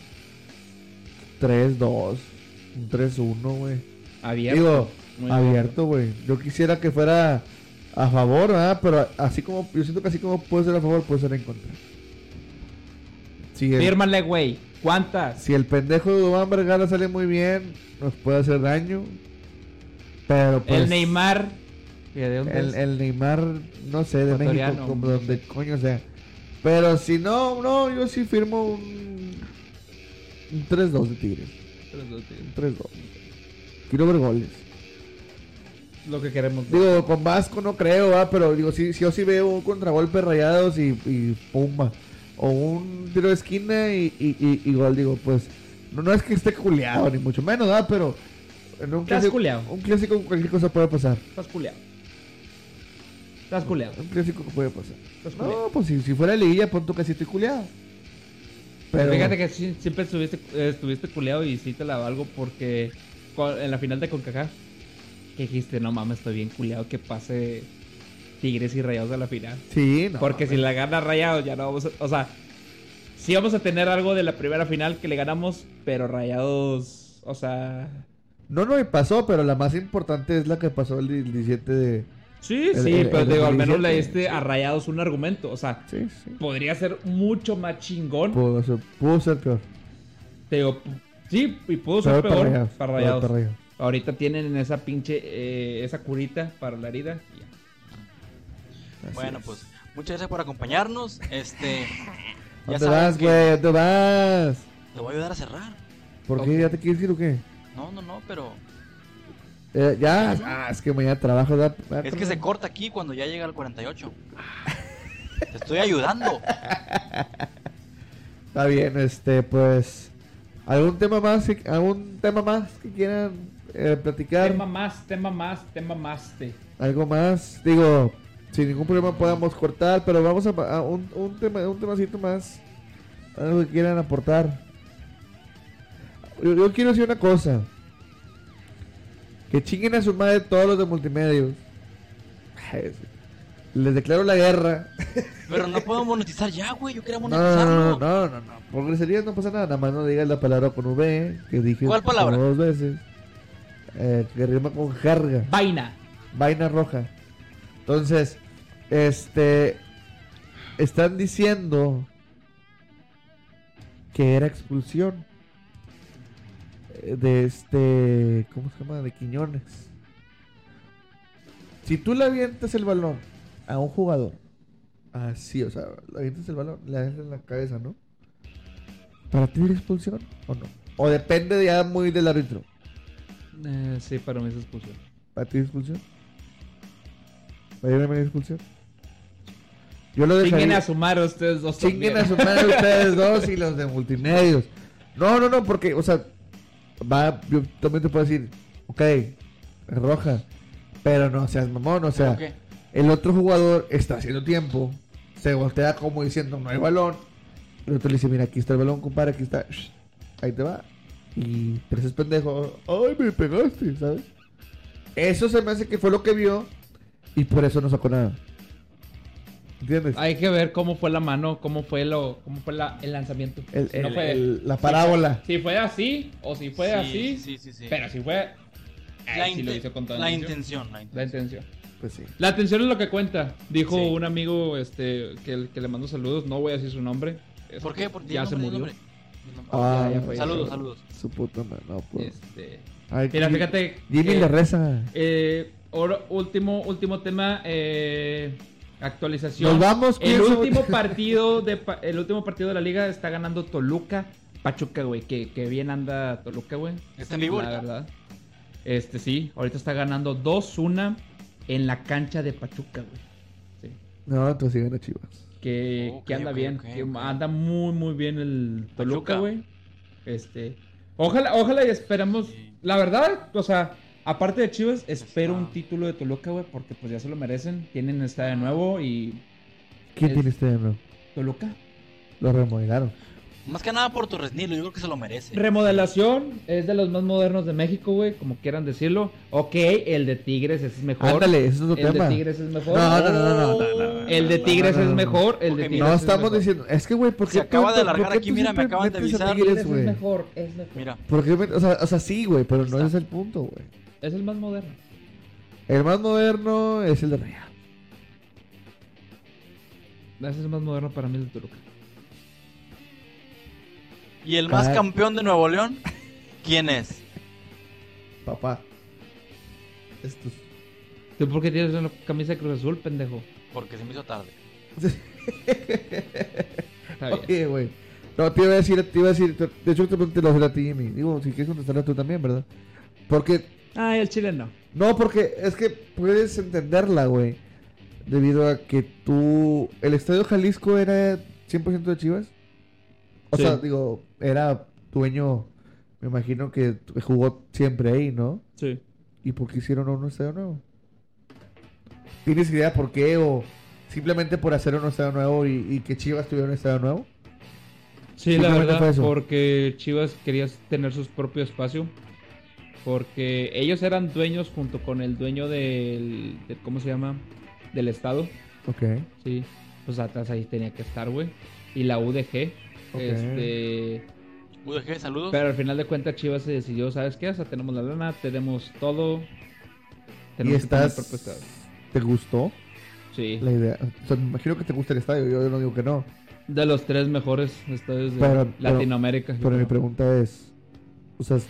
3-2, un 3-1, güey. Abierto. Digo, muy abierto, güey. Yo quisiera que fuera a favor, ¿verdad? Pero así como, yo siento que así como puede ser a favor, puede ser en contra. Sí, el- Fírmale, güey. ¿Cuántas? Si el pendejo de Dubán Vergara sale muy bien, nos puede hacer daño. Pero pues. el Neymar. que ¿De dónde El, es? el Neymar, no sé, de México, Ecuatoriano. como donde coño sea. Pero si no, no, yo sí firmo un. un 3-2 de Tigres. 3-2, Tigres. 3-2. Quiero ver goles. Lo que queremos. ver. Digo, con Vasco no creo, ¿va? pero digo, sí, sí, yo sí veo un contragolpe rayados y, y pumba. O un tiro de esquina y, y- y- y gol. Digo, pues no, no es que esté culeado, ni mucho menos, ¿va? pero en un Estás clásico, culeado. un clásico cualquier cosa puede pasar. Estás culeado. Estás culeado. Un clásico que puede pasar. Estás culeado. No, pues si, si fuera liguilla, pon tu casito y culeado. Pero, Fíjate que sí- siempre estuviste, eh, estuviste culeado y sí te la valgo porque cua- en la final de CONCACAF que dijiste, no mames, estoy bien culeado que pase Tigres y Rayados a la final. sí, no. porque si la gana Rayados ya no vamos a... O sea, sí vamos a tener algo de la primera final que le ganamos, pero Rayados, o sea... No, no, y pasó, pero la más importante es la que pasó el 17 de. Sí, El- sí, el- pero el digo, al menos 2017, le diste a sí. Rayados un argumento. O sea, Sí, sí. podría ser mucho más chingón. Pudo ser, pudo ser peor. Te digo, p- sí, y pudo ser Peor peor Rayados, para peor Rayados. para Rayados. Ahorita tienen esa pinche, eh, esa curita para la herida. y ya. Así Bueno, es. pues muchas gracias por acompañarnos. Este. ya ¿Dónde saben vas, que güey? ¿Dónde vas? Te voy a ayudar a cerrar. ¿Por Ok. qué? ¿Ya te quieres ir o qué? No, no, no, pero. Eh, ya, ah, es que mañana trabajo. ¿verdad? Ah, Es que perdón. se corta aquí cuando ya llega al 48. Te estoy ayudando. Está bien, este, pues. ¿Algún tema más? que- ¿Algún tema más que quieran eh, platicar? Tema más, tema más, tema más. te. ¿Algo más? Digo, sin ningún problema podamos cortar, pero vamos a, a un, un, tema, un temacito más. Algo que quieran aportar. Yo, yo quiero decir una cosa. Que chinguen a su madre todos los de multimedios. Les declaro la guerra. Pero no puedo monetizar ya, güey. Yo quería No, no, no, monetizarlo. no, no, no. Por groserías no pasa nada. Nada más no digas la palabra con V, que dije ¿Cuál palabra? como dos veces. Eh, que rima con jerga. Vaina. Vaina roja. Entonces, este. Están diciendo que era expulsión eh, de este. ¿Cómo se llama? De Quiñones. Si tú le avientas el balón a un jugador, así, o sea, le avientas el balón, le das en la cabeza, ¿no? ¿Para ti era expulsión o no? O depende ya muy del árbitro. Eh, sí, para mí se expuso. ¿Para ti expulsión? ¿Para mí expulsión? Yo lo Chinguen dejaría. a sumar ustedes dos. Chinguen también. a su madre ustedes dos y los de multimedios. No, no, no, porque, o sea, va, yo también te puedo decir, ok, es roja, pero no seas mamón, o sea, ¿Pero qué? el otro jugador está haciendo tiempo, se voltea como diciendo, no hay balón, el otro le dice, mira, aquí está el balón, compadre, aquí está, shh, ahí te va, y pero ese es pendejo, ay, me pegaste, ¿sabes? Eso se me hace que fue lo que vio y por eso no sacó nada. ¿Entiendes? Hay que ver cómo fue la mano, cómo fue lo, cómo fue la- el lanzamiento. El- Si no el- fue- el- la parábola. Si fue así o si fue Sí, así. Sí, sí, sí. Pero si fue. Ay, la, sí lo inten- hizo con toda la la intención. intención, la intención. La intención. Pues sí. La atención es lo que cuenta. Dijo Sí. un amigo este que, que le mando saludos. No voy a decir su nombre. Este, ¿Por qué? Porque ya se murió. Ah, ya, ya fue. Saludos, saludos. Su puta madre, no, pues. Este, Ay, mira, Jimmy- fíjate. Jimmy eh, le reza. eh, ahora, último, último tema. eh, actualización. Nos vamos, El Kirso. último, partido de, pa- el último partido de la liga está ganando Toluca. Pachuca, güey. Que, que bien anda Toluca, güey. Está en vivo. La ahorita. verdad. Este sí, ahorita está ganando 2-1 en la cancha de Pachuca, güey. Sí. No, entonces sí gana Chivas. que, Ok, que anda ok, bien, ok, que ok. anda muy muy bien el Toluca, Pachuca. güey. Este, ojalá, ojalá y esperamos, Sí. Pues la verdad, o sea, aparte de Chivas, espero Está. un título de Toluca, güey, porque pues ya se lo merecen, tienen esta de nuevo y ¿Quién El- tiene este nombre? Toluca, Lo remodelaron. Más que nada por tu resnilo, yo creo que se lo merece. remodelación, es de los más modernos de México, güey, como quieran decirlo. Ok, el de Tigres es mejor. Ándale, ese es otro El de tema. Tigres es mejor. No, no, no, no, no, El de Tigres no, no, es no. mejor. El de Ok, Tigres no es estamos mejor. diciendo. Es que, güey, ¿por qué Se acaba de tanto- alargar por qué aquí, tú mira, me siempre acaban de metes a avisar. Tigres, Tigres güey? es mejor, es mejor. Mira, ¿Por qué met- o, sea, o sea, sí, güey, pero no Está. es el punto, güey. Es el más moderno. El más moderno es el de Real. Ese es más moderno para mí el de Toluca. y el más Caray. campeón de Nuevo León, ¿quién es? Papá. Estos. ¿Tú por qué tienes una camisa de Cruz Azul, pendejo? Porque se me hizo tarde. Está bien. Oye, güey. No, te iba a decir, te iba a decir, te- de hecho te pregunté lo a ti, Jimmy. Digo, si quieres contestarla tú también, ¿verdad? Porque, Ah, el chile no. no, porque es que puedes entenderla, güey. Debido a que tú, el Estadio Jalisco era 100% de Chivas. O Sí. sea, digo, era dueño, me imagino que jugó siempre ahí, ¿no? Sí. ¿Y por qué hicieron un estadio nuevo? ¿Tienes idea por qué? ¿O simplemente por hacer un estadio nuevo y, y que Chivas tuviera un estadio nuevo? Sí, la Simplemente fue verdad, eso. porque Chivas quería tener su propio espacio. Porque ellos eran dueños junto con el dueño del, del- ¿cómo se llama? Del estado. Ok. Sí. Pues atrás ahí tenía que estar, güey. Y la UDG. Ok. Este, UDG, saludos. pero al final de cuentas Chivas se decidió, ¿sabes qué? O sea, tenemos la lana, tenemos todo. ¿Y Tenemos que tener estás... propio estado. ¿Te gustó Sí. la idea? O sea, me imagino que te gusta el estadio, yo no digo que no. De los tres mejores estadios de Pero- pero- Latinoamérica. yo Pero mi creo. pregunta es... O sea, es-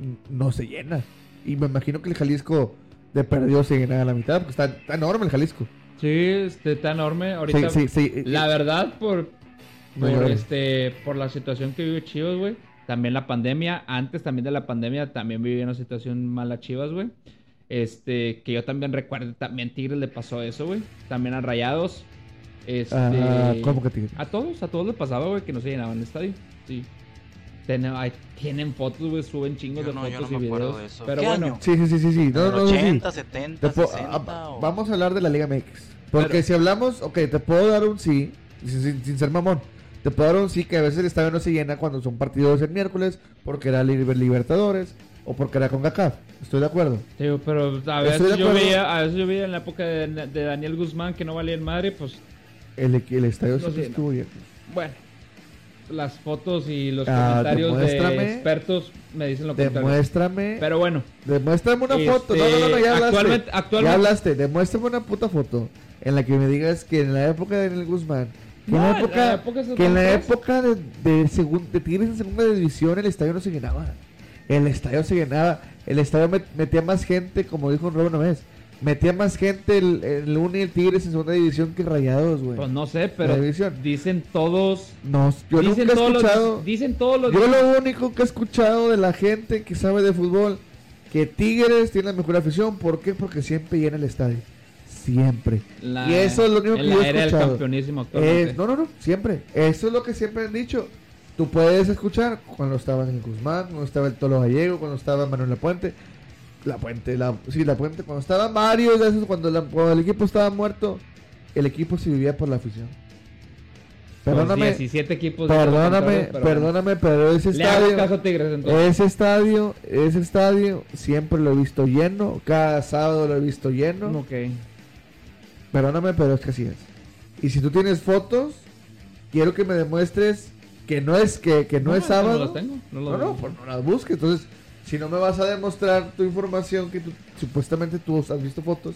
n- no se llena. Y me imagino que el Jalisco de perdió se llena a la mitad, porque está, está enorme el Jalisco. Sí, este, está enorme. Sí, Ahorita, sí, sí. la verdad, por, No por, llores. este, por la situación que vive Chivas, güey. También la pandemia. Antes también de la pandemia también vivía una situación mala Chivas, güey. Este, que yo también recuerdo, también Tigres le pasó eso, güey. También a Rayados. Este, Ah, ¿Cómo que te... A todos, a todos les pasaba, güey, que no se llenaban el estadio. Sí. Ten- ay, tienen fotos, güey, suben chingos Yo de no- yo fotos no y me acuerdo videos. de eso. Pero ¿Qué bueno, año? Sí, sí, sí, sí, sí. No, no, no, sí. 80, Te 70, puedo- 60. ah, o- Vamos a hablar de la Liga MX. Porque Pero- si hablamos, ok, te puedo dar un sí, sin, sin- sin ser mamón. Te puedo dar un sí que a veces el estadio no se llena cuando son partidos el miércoles, porque era Liber- Libertadores o porque era con CACAF. Estoy de acuerdo. te digo, pero a Estoy de veces, yo acuerdo. veía, a veces yo veía en la época de, de Daniel Guzmán que no valía el madre, pues El, equi- el estadio No sí se llena. estuvo lleno. bueno. Las fotos y los Ah, comentarios de demuéstrame. expertos me dicen lo contrario. Demuéstrame, Pero bueno, demuéstrame una Este, foto. No, no, no, no, ya hablaste. actualmente- actualmente- Ya hablaste. Demuéstrame una puta foto en la que me digas que en la época de Daniel Guzmán, que en No, la en la época, época de que en la Santos. época de, de, segun- de Tigres en segunda división el estadio no se llenaba. El estadio se llenaba. El estadio met- metía más gente, como dijo Robo una vez. Metía más gente el, el Uni y el Tigres en segunda división que Rayados, güey. pues no sé, pero La división. dicen todos. No, yo dicen, nunca he todos escuchado. los, dicen todos los. Yo lo único que he escuchado de la gente que sabe de fútbol, que Tigres tiene la mejor afición. ¿Por qué? Porque siempre llena el estadio. Siempre. La- y eso es lo único en que la yo he era del escuchado. campeonismo actualmente. Eh, no, no, no, siempre. Eso es lo que siempre han dicho. Tú puedes escuchar cuando estaba en Guzmán, cuando estaba el Tolo Gallego, cuando estaba Manuel La Puente. La Puente, la, sí, La Puente. Cuando estaban varios de esos, cuando, la- cuando el equipo estaba muerto, el equipo se vivía por la afición. Con Perdóname, 17 equipos de perdóname, pero bueno. perdóname, pero ese Le hago caso estadio, a Tigres entonces. ese estadio, ese estadio siempre lo he visto lleno, cada sábado lo he visto lleno. Ok. Perdóname, pero es que así es. Y si tú tienes fotos, quiero que me demuestres que no es que, que no, es sábado. No Ah, las tengo. No, No, no, pues no las busques. Entonces, si no me vas a demostrar tu información que tú, supuestamente tú has visto fotos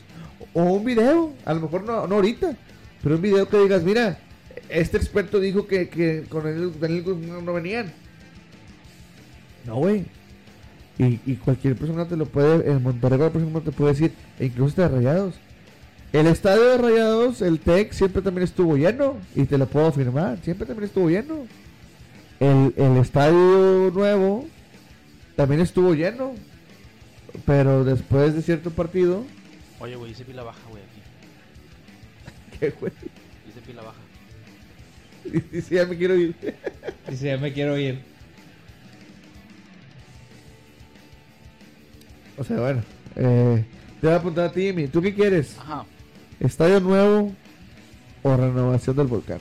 o un video, a lo mejor no, no ahorita, pero un video que digas, mira, este experto dijo que, que con el Daniel Guzmán no venían. No, güey. Y, y cualquier persona te lo puede, en Monterrey cualquier persona te puede decir, e incluso de Rayados. El estadio de Rayados, el TEC, siempre también estuvo lleno, y te lo puedo afirmar, siempre también estuvo lleno el, el estadio nuevo también estuvo lleno. Pero después de cierto partido. Oye, güey, hice pila baja, güey, aquí. ¿Qué, güey? Hice pila baja. Dice, ya me quiero ir. Dice, ya me quiero ir. O sea, bueno. eh, te voy a apuntar a ti, Jimmy. ¿Tú qué quieres? Ajá. ¿Estadio nuevo o renovación del volcán?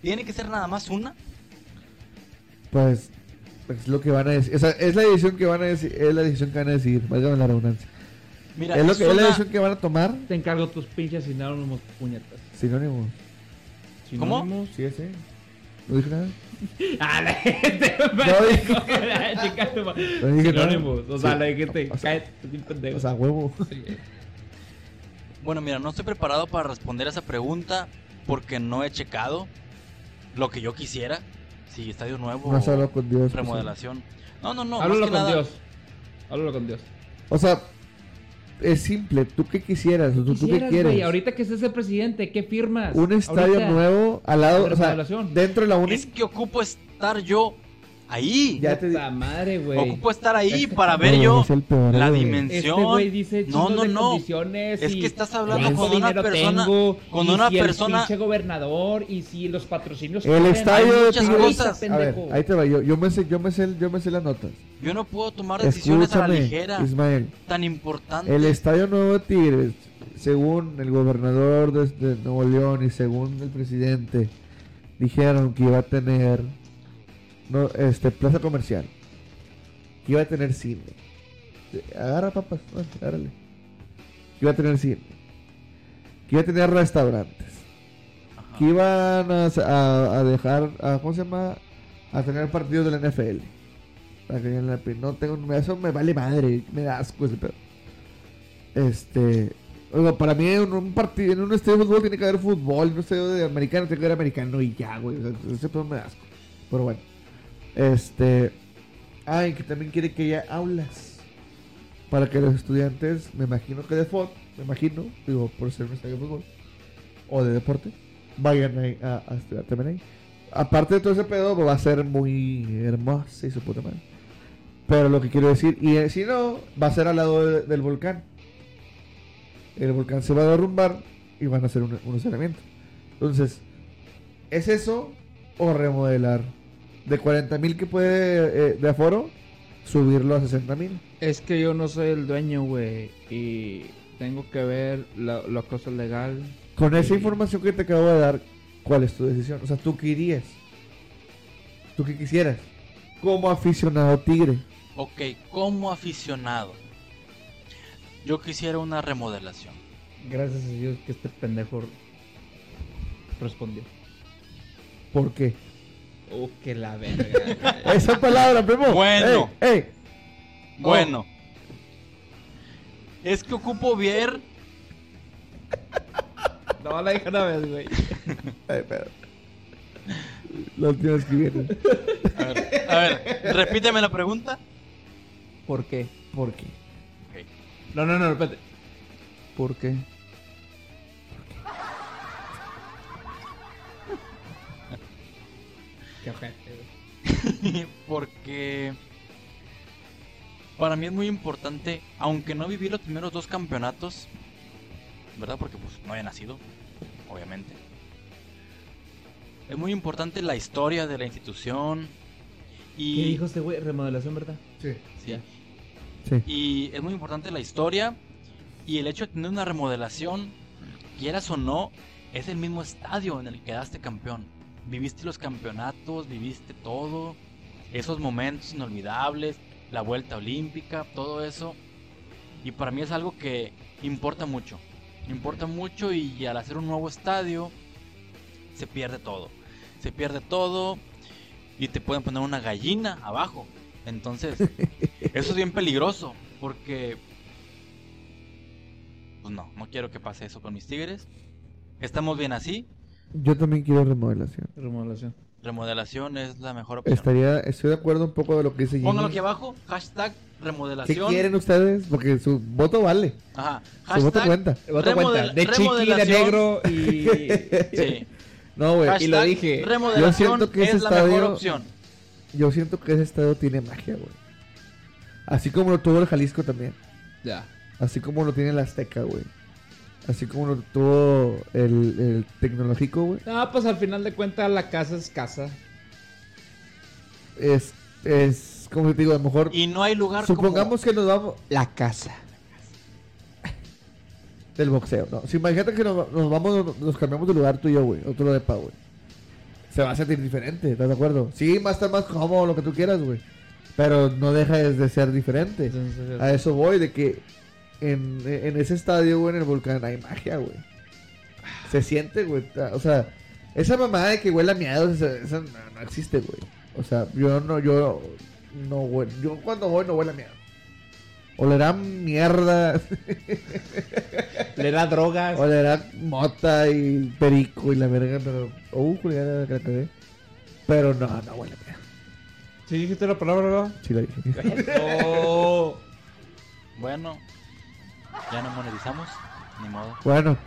¿Tiene que ser nada más una? Pues es lo que van a decir. O sea, es la decisión que van a decir. Es la decisión que van a decidir. Válgame la redundancia. Mira, Es, lo es que, es la una- decisión que van a tomar. Te encargo tus pinches sinónimos, puñetas. Sinónimo. ¿Cómo? Sinónimos. Sí, sí. No dije nada. Ah, la gente No, dije- Chica, tu ma- No dije nada. Sinónimos. O sea, Sí. la gente. O sea, Cállate, tú bien pendejo. O sea, huevo. Sí. Bueno, mira, no estoy preparado para responder esa pregunta porque no he checado lo que yo quisiera. Si estadio nuevo No o has hablado con Dios. pues, remodelación. No, no, no. más Háblalo que con nada, Dios. Háblalo con Dios. O sea, es simple. ¿Tú qué quisieras? ¿Tú, tú quisieras, qué quieres? güey? Ahorita que estés el presidente, ¿qué firmas? Un estadio Ahorita. nuevo al lado, o sea, Remodelación. dentro de la uni. Es que ocupo estar yo ahí. Ya te di- Puta madre, güey. Ocupo estar ahí para ver yo Es el peor, la güey. Este dimensión. güey dice no, chingo no, de no. condiciones Es y que estás hablando cuánto con una dinero persona- tengo, con y una si el persona- pinche gobernador y si los patrocinios. El corren, estadio hay de muchas Tigres- cosas, A ver, pendejo. ahí te va. Yo, yo, me sé, yo, me sé, yo me sé las notas. Yo no puedo tomar decisiones a la Escúchame, ligera, Ismael. tan importante. El estadio nuevo de Tigres, según el gobernador de, de Nuevo León y según el presidente, dijeron que iba a tener no, este plaza comercial, que iba a tener cine. Agarra papas, ah, agárrale. Que iba a tener cine, que iba a tener restaurantes, Ajá. que iban a, a- a dejar, a, ¿cómo se llama? A tener partidos de la NFL. Para que en la pri- no tengo, eso me vale madre, me da asco ese pedo. Este. Oiga, para mí en un partido, en un estadio de fútbol tiene que haber fútbol, en un estadio de americano tiene que haber americano y ya, güey. O sea, ese pedo me da asco. Pero bueno. Este. Ay, que también quiere que haya aulas. Para que los estudiantes, me imagino que de fútbol, me imagino, digo, por ser un estadio de fútbol. O de deporte. Vayan ahí a, a estudiar también ahí. Aparte de todo ese pedo, va a ser muy hermoso y su puta madre. Pero lo que quiero decir, y eh, si no, va a ser al lado de- del volcán. El volcán se va a derrumbar y van a hacer un, un saneamiento. Entonces, ¿es eso o remodelar? De 40 mil que puede eh, de aforo, subirlo a 60 mil. Es que yo no soy el dueño, güey. Y tengo que ver la, la cosa legal. Con esa Sí. información que te acabo de dar, ¿cuál es tu decisión? O sea, ¿tú qué irías? ¿Tú qué quisieras? Como aficionado tigre. Ok, como aficionado, yo quisiera una remodelación. Gracias a Dios que este pendejo respondió. ¿Por qué? Oh, que la verga. güey. Esa palabra, primo. Bueno. Ey, ey. Oh. Bueno, es que ocupo ver no la dije una vez, güey. Ay, pero- Lo tienes que ver. A ver, a ver, repíteme la pregunta. ¿Por qué? ¿Por qué? No, no, no, espérate. ¿Por qué? Qué ojete, güey. Porque para mí es muy importante, aunque no viví los primeros dos campeonatos, ¿verdad? Porque pues no había nacido, obviamente. Es muy importante la historia de la institución ¿Qué y, dijo este güey? Remodelación, ¿verdad? Sí. sí, Ya. Sí. y es muy importante la historia y el hecho de tener una remodelación, quieras o no, es el mismo estadio en el que quedaste campeón. Viviste los campeonatos, viviste todo, esos momentos inolvidables, la vuelta olímpica, todo eso. Y para mí es algo que importa mucho. Importa mucho y al hacer un nuevo estadio se pierde todo. Se pierde todo y te pueden poner una gallina abajo. Entonces, eso es bien peligroso porque pues no, no quiero que pase eso con mis Tigres. Estamos bien así. Yo también quiero remodelación. Remodelación. Remodelación es la mejor opción. Estaría, estoy de acuerdo un poco de lo que dice Pónganlo aquí Jimmy. abajo, hashtag ¿Qué remodelación. quieren ustedes? Porque su voto vale. Ajá, Su voto hashtag cuenta. El voto cuenta. Remodel- De chiqui, de remodelación. negro y. sí. No, güey. Hashtag lo dije. Remodelación Yo siento que es ese la mejor estadio- opción. Yo siento que ese estadio tiene magia, güey. Así como lo tuvo el Jalisco también. Ya. Así como lo tiene el Azteca, güey. Así como lo tuvo el, el tecnológico, güey. No, pues al final de cuentas la casa es casa. Es, es como te digo, a lo mejor. Y no hay lugar como- Supongamos que nos vamos. La casa. Del boxeo, no. Si imagínate que nos, nos vamos, nos cambiamos de lugar tú y yo, güey. Otro depa, güey. Se va a sentir diferente, ¿estás de acuerdo? Sí, va a estar más cómodo, lo que tú quieras, güey. Pero no deja de- de ser diferente. Ah, A eso voy, de que en, en ese estadio, güey, en el volcán hay magia, güey. Se siente, güey. ta- O sea, esa mamada de que huele a miados, esa, esa no, no existe, güey. O sea, yo no, yo no, güey. Yo cuando voy no huele a miado. Olerá mierda. Le da drogas. Olerá mota y perico y la verga, pero. Uh, Juliana, que la cagué. Pero no, no huele a ¿Sí dijiste la palabra, Sí la dije. no? Bueno, Ya no monetizamos, ni modo. Bueno.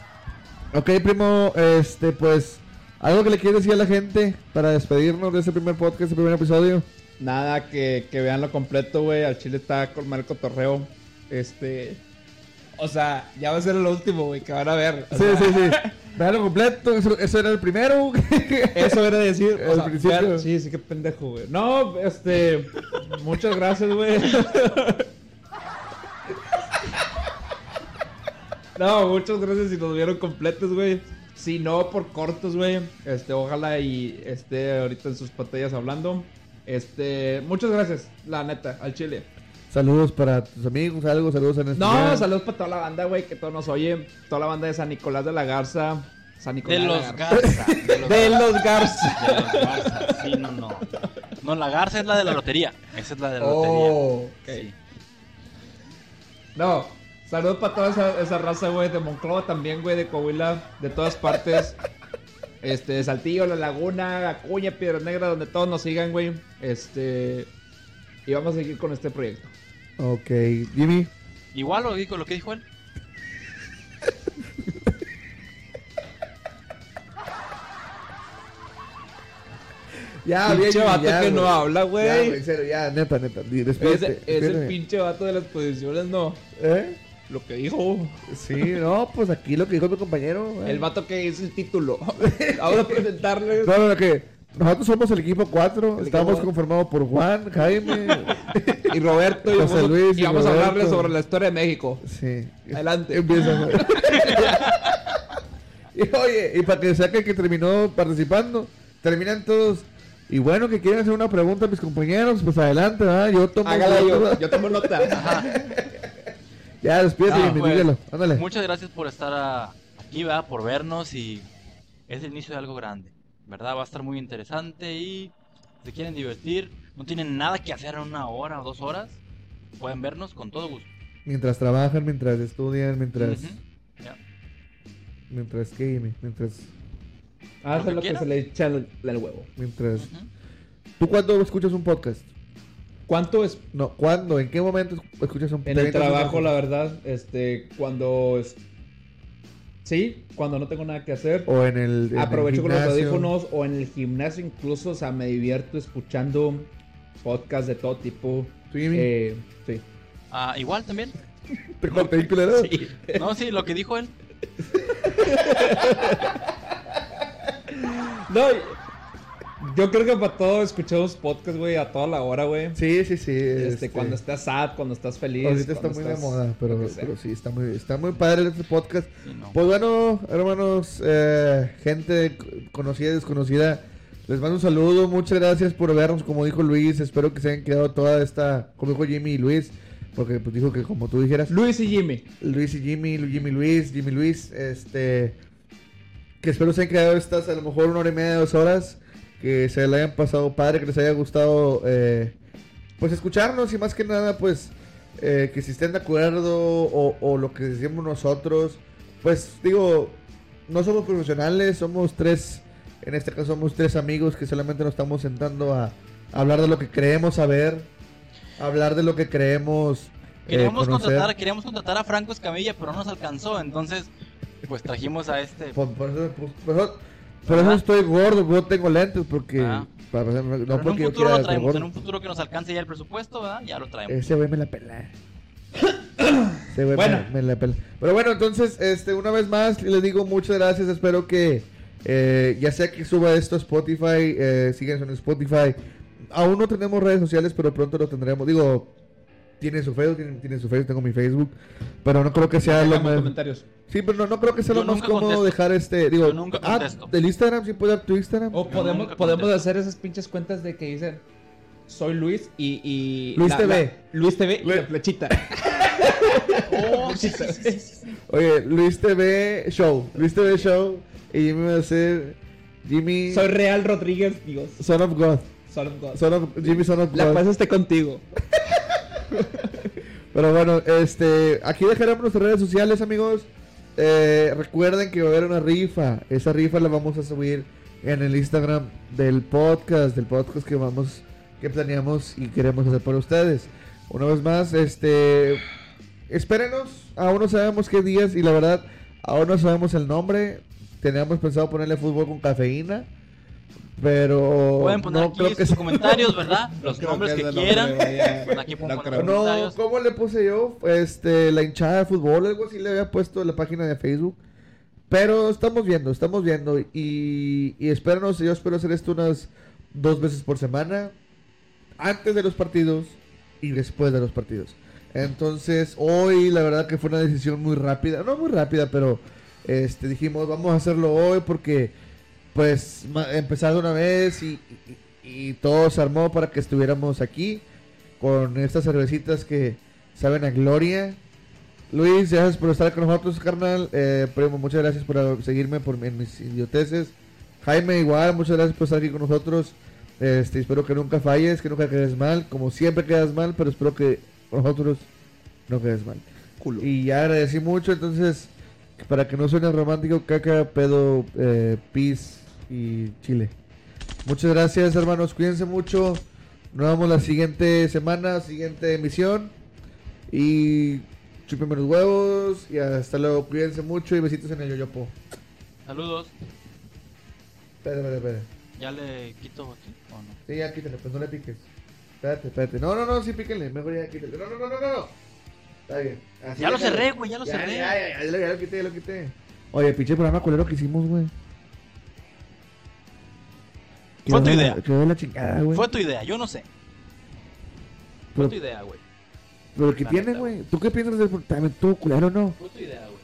Ok, primo, este, pues, algo que le quieres decir a la gente para despedirnos de este primer podcast, este primer episodio. Nada, que, que vean lo completo, güey. Al chile está con el cotorreo. Este. O sea, ya va a ser lo último, güey, que van a ver. O Sí, sea, sí, sí. Vean lo completo, eso, eso era el primero. Eso era decir. Al principio. vean- sí, sí, qué pendejo, güey. No, este. Muchas gracias, güey. No, muchas gracias si nos vieron completos, güey. Si no, por cortos, güey. Este, ojalá y esté ahorita en sus pantallas hablando. Este, muchas gracias, la neta, al chile. saludos para tus amigos, algo, saludos en este No, día. saludos para toda la banda, güey, que todos nos oyen. Toda la banda de San Nicolás de la Garza. San De Nicolás los la Garza. Garza. De los, De los Garza. de los Garza. Sí, no, no. No, la Garza es la de la lotería. Esa es la de la Oh, ok. lotería. Sí. No, saludos para toda esa, esa raza, güey, de Monclova también, güey, de Coahuila, de todas partes. Este, de Saltillo, La Laguna, Acuña, Piedra Negra, donde todos nos sigan, güey. Este, y vamos a seguir con este proyecto. Ok, Jimmy. Igual lo, dijo- lo que dijo él. Ya, pinche vato que no habla, Ya, güey, güey. en serio, ya, neta, neta. di- Es, Despídete. es el despídete. pinche vato de las posiciones, no. ¿Eh? Lo que dijo. Sí, no, pues aquí lo que dijo mi compañero. eh. güey. El vato que hizo el título. Ahora presentarle. No, no, no, que nosotros somos el equipo 4. El Estamos equipo- conformados por Juan, Jaime. Y Roberto, y José vamos, a- Luis y y vamos a hablarle Roberto. sobre la historia de México. sí. Adelante. Empieza. güey. y oye, y para que saque que terminó participando, terminan todos. Y bueno, que quieren hacer una pregunta a mis compañeros, pues adelante, ¿verdad? Yo tomo. Hágala yo, yo tomo nota. Ya, despídete, No, Ah, Jimmy, pues, dígalo. Ándale. Muchas gracias por estar ah, aquí, ¿verdad? Por vernos y es el inicio de algo grande, ¿verdad? Va a estar muy interesante y si quieren divertir, no tienen nada que hacer en una hora o dos horas, pueden vernos con todo gusto. Mientras trabajan, mientras estudian, mientras. Ujú. Ya. Mientras que Jimmy, mientras. Haz Lo que lo que quieras. se le echa al al huevo. mientras... Ujú. ¿Tú cuándo escuchas un podcast? ¿Cuánto es No, ¿cuándo? ¿En qué momento escuchas un podcast? en el trabajo, la verdad? Este, cuando es- sí, cuando no tengo nada que hacer, O en el. en el aprovecho con los gimnasio. audífonos o en el gimnasio incluso, o sea, me divierto escuchando podcasts de todo tipo. ¿Tú, Jimmy? Eh, sí. Ah, Igual también. ¿Te corté, culero? No, sí, lo que dijo él. No, yo creo que para todo escuchamos podcasts, güey, a toda la hora, güey. Sí, sí, sí. Este, cuando estás sad, cuando estás feliz. Ahorita está cuando muy estás- de moda, pero, lo que sea. pero sí, está muy, está muy padre este podcast. Sí, no. Pues bueno, hermanos, eh, gente c- conocida y desconocida, les mando un saludo. Muchas gracias por vernos, como dijo Luis. Espero que se hayan quedado toda esta, como dijo Jimmy y Luis, porque pues, dijo que como tú dijeras, Luis y Jimmy. Luis y Jimmy, Lu- Jimmy Luis, Jimmy Luis, este, que espero se hayan quedado estas a lo mejor una hora y media, dos horas, que se la hayan pasado padre, que les haya gustado, eh, pues escucharnos y más que nada, pues, eh, que si estén de acuerdo o, o lo que decimos nosotros, pues digo, no somos profesionales, somos tres, en este caso somos tres amigos que solamente nos estamos sentando a, a hablar de lo que creemos saber, a hablar de lo que creemos. eh, Queríamos conocer. contratar, queríamos contratar a Franco Escamilla, pero no nos alcanzó, entonces pues trajimos a este. Por, por eso, por- por eso- por eso Ajá. estoy gordo, no tengo lentes porque... Ah. para- para- no pero en un porque yo futuro quiera lo ser traemos, en gordo. un futuro que nos alcance ya el presupuesto, ¿verdad? Ya lo traemos. Ese güey me la pela. Ese güey Bueno. me, me la pela. Pero bueno, entonces, este, una vez más, les digo muchas gracias. Espero que eh, ya sea que suba esto a Spotify, eh, síguenos en Spotify. Aún no tenemos redes sociales, pero pronto lo tendremos. Digo, tiene su Facebook, tiene, tiene su Facebook, tengo mi Facebook. Pero no creo que sea lo Hagamos más... comentarios. Sí, pero no, no creo que sea Yo lo más nunca cómodo contesto. dejar este. Digo, Yo nunca ah, contesto. Oh. del Instagram, sí puede dar tu Instagram. O Yo podemos, nunca podemos contesto. hacer esas pinches cuentas de que dicen soy Luis y. y Luis TV. Luis TV y Luis- la flechita. Oh, sí, sí, sí, sí, sí. Oye, Luis TV Show. Luis TV Show. Y Jimmy va a ser. Jimmy. soy Real Rodríguez, Dios. Son of God. Son of God. Son of- Jimmy Son of La God. paz esté contigo. Pero bueno, este, aquí dejaremos nuestras redes sociales, amigos. Eh, recuerden que va a haber una rifa. Esa rifa la vamos a subir en el Instagram del podcast, del podcast que vamos, que planeamos y queremos hacer para ustedes. Una vez más, este, Espérenos, aún no sabemos qué días y la verdad, aún no sabemos el nombre. Teníamos pensado ponerle fútbol con cafeína, pero Pueden poner no aquí creo que sus sea- comentarios, ¿verdad? Los creo nombres que que, es el quieran. nombre, vaya. Pues aquí pueden No poner creo. los No, comentarios. ¿cómo le puse yo? Este, la hinchada de fútbol, algo así le había puesto en la página de Facebook. Pero estamos viendo, estamos viendo. Y, y espérenos, yo espero hacer esto unas dos veces por semana. Antes de los partidos y después de los partidos. Entonces, hoy la verdad que fue una decisión muy rápida. No muy rápida, pero este, dijimos, vamos a hacerlo hoy porque, pues, ma- empezar de una vez y, y- y todo se armó para que estuviéramos aquí con estas cervecitas que saben a gloria. Luis, gracias por estar con nosotros, carnal. Eh, primo, muchas gracias por seguirme por, en mis idioteces. Jaime, igual, muchas gracias por estar aquí con nosotros. Este, espero que nunca falles, que nunca quedes mal. Como siempre quedas mal, pero espero que con nosotros no quedes mal. Culo. Y ya agradecí mucho, entonces, para que no suene romántico, caca, pedo, eh, pis y chile. Muchas gracias, hermanos. Cuídense mucho. Nos vemos la siguiente semana, siguiente emisión. Y chúpenme los huevos. Y hasta luego. Cuídense mucho y besitos en el yoyopo. Saludos. Espera, espera, espera. ¿Ya le quito aquí o no? Sí, ya quítale, pues no le piques. Espérate, espérate. No, no, no, sí píquenle. Mejor ya quítale. No, no, no, no, no. no. Está bien. Así Ya lo déjalo. cerré, güey, ya lo Ya, cerré. Ya, ya, ya, ya, lo- ya lo quité, ya lo quité. Oye, pinche programa culero que hicimos, güey. Fue tu Quedó- idea. Quedó la chingada, güey. Fue tu idea, yo no sé. Fue Pero- tu idea, güey. Pero que La tiene, neta, güey. ¿Tú qué piensas del también tú, culero, no? Fue tu idea, güey.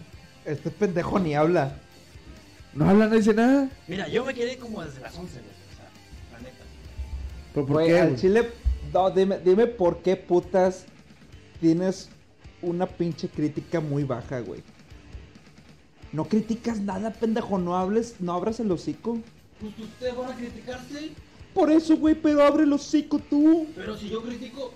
Este pendejo ni habla. No habla, no dice nada. Mira, yo me quedé como desde las 11, güey. O sea, la neta. ¿Pero por Güey, qué, al güey? chile, no, dime, dime por qué putas tienes una pinche crítica muy baja, güey. No criticas nada, pendejo, no hables, no abras el hocico. Pues ustedes van a criticarse, Por eso, güey, pero abre el hocico tú. pero si yo critico,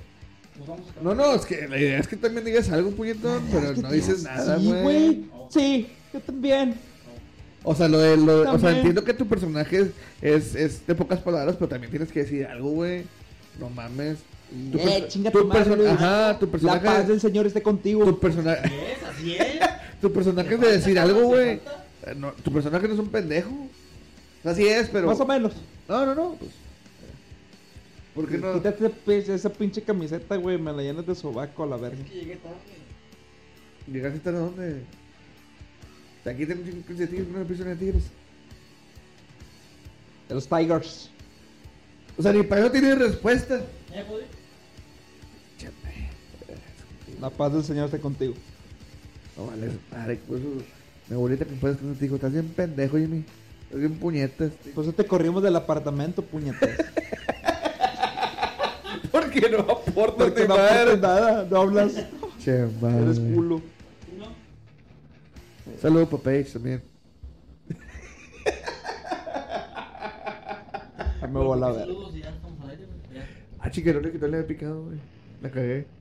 pues vamos a No, no, es que la idea es que también digas algo, puñetón, pero no dices nada, sí, güey. güey. Sí, yo también. O sea, lo de, lo de- o sea, También. entiendo que tu personaje es, es, es de pocas palabras, pero también tienes que decir algo, güey. No mames. Tu, Eh, per- chinga tu tu madre, perso- Luis. Ajá, tu La paz personaje. del Señor esté contigo. Tu personaje. es, así es. Tu personaje es de decir algo, güey. Eh, no, tu personaje no es un pendejo. Así es, pero. Más o menos. No, no, no. Pues. ¿Por qué no? Quítate pe- esa pinche camiseta, güey, me la llenas de sobaco a la verga. Llegué tarde. ¿Llegaste hasta dónde? De Aquí tengo un pinche tigre, una prisión de tigres. De los Tigers. O sea, ni para eso tiene respuesta. ¿Ya pude? La paz del Señor esté contigo. No vale, madre, pues. uh, Mi abuelita que puedes con dijo, estás bien pendejo, Jimmy. Estás bien puñetas. Por eso te corrimos del apartamento, puñetas. Porque no aporta Porque no aportas nada, no hablas, Che, madre. eres culo. Saludos para Paige también. Ya Me voy a la verga. pues, Saludos y ya estamos al aire, güey. Ya. Ah, chiquero, que no le había picado, güey. La cagué.